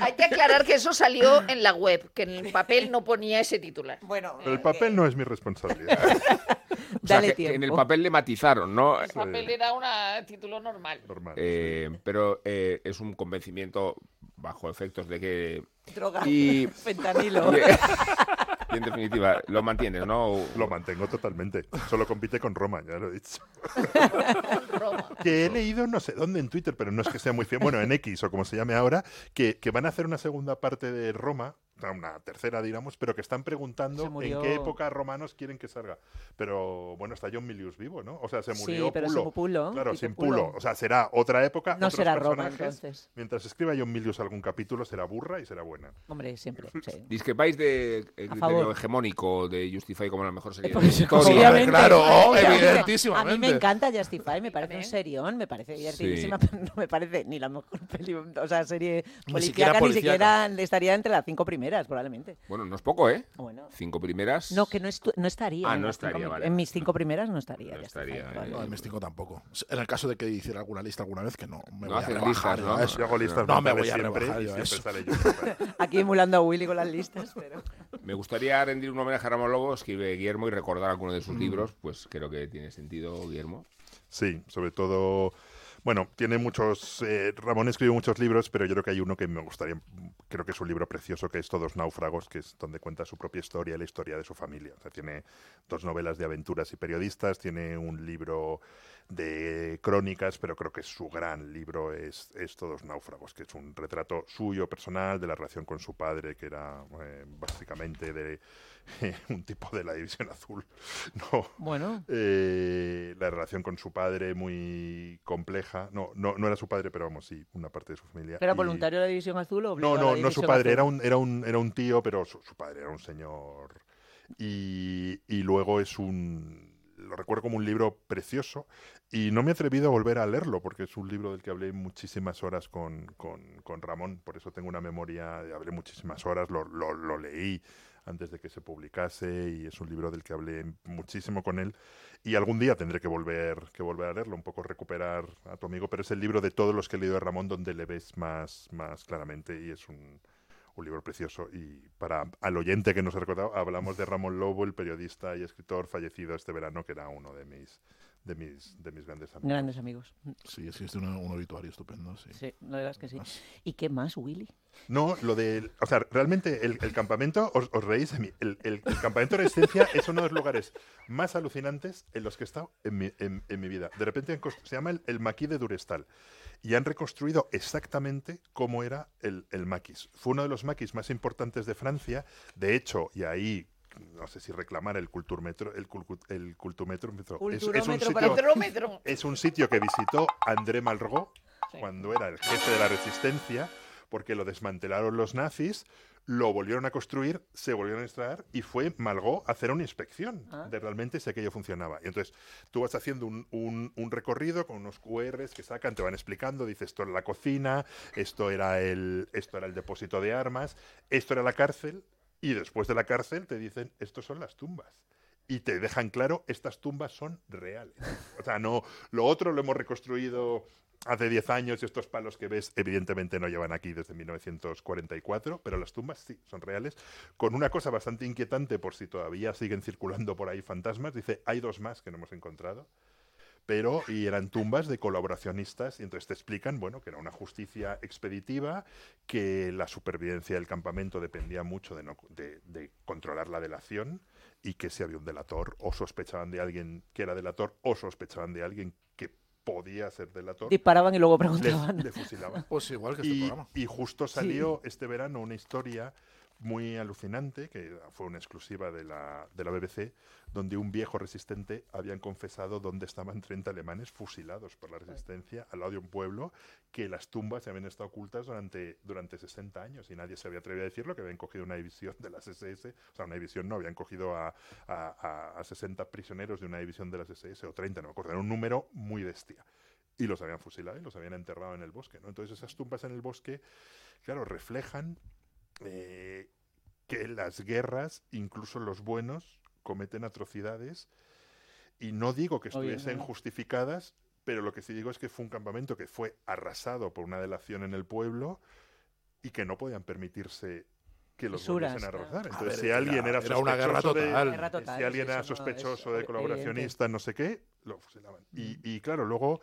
C: Hay que aclarar que eso salió en la web, que en el papel no ponía ese titular.
B: Bueno,
E: Pero el
B: Eh.
E: papel no es mi responsabilidad. <laughs>
A: O sea,
C: Dale
A: que- que
C: tiempo.
A: en el papel le matizaron, ¿no?
C: El papel era un título normal.
A: Eh, Pero eh, es un convencimiento bajo efectos de que...
B: Droga,
A: <laughs>
B: <laughs>
A: Y...
B: fentanilo.
A: y- y en definitiva, lo mantienes, ¿no?
E: Lo mantengo totalmente. Solo compite con Roma, ya lo he
B: <laughs>
E: dicho.
C: Roma.
E: Que he leído no sé dónde en Twitter, pero no es que sea muy fiel. Bueno, en X o como se llame ahora, que, que van a hacer una segunda parte de Roma, una tercera, digamos, pero que están preguntando
B: Se
E: en
B: murió.
E: qué época romanos quieren que salga. Pero bueno, está John Milius vivo, ¿no? O sea, se
B: Sí,
E: murió
B: pero
E: Pulo.
B: sin Pulo,
E: Claro,
B: tipo
E: sin pulo.
B: Pulo.
E: O sea, será otra época.
B: No
E: otros
B: será Roma,
E: personajes.
B: entonces.
E: Mientras escriba John Milius algún capítulo, será burra y será buena.
B: Hombre, siempre,
A: <laughs>
B: sí.
A: Discrepáis de el criterio
B: favor.
A: hegemónico de Justify como la mejor serie
B: Por
A: de la
B: eso,
A: historia.
B: obviamente.
D: claro,
B: Obviamente.
D: evidentísimamente.
B: A mí me encanta Justify, me parece un serión, me parece divertidísima, <laughs>
A: Sí.
B: pero no me parece ni la mejor peli, o sea, serie
D: Ni
B: policíaca,
D: siquiera
B: ni siquiera estaría entre las cinco primeras, probablemente.
A: Bueno, no es poco, ¿eh?
B: Bueno.
A: Cinco primeras.
B: No, que no, estu- no estaría.
A: Ah,
B: en
A: no
B: las cinco
A: estaría,
B: mi-
A: vale.
B: En mis cinco primeras no estaría.
A: No
B: ya está.
A: estaría,
B: Vale.
A: eh.
D: No, de Místico tampoco. En el caso de que hiciera alguna lista alguna vez, que no me
A: No
D: voy a
A: haces
D: rebajar.
A: listas,
D: Pues yo a
A: ¿no?
D: eso.
E: Yo hago listas
D: no me
E: mentales
D: voy a
E: siempre
D: rebajar
E: y
D: yo a
E: siempre
D: eso.
E: sale Justify.
B: <laughs> Aquí emulando a Willy con las listas, pero...
A: Me gustaría rendir un homenaje a Ramón Lobo, escribe Guillermo, y recordar alguno de sus
B: Mm.
A: libros, pues creo que tiene sentido, Guillermo.
E: Sí, sobre todo. Bueno, tiene muchos. eh, Ramón escribe muchos libros, pero yo creo que hay uno que me gustaría. Creo que es un libro precioso, que es Todos Náufragos, que es donde cuenta su propia historia y la historia de su familia. O sea, tiene dos novelas de aventuras y periodistas, tiene un libro de crónicas, pero creo que su gran libro es, es Todos Náufragos, que es un retrato suyo personal de la relación con su padre, que era eh, básicamente de <laughs> un tipo de la División Azul. <laughs> No.
B: <laughs> Bueno.
E: Eh, la relación con su padre muy compleja. No, no, no era su padre, pero vamos, sí, una parte de su familia.
B: ¿Era
E: Y-
B: voluntario de la División Azul o obligado
E: No,
B: a
E: no,
B: la
E: no su
B: División
E: padre,
B: Azul?
E: era un, era un, era un tío, pero su, su padre era un señor. Y, y luego es un... Lo recuerdo como un libro precioso y no me he atrevido a volver a leerlo porque es un libro del que hablé muchísimas horas con, con- con Ramón, por eso tengo una memoria, de- hablé muchísimas horas, lo, lo- lo leí antes de que se publicase y es un libro del que hablé muchísimo con él y algún día tendré que volver, que volver a leerlo, un poco recuperar a tu amigo, pero es el libro de todos los que he leído de Ramón donde le ves más, más claramente y es un, un libro precioso. Y para al oyente que nos ha recordado, hablamos de Ramón Lobo, el periodista y escritor fallecido este verano, que era uno de mis, de mis, de mis grandes amigos.
B: Grandes amigos.
D: Sí, existe un, un obituario estupendo. Sí.
B: Sí, la verdad es que sí. ¿Y qué más, Willy?
E: No, lo del. O sea, realmente el, el campamento, os, os reís de mí. El, el- el campamento de resistencia es uno de los lugares más alucinantes en los que he estado en mi, en- en mi vida. De repente han cons- se llama el, el maquis de Durestal. Y han reconstruido exactamente cómo era el, el maquis. Fue uno de los maquis más importantes de Francia. De hecho, y ahí. No sé si reclamar el culturmetro, el, culcu- el cultumetro. Es, es un
C: Culturómetro,
E: sitio,
C: culturómetro.
E: es un sitio que visitó André Malraux cuando era el jefe de la resistencia, porque lo desmantelaron los nazis, lo volvieron a construir, se volvieron a instalar y fue Malgó a hacer una inspección de realmente si aquello funcionaba. Y entonces tú vas haciendo un, un- un recorrido con unos QRs que sacan, te van explicando, dices esto era la cocina, esto era el, esto era el depósito de armas, esto era la cárcel y después de la cárcel te dicen estos son las tumbas y te dejan claro, estas tumbas son reales. O sea, no, lo otro lo hemos reconstruido hace 10 años y estos palos que ves evidentemente no llevan aquí desde 1944, pero las tumbas sí, son reales, con una cosa bastante inquietante por si todavía siguen circulando por ahí fantasmas, dice, hay dos más que no hemos encontrado. Pero, y eran tumbas de colaboracionistas, y entonces te explican, bueno, que era una justicia expeditiva, que la supervivencia del campamento dependía mucho de, no- de- de controlar la delación y que si había un delator o sospechaban de alguien que era delator o sospechaban de alguien que podía ser delator.
B: Disparaban y luego
E: le- <laughs>
B: preguntaban.
E: Le, fusilaban.
D: Pues igual que
E: y,
D: este programa.
E: y justo salió este verano una historia muy alucinante, que fue una exclusiva de la, de la BBC, donde un viejo resistente habían confesado dónde estaban 30 alemanes fusilados por la resistencia al lado de un pueblo, que las tumbas habían estado ocultas durante, durante 60 años y nadie se había atrevido a decirlo, que habían cogido una división de las SS, o sea, una división no, habían cogido a, a, a- a 60 prisioneros de una división de las SS, o 30, no me acuerdo, era un número muy bestia. Y los habían fusilado y los habían enterrado en el bosque, ¿no? Entonces esas tumbas en el bosque, claro, reflejan eh, que las guerras, incluso los buenos, cometen atrocidades. Y no digo que
P: Obvio,
E: estuviesen
P: ¿no?
E: justificadas, pero lo que sí digo es que fue un campamento que fue arrasado por una delación en el pueblo y que no podían permitirse que los
P: Fisuras,
E: volviesen a
P: claro.
E: arrasar.
P: A
E: Entonces,
P: ver,
E: si alguien era,
P: era- era una guerra
E: sospechoso de-
P: total. Guerra total,
E: Eh, si alguien
P: sí,
E: era
P: eso no,
E: sospechoso
P: es
E: de colaboracionista, no sé qué, lo fusilaban. Y, y, claro, luego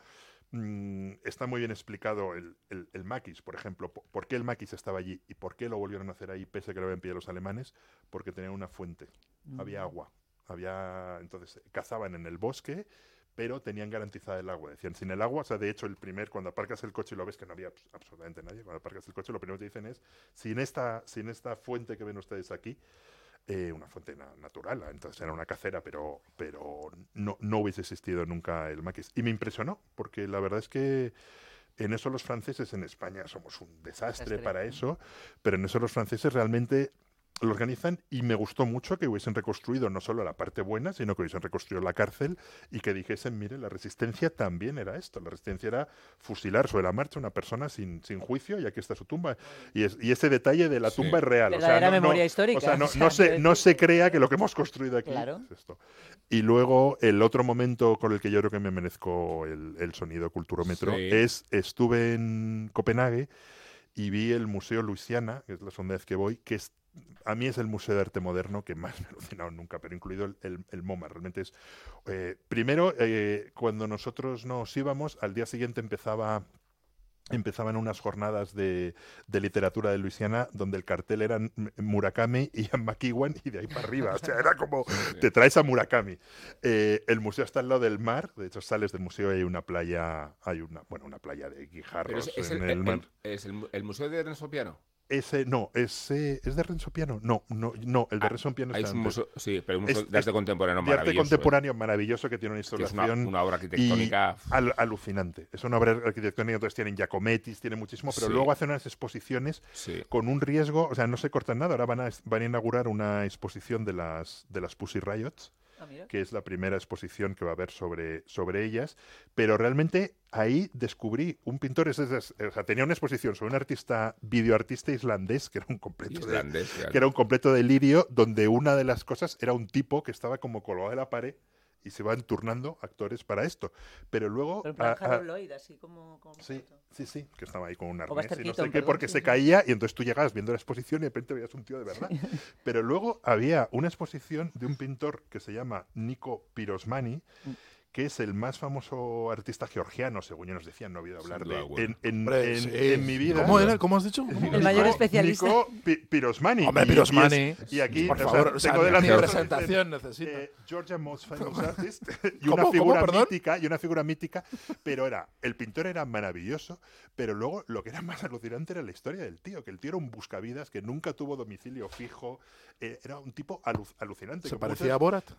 E: mm, está muy bien explicado el, el, el maquis, por ejemplo, po- por qué el maquis estaba allí y por qué lo volvieron a hacer ahí pese a que lo habían pillado los alemanes, porque tenían una fuente,
P: Mm.
E: había agua, había entonces cazaban en el bosque pero tenían garantizada el agua. Decían, sin el agua, o sea, de hecho, el primer, cuando aparcas el coche y lo ves que no había abs- absolutamente nadie, cuando aparcas el coche, lo primero que te dicen es, sin esta, sin esta fuente que ven ustedes aquí, eh, una fuente na- natural, ah, entonces era una cacera, pero, pero no, no hubiese existido nunca el maquis. Y me impresionó, porque la verdad es que en eso los franceses en España somos un desastre
P: Desastre.
E: para eso, pero en eso los franceses realmente lo organizan y me gustó mucho que hubiesen reconstruido no solo la parte buena, sino que hubiesen reconstruido la cárcel y que dijesen, mire, la resistencia también era esto, la resistencia era fusilar sobre la marcha a una persona sin, sin juicio y aquí está su tumba. Y, es- y ese detalle de la
P: Sí.
E: tumba es real. o sea,
P: Verdadera
E: no- no-
P: memoria
E: O sea,
P: histórica, <laughs>
E: no,
P: o sea,
E: no se,
P: quiero
E: no se crea que lo que hemos construido aquí
P: Claro.
E: es esto. Y luego el otro momento con el que yo creo que me merezco el, el sonido culturómetro
P: Sí.
E: es estuve en Copenhague y vi el Museo Luisiana, que es la segunda vez que voy, que es, a mí es el museo de arte moderno que más <laughs> me ha alucinado nunca, pero incluido el, el- el MoMA. Realmente es, eh, primero, eh, cuando nosotros nos íbamos, al día siguiente empezaba empezaban unas jornadas de, de literatura de Luisiana donde el cartel eran M- Murakami y <laughs> Ian McEwan y de ahí para arriba. O sea, era como, te traes a Murakami. Eh, el museo está al lado del mar, de hecho sales del museo y hay una playa, hay una, bueno, una playa de
A: Pero
E: guijarros
A: es, es
E: en
A: el,
E: el,
A: el-
E: mar.
A: el- es el- el Museo de Renzo Piano.
E: Ese, no, ese, ¿es de Renzo Piano? No, no, no, el de
A: Ah,
E: Renzo Piano
A: hay
E: está
A: un
E: antes.
A: museo- sí, pero un museo de arte contemporáneo
E: de arte
A: maravilloso, ¿eh?
E: contemporáneo maravilloso que tiene una
A: una-
E: instalación.
A: una obra arquitectónica.
E: al- alucinante. Es una obra arquitectónica, entonces tienen Giacometis, tienen muchísimo, pero
A: Sí.
E: luego hacen unas exposiciones
A: Sí.
E: con un riesgo, o sea, no se cortan nada. Ahora van a, van a inaugurar una exposición de las, de las Pussy Riots,
P: Ah, mira.
E: que es la primera exposición que va a haber sobre, sobre ellas, pero realmente ahí descubrí un pintor, es, es- es- o sea, tenía una exposición sobre un artista, videoartista islandés, que era un completo, de-
A: Islandés, claro.
E: que era un completo delirio, donde una de las cosas era un tipo que estaba como colgado de la pared y se van turnando actores para esto. Pero luego...
B: Pero en plan
E: a- a-
B: Harold Lloyd, así como... como-
E: Sí, sí, sí, que estaba ahí con un
B: O
E: arnés
B: Buster
E: y no sé
B: Keaton,
E: qué,
B: perdón,
E: porque
B: sí,
E: se
B: sí.
E: caía y entonces tú llegabas viendo la exposición y de repente veías un tío de verdad. Pero luego había una exposición de un pintor que se llama Nico Pirosmani, que es el más famoso artista georgiano, según yo nos decían, no he oído hablar
P: Sin duda
E: de
P: alguna.
E: en, en-
D: Hombre,
E: en-
D: sí.
E: en mi vida.
D: ¿Cómo era? ¿Cómo has dicho? ¿Cómo?
E: Nico-
D: El mayor
E: Nico
D: especialista.
E: Pi- Pirosmani.
D: Hombre,
E: Y- y es-
D: Pirosmani.
E: Y, aquí,
D: Por
E: o sea,
D: favor, o sea,
E: tengo delante
D: ni
E: otra-
D: presentación necesito.
E: eh, Georgia Most
D: <laughs>
E: Famous Artist y
D: este, ¿Cómo,
E: una
D: cómo,
E: figura
D: perdón?
E: mítica, y una figura mítica, pero era, el pintor era maravilloso, pero luego lo que era más alucinante era la historia del tío, que el tío era un buscavidas, que nunca tuvo domicilio fijo, eh, era un tipo alu- alucinante.
D: Se
E: que
D: parecía
E: muchas-
D: a Borat.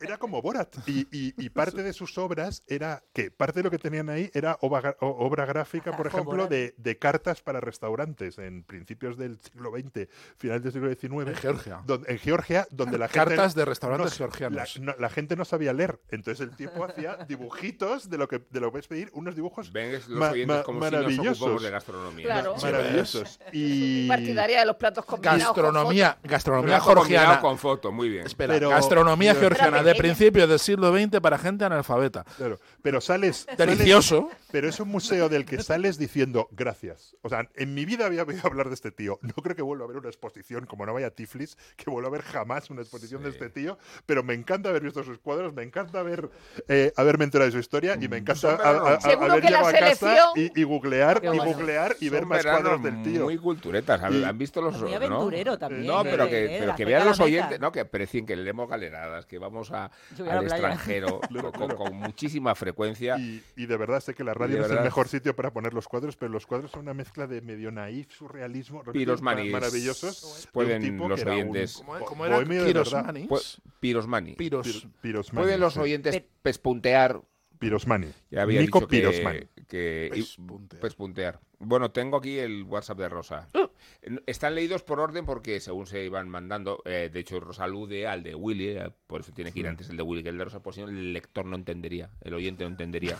E: Era como Borat. Y, y-
D: <laughs>
E: y parte de sus obras era, que parte de lo que tenían ahí era obra, gra- o- obra gráfica, por
P: Atajo
E: ejemplo,
P: Borat.
E: de, de cartas para restaurantes en principios del siglo XX, finales del siglo XIX.
D: En Georgia.
E: Don- en Georgia, donde la gente...
D: Cartas de
E: no-
D: restaurantes
E: la-
D: georgianos.
E: no- la gente no sabía leer, entonces el tipo hacía
A: <laughs>
E: dibujitos de lo que de lo que puedes pedir, unos dibujos
A: Ven, es los
E: ma-
A: oyentes
E: ma-
A: como si nos
E: maravillosos
A: ocupamos de gastronomía.
C: Claro.
E: Ma- maravillosos y
C: Partidaria de los platos combinados. con
D: Gastronomía,
C: fotos.
D: gastronomía
A: Plato combinado
D: georgiana.
A: con foto, muy bien.
D: Espera,
A: Pero-
D: gastronomía
A: Pero-
D: georgiana
A: Pero
D: de
A: pequeña.
D: principios del siglo XX para gente analfabeta.
E: Claro, pero sales sales-
D: Delicioso.
E: pero es un museo del que sales diciendo gracias. O sea, en mi vida había oído hablar de este tío. No creo que vuelva a ver una exposición, como no vaya a Tiflis, que vuelva a ver jamás una exposición de este tío, pero me encanta haber visto sus cuadros, me encanta haber, eh, haberme enterado de su historia
A: Mm.
E: y me encanta
P: Son
E: a- a- a-
P: veranos. Seguro
E: haber
P: que la
E: llegado a casa
P: selección-
E: y, y googlear,
A: Qué
E: y,
A: bueno.
E: googlear y ver
A: Son
E: más cuadros
A: veranos
E: del tío.
A: Muy culturetas. ¿Han,
E: Y-
A: han visto los.
B: Muy
A: ¿no?
B: aventurero también,
A: No,
B: ¿eh?
A: pero
B: Eh,
A: que, pero
B: la
A: que vean
B: cerca de la
A: los
B: meta.
A: oyentes. No, que aprecien que leemos galeradas, que vamos vamos a,
B: Yo voy a
A: al
B: la playa.
A: extranjero
E: <laughs> Claro,
A: con,
E: claro.
A: con muchísima frecuencia.
E: Y, y de verdad sé que la radio
A: de
E: no es el
A: verdad.
E: mejor sitio para poner los cuadros, pero los cuadros son una mezcla de medio naif, surrealismo,
A: Pirosmanis.
E: maravillosos. de un
A: Pueden
E: tipo
A: los
E: que era un
A: oyentes-
D: ¿Cómo e- cómo era?
E: bohemio de verdad.
D: Pirosmanis.
A: Pu- Pues, Pirosmani.
D: Piros.
E: Pir- pirosmani,
A: Pueden los
E: sí.
A: oyentes pespuntear.
E: Pirosmani.
A: Ya había
E: Nico
A: dicho que-
E: Pirosmani.
A: que- y-
D: Pespuntear.
A: pespuntear. Pues Bueno, tengo aquí el WhatsApp de Rosa.
C: ¡Oh!
A: N- Están leídos por orden porque según se iban mandando, eh, de hecho Rosa alude al de Willy, eh, por eso tiene que
D: Mm.
A: ir antes el de Willy que el de Rosa, por si no el lector no entendería, el oyente no entendería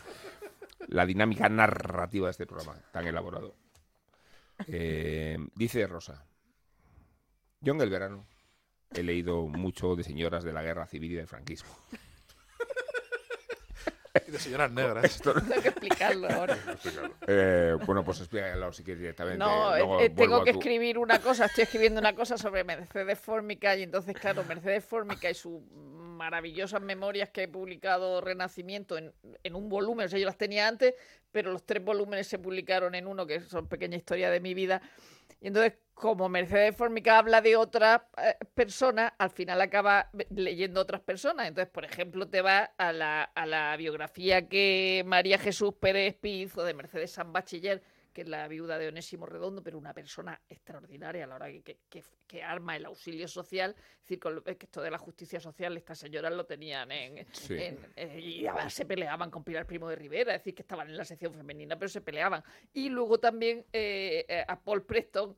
A: la dinámica narrativa de este programa tan elaborado. Eh, dice Rosa, yo en el verano he leído mucho de señoras de la guerra civil y del franquismo.
D: Y de señoras negras.
C: Tengo que explicarlo ahora.
A: Eh, bueno, pues explícalo si quieres directamente.
C: No, eh,
A: Luego
C: eh,
A: vuelvo
C: tengo
A: a
C: que
A: tu-
C: escribir una cosa, estoy escribiendo una cosa sobre Mercedes Fórmica y entonces, claro, Mercedes Fórmica y sus maravillosas memorias que he publicado Renacimiento en, en un volumen, o sea, yo las tenía antes, pero los tres volúmenes se publicaron en uno, que son pequeña historia de mi vida. Y entonces, como Mercedes Fórmica habla de otras eh, personas, al final acaba ve- leyendo otras personas. Entonces, por ejemplo, te va a la, a la biografía que María Jesús Pérez Piz o de Mercedes San Bachiller, que es la viuda de Onésimo Redondo, pero una persona extraordinaria a la hora que, que- que- que arma el auxilio social. Es decir, con lo- es que esto de la justicia social, estas señoras lo tenían en...
A: Sí.
C: en- eh, y además se peleaban con Pilar Primo de Rivera, es decir, que estaban en la sección femenina, pero se peleaban. Y luego también eh, eh, a Paul Preston,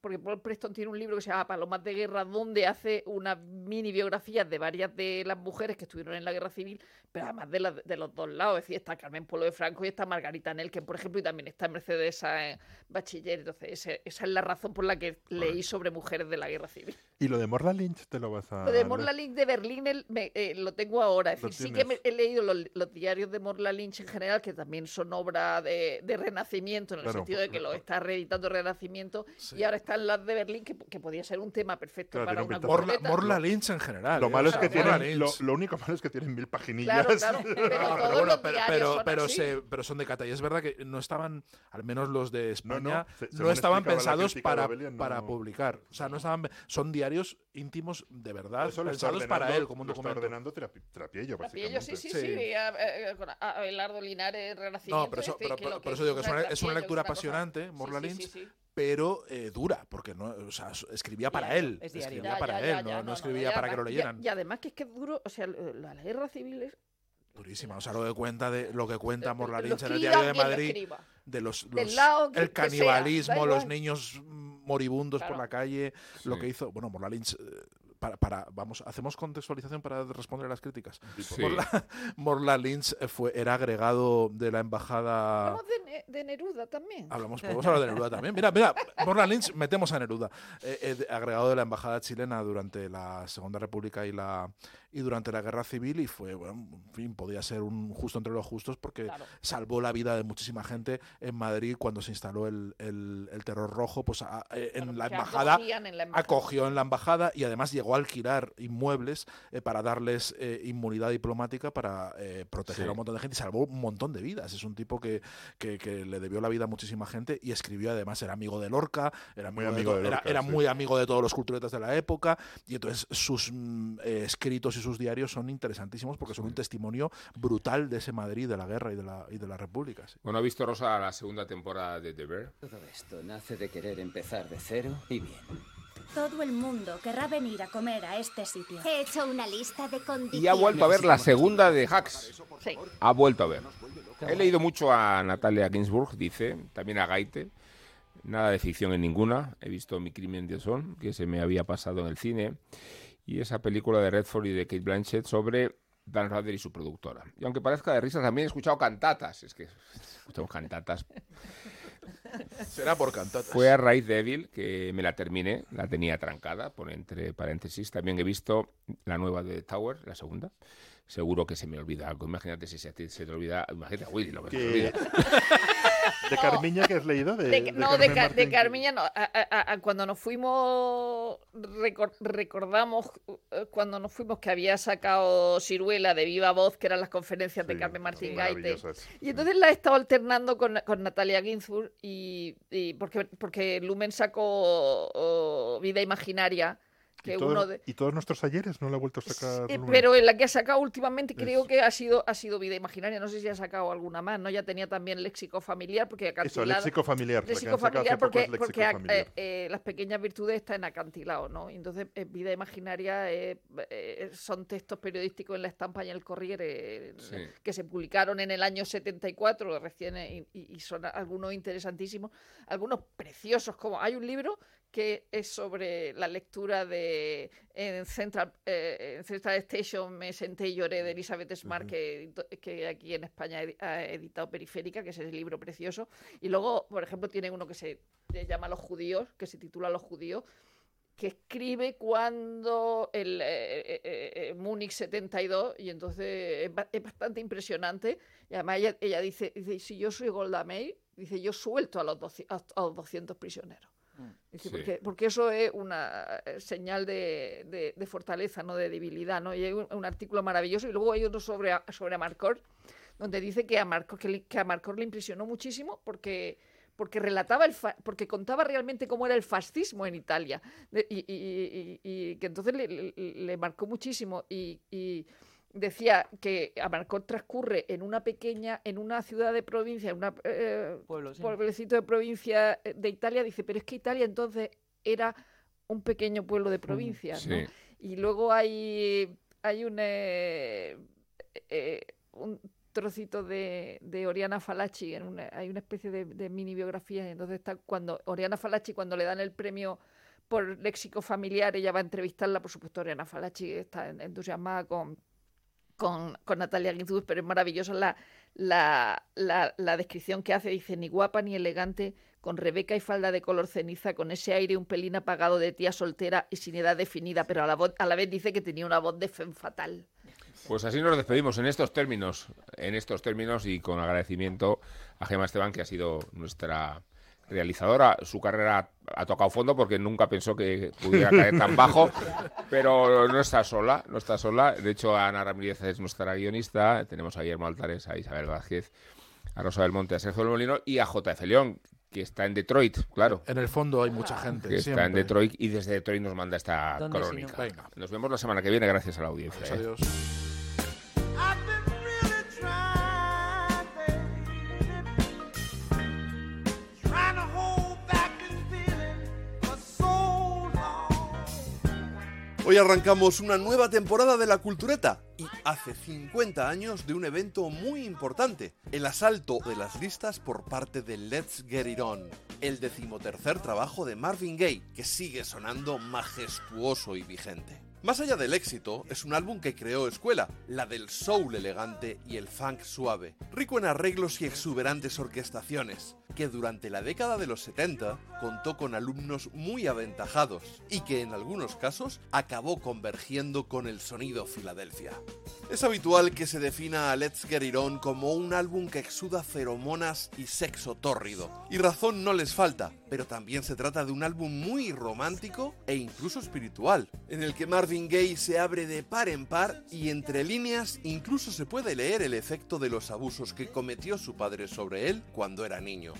C: porque Paul Preston tiene un libro que se llama Palomas de Guerra, donde hace una mini biografía de varias de las mujeres que estuvieron en la guerra civil, pero además de, las- de los dos lados. Es decir, está Carmen Polo de Franco y está Margarita Nelken, por ejemplo, y también está Mercedes Sáenz Bachiller. Entonces, ese- esa es la razón por la que leí sobre mujeres de la guerra civil.
E: Y lo de Morla Lynch te lo vas a.
D: Ah,
C: Lo de
E: leer.
C: Morla Lynch de Berlín el- me- eh, lo tengo ahora. Es
E: Lo
C: decir, sí que me-
E: tienes.
C: he leído los, los diarios de Morla Lynch en general, que también son obra de, de Renacimiento, en el
E: Claro,
C: sentido de que lo está reeditando Renacimiento, y ahora están las de Berlín, que, que podía ser un tema perfecto
E: Claro,
C: para
E: tiene
C: una
E: pinta-
D: <laughs> Morla,
C: completa.
D: Morla Lynch en general.
E: Lo
D: ¿eh?
E: malo
D: O
E: es
D: sea,
E: que
D: Morla
E: tienen. Lo,
D: Lynch.
E: lo único malo es que tienen mil paginillas.
D: <laughs>
C: Claro, claro.
E: <laughs>
C: Pero,
D: No,
C: todos
D: Ah, pero bueno,
C: los
D: pero,
C: diarios
D: pero-
C: son
D: pero
C: así.
D: se- pero son de cata. Y es verdad que no estaban, al menos los de España, no,
E: no, se- según explicaba
D: estaban
E: la
D: pensados
E: crítica de
D: para,
E: Abelian, no-
D: para publicar. O sea, no estaban. Son diarios íntimos de verdad,
E: Eso lo Ah, está
D: pensados para
E: ordenando-
D: él como un
E: lo está
D: documento.
E: ordenando Trapi- Trapiello,
C: Y ellos sí,
E: básicamente.
C: sí, sí, a- eh, con a- Abelardo Linares, Renacimiento.
D: No, pero eso,
C: es decir,
D: pero-
C: que lo
D: pero- pero eso digo que es una,
C: usa
D: es una
C: Trapillo,
D: lectura
C: es una cosa-
D: apasionante, Morla
C: sí, sí,
D: Lynch,
C: sí, sí.
D: pero eh, dura, porque no, o sea, su- escribía para
B: Diario,
D: él.
B: es diario.
D: Escribía
C: Ya,
D: para
C: ya,
D: él,
C: ya,
D: no,
C: ya,
D: no
C: no, no,
D: escribía
C: y
D: para que lo
C: además- y-
D: leyeran.
C: Y, además que es que es duro, o sea, lo- la, la guerra civil es...
D: Durísima. O sea, lo que cuenta de lo que cuenta Morla
C: Eh, lo
D: Lynch en el
C: escriba
D: diario de
C: quien lo
D: Madrid.
C: escriba.
D: de los,
C: Del
D: los-
C: lado que- que
D: el
C: sea, da
D: canibalismo,
C: igual.
D: los niños mm, moribundos por
C: Claro.
D: la calle, lo
A: Sí.
D: que hizo, bueno, Morla Lynch eh, para, para- vamos, hacemos contextualización para responder a las críticas.
A: Sí.
D: Morla, Morla Lynch eh, fue era agregado de la embajada
C: Hablamos de, Ne- de Neruda también.
D: Hablamos, podemos hablar de Neruda también. Mira, mira, Morla Lynch, metemos a Neruda. Eh, eh, de- agregado de la embajada chilena durante la Segunda República y la y durante la Guerra Civil y fue, bueno, en fin, podía ser un justo entre los justos porque
C: Claro.
D: salvó la vida de muchísima gente en Madrid cuando se instaló el, el- el terror rojo, pues a- eh, en,
C: Claro,
D: la
C: que
D: embajada,
C: acogían en la embajada.
D: acogió en la embajada y además llegó a alquilar inmuebles eh, para darles eh, inmunidad diplomática para eh, proteger
A: Sí.
D: a un montón de gente y salvó un montón de vidas. Es un tipo que, que, que le debió la vida a muchísima gente y escribió además, era amigo de Lorca, era
E: Muy
D: muy amigo,
E: amigo
D: de,
E: de
D: era-
E: Lorca,
D: era
E: sí.
D: muy amigo de todos los culturetas de la época y entonces sus mm, eh, escritos y sus diarios son interesantísimos porque son un testimonio brutal de ese Madrid, de la guerra y de la, y de la República. sí.
A: Bueno, ha visto Rosa la segunda temporada de The Bear.
P: Todo esto nace de querer empezar de cero y bien.
G: Todo el mundo querrá venir a comer a este sitio.
N: He hecho una lista de condiciones.
A: Y ha vuelto a ver la segunda de Hacks.
C: Sí.
A: Ha vuelto a ver. He leído mucho a Natalia Ginsburg, dice, también a Gaite. Nada de ficción en ninguna. He visto Mi crimen de son, que se me había pasado en el cine. Y esa película de Redford y de Kate Blanchett sobre Dan Rather y su productora. Y aunque parezca de risas, también he escuchado cantatas. Es que escuchamos cantatas
D: Será por cantatas.
A: Fue a raíz de Evil que me la terminé, la tenía trancada, por entre paréntesis. También he visto la nueva de Tower, la segunda. Seguro que se me olvida algo. Imagínate si se, a ti se te olvida. Imagínate a Willy, lo que se
E: Que-
A: te olvida.
E: ¿De Carmiña que has leído? De,
C: De-
E: de
C: no, de,
E: Carmen
C: Ca- de
E: Martín?
C: Carmiña no. A- a- a- cuando nos fuimos, recor- recordamos eh, cuando nos fuimos que había sacado Ciruela de viva voz, que eran las conferencias de
E: Sí,
C: Carmen Martín Gaite.
E: maravillosas.
C: Y
D: Mm.
C: entonces la he estado alternando con, con Natalia Ginsburg y, y porque, porque Lumen sacó oh, Vida Imaginaria que
E: y, todos,
C: uno de...
E: y todos nuestros ayeres no la ha vuelto a sacar.
C: Eh,
E: Luna.
C: pero en la que ha sacado últimamente creo
E: Eso.
C: que ha sido ha sido vida imaginaria. No sé si ha sacado alguna más, ¿no? Ya tenía también léxico familiar porque acantilado.
E: léxico familiar, la que
C: Léxico
E: han sacado
C: familiar
E: hace poco
C: porque,
E: es léxico
C: porque ah,
E: familiar.
C: eh, eh, las pequeñas virtudes están en acantilado, ¿no? Y Entonces, eh, vida imaginaria eh, eh, son textos periodísticos en la estampa y en el Corriere eh,
A: Sí.
C: que se publicaron en el año 74 recién eh, y, y son algunos interesantísimos, algunos preciosos, como hay un libro que es sobre la lectura de en Central, eh, en Central Station me senté y lloré de Elizabeth Smart, que, edito- que aquí en España edi- ha editado Periférica, que es ese libro precioso. Y luego, por ejemplo, tiene uno que se llama Los judíos, que se titula Los judíos, que escribe cuando el eh, eh, eh, eh, Múnich 72, y entonces es, ba- es bastante impresionante. Y además ella, ella dice, dice, si yo soy Golda Meir, dice, yo suelto a los, doci- a, a los 200 prisioneros.
A: Sí.
C: Dice, porque, porque eso es una eh, señal de, de- de fortaleza, no de debilidad. ¿no? Y hay un, un artículo maravilloso y luego hay otro sobre, a- sobre Amarcor, donde dice que a Marcos que, le- que a Marcos le impresionó muchísimo porque porque relataba el fa- porque contaba realmente cómo era el fascismo en Italia De- y, y- y- y que entonces le, le- le marcó muchísimo y, y decía que Amarcor transcurre en una pequeña en una ciudad de provincia en un
B: Pueblo, sí.
C: pueblecito de provincia eh, de Italia dice pero es que Italia entonces era un pequeño pueblo de provincia ¿no?
A: Sí.
C: Y luego hay, hay un, eh, eh, un trocito de, de Oriana Falachi, en una- hay una especie de, de mini biografía, y entonces está cuando Oriana Falachi, cuando le dan el premio por léxico familiar, ella va a entrevistarla, por supuesto, Oriana Falachi está en- entusiasmada con, con, con Natalia Ginzburg, pero es maravillosa la, la, la- la descripción que hace. Dice, ni guapa ni elegante, con rebeca y falda de color ceniza, con ese aire un pelín apagado de tía soltera y sin edad definida, pero a la, voz, a la vez dice que tenía una voz de femme fatal.
A: Pues así nos despedimos en estos términos, en estos términos y con agradecimiento a Gemma Esteban, que ha sido nuestra realizadora. Su carrera ha tocado fondo porque nunca pensó que pudiera
D: <laughs>
A: caer tan bajo, pero no está sola, no está sola. De hecho, Ana Ramírez es nuestra guionista, tenemos a Guillermo Altares, a Isabel Vázquez, a Rosa del Monte, a Sergio del Molino y a JF León, que está en Detroit, claro.
D: En el fondo hay mucha gente.
A: Que está en
D: Eh, siempre.
A: Detroit y desde Detroit nos manda esta
D: ¿Dónde si no?
A: crónica.
D: Venga.
A: Nos vemos la semana que viene, gracias a la audiencia. ¿eh?
D: Adiós.
Q: Trying to hold back this feeling for so long.
R: Hoy arrancamos una nueva temporada de La Cultureta y hace 50 años de un evento muy importante, el asalto de las listas por parte de Let's Get It On, el decimotercer trabajo de Marvin Gaye, que sigue sonando majestuoso y vigente. Más allá del éxito, es un álbum que creó escuela, la del soul elegante y el funk suave, rico en arreglos y exuberantes orquestaciones, que durante la década de los 70 contó con alumnos muy aventajados y que en algunos casos acabó convergiendo con el sonido Filadelfia. Es habitual que se defina a Let's Get It On como un álbum que exuda feromonas y sexo tórrido, y razón no les falta, pero también se trata de un álbum muy romántico e incluso espiritual, en el que Marvin Gaye se abre de par en par y entre líneas incluso se puede leer el efecto de los abusos que cometió su padre sobre él cuando era niño.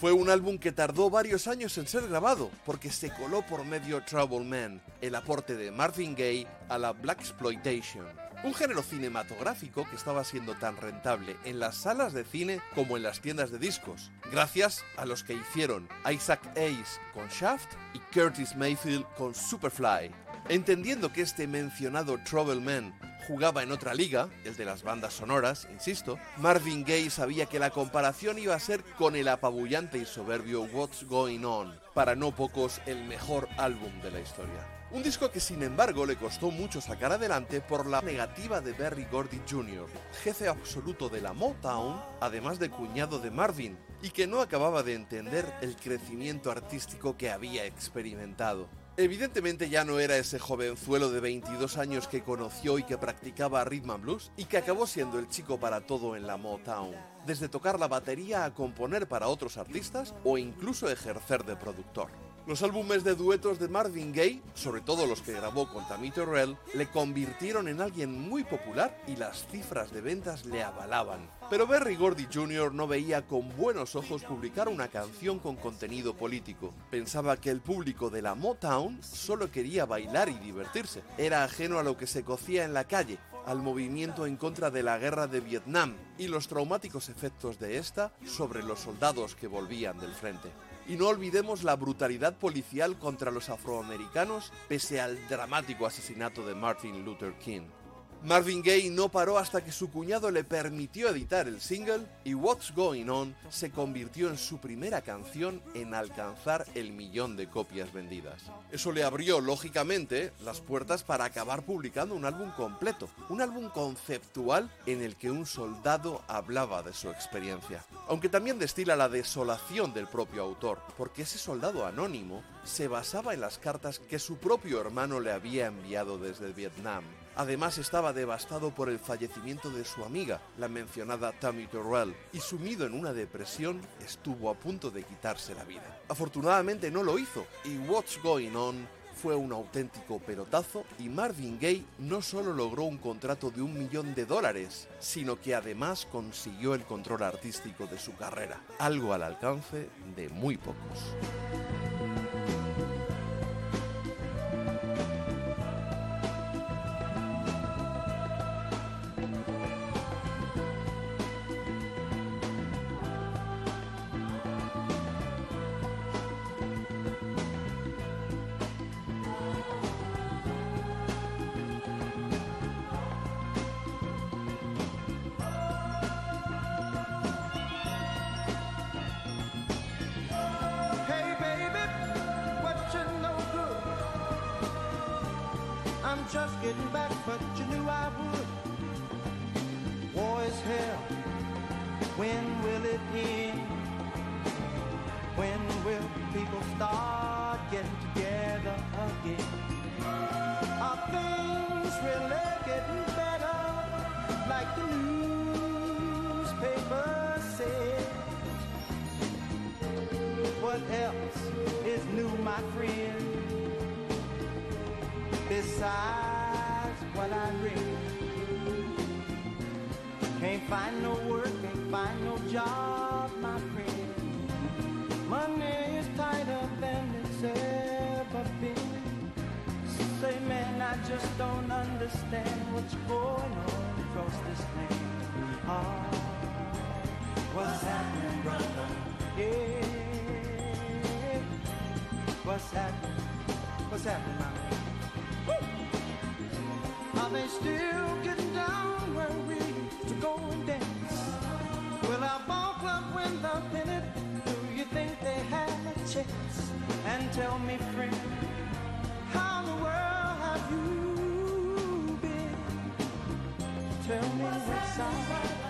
R: Fue un álbum que tardó varios años en ser grabado, porque se coló por medio Trouble Man, el aporte de Marvin Gaye a la Black Exploitation. Un género cinematográfico que estaba siendo tan rentable en las salas de cine como en las tiendas de discos, gracias a los que hicieron Isaac Hayes con Shaft y Curtis Mayfield con Superfly. Entendiendo que este mencionado Trouble Man jugaba en otra liga, el de las bandas sonoras, insisto, Marvin Gaye sabía que la comparación iba a ser con el apabullante y soberbio What's Going On, para no pocos el mejor álbum de la historia. Un disco que sin embargo le costó mucho sacar adelante por la negativa de Berry Gordy Jr., jefe absoluto de la Motown, además de cuñado de Marvin, y que no acababa de entender el crecimiento artístico que había experimentado. Evidentemente ya no era ese jovenzuelo de 22 años que conoció y que practicaba rhythm and blues y que acabó siendo el chico para todo en la Motown, desde tocar la batería a componer para otros artistas o incluso ejercer de productor. Los álbumes de duetos de Marvin Gaye, sobre todo los que grabó con Tammy Terrell, le convirtieron en alguien muy popular y las cifras de ventas le avalaban. Pero Berry Gordy Jr. no veía con buenos ojos publicar una canción con contenido político. Pensaba que el público de la Motown solo quería bailar y divertirse. Era ajeno a lo que se cocía en la calle, al movimiento en contra de la guerra de Vietnam y los traumáticos efectos de esta sobre los soldados que volvían del frente. Y no olvidemos la brutalidad policial contra los afroamericanos pese al dramático asesinato de Martin Luther King. Marvin Gaye no paró hasta que su cuñado le permitió editar el single y What's Going On se convirtió en su primera canción en alcanzar el millón de copias vendidas. Eso le abrió, lógicamente, las puertas para acabar publicando un álbum completo, un álbum conceptual en el que un soldado hablaba de su experiencia. Aunque también destila la desolación del propio autor, porque ese soldado anónimo se basaba en las cartas que su propio hermano le había enviado desde Vietnam. Además estaba devastado por el fallecimiento de su amiga, la mencionada Tammy Terrell, y sumido en una depresión estuvo a punto de quitarse la vida. Afortunadamente no lo hizo, y What's Going On fue un auténtico pelotazo y Marvin Gaye no solo logró un contrato de un millón de dólares, sino que además consiguió el control artístico de su carrera, algo al alcance de muy pocos.
Q: Hey baby, but you no good. I'm just getting back, but you knew I would. War is hell. When will it end? When will people start getting together again? Are things really getting better? Like the newspaper said. What else is new, my friend? Besides what I read, can't find no work, can't find no job, my friend. Money is tighter than it's ever been. Say, man, I just don't understand what's going on across this land. Ah, what's happening, brother? Yeah. What's happening? What's happening, my man? Woo! Are they still getting down where we used to go and dance? Will our ball club win the pennant? Do you think they have a chance? And tell me, friend, how in the world have you been? Tell me what's up.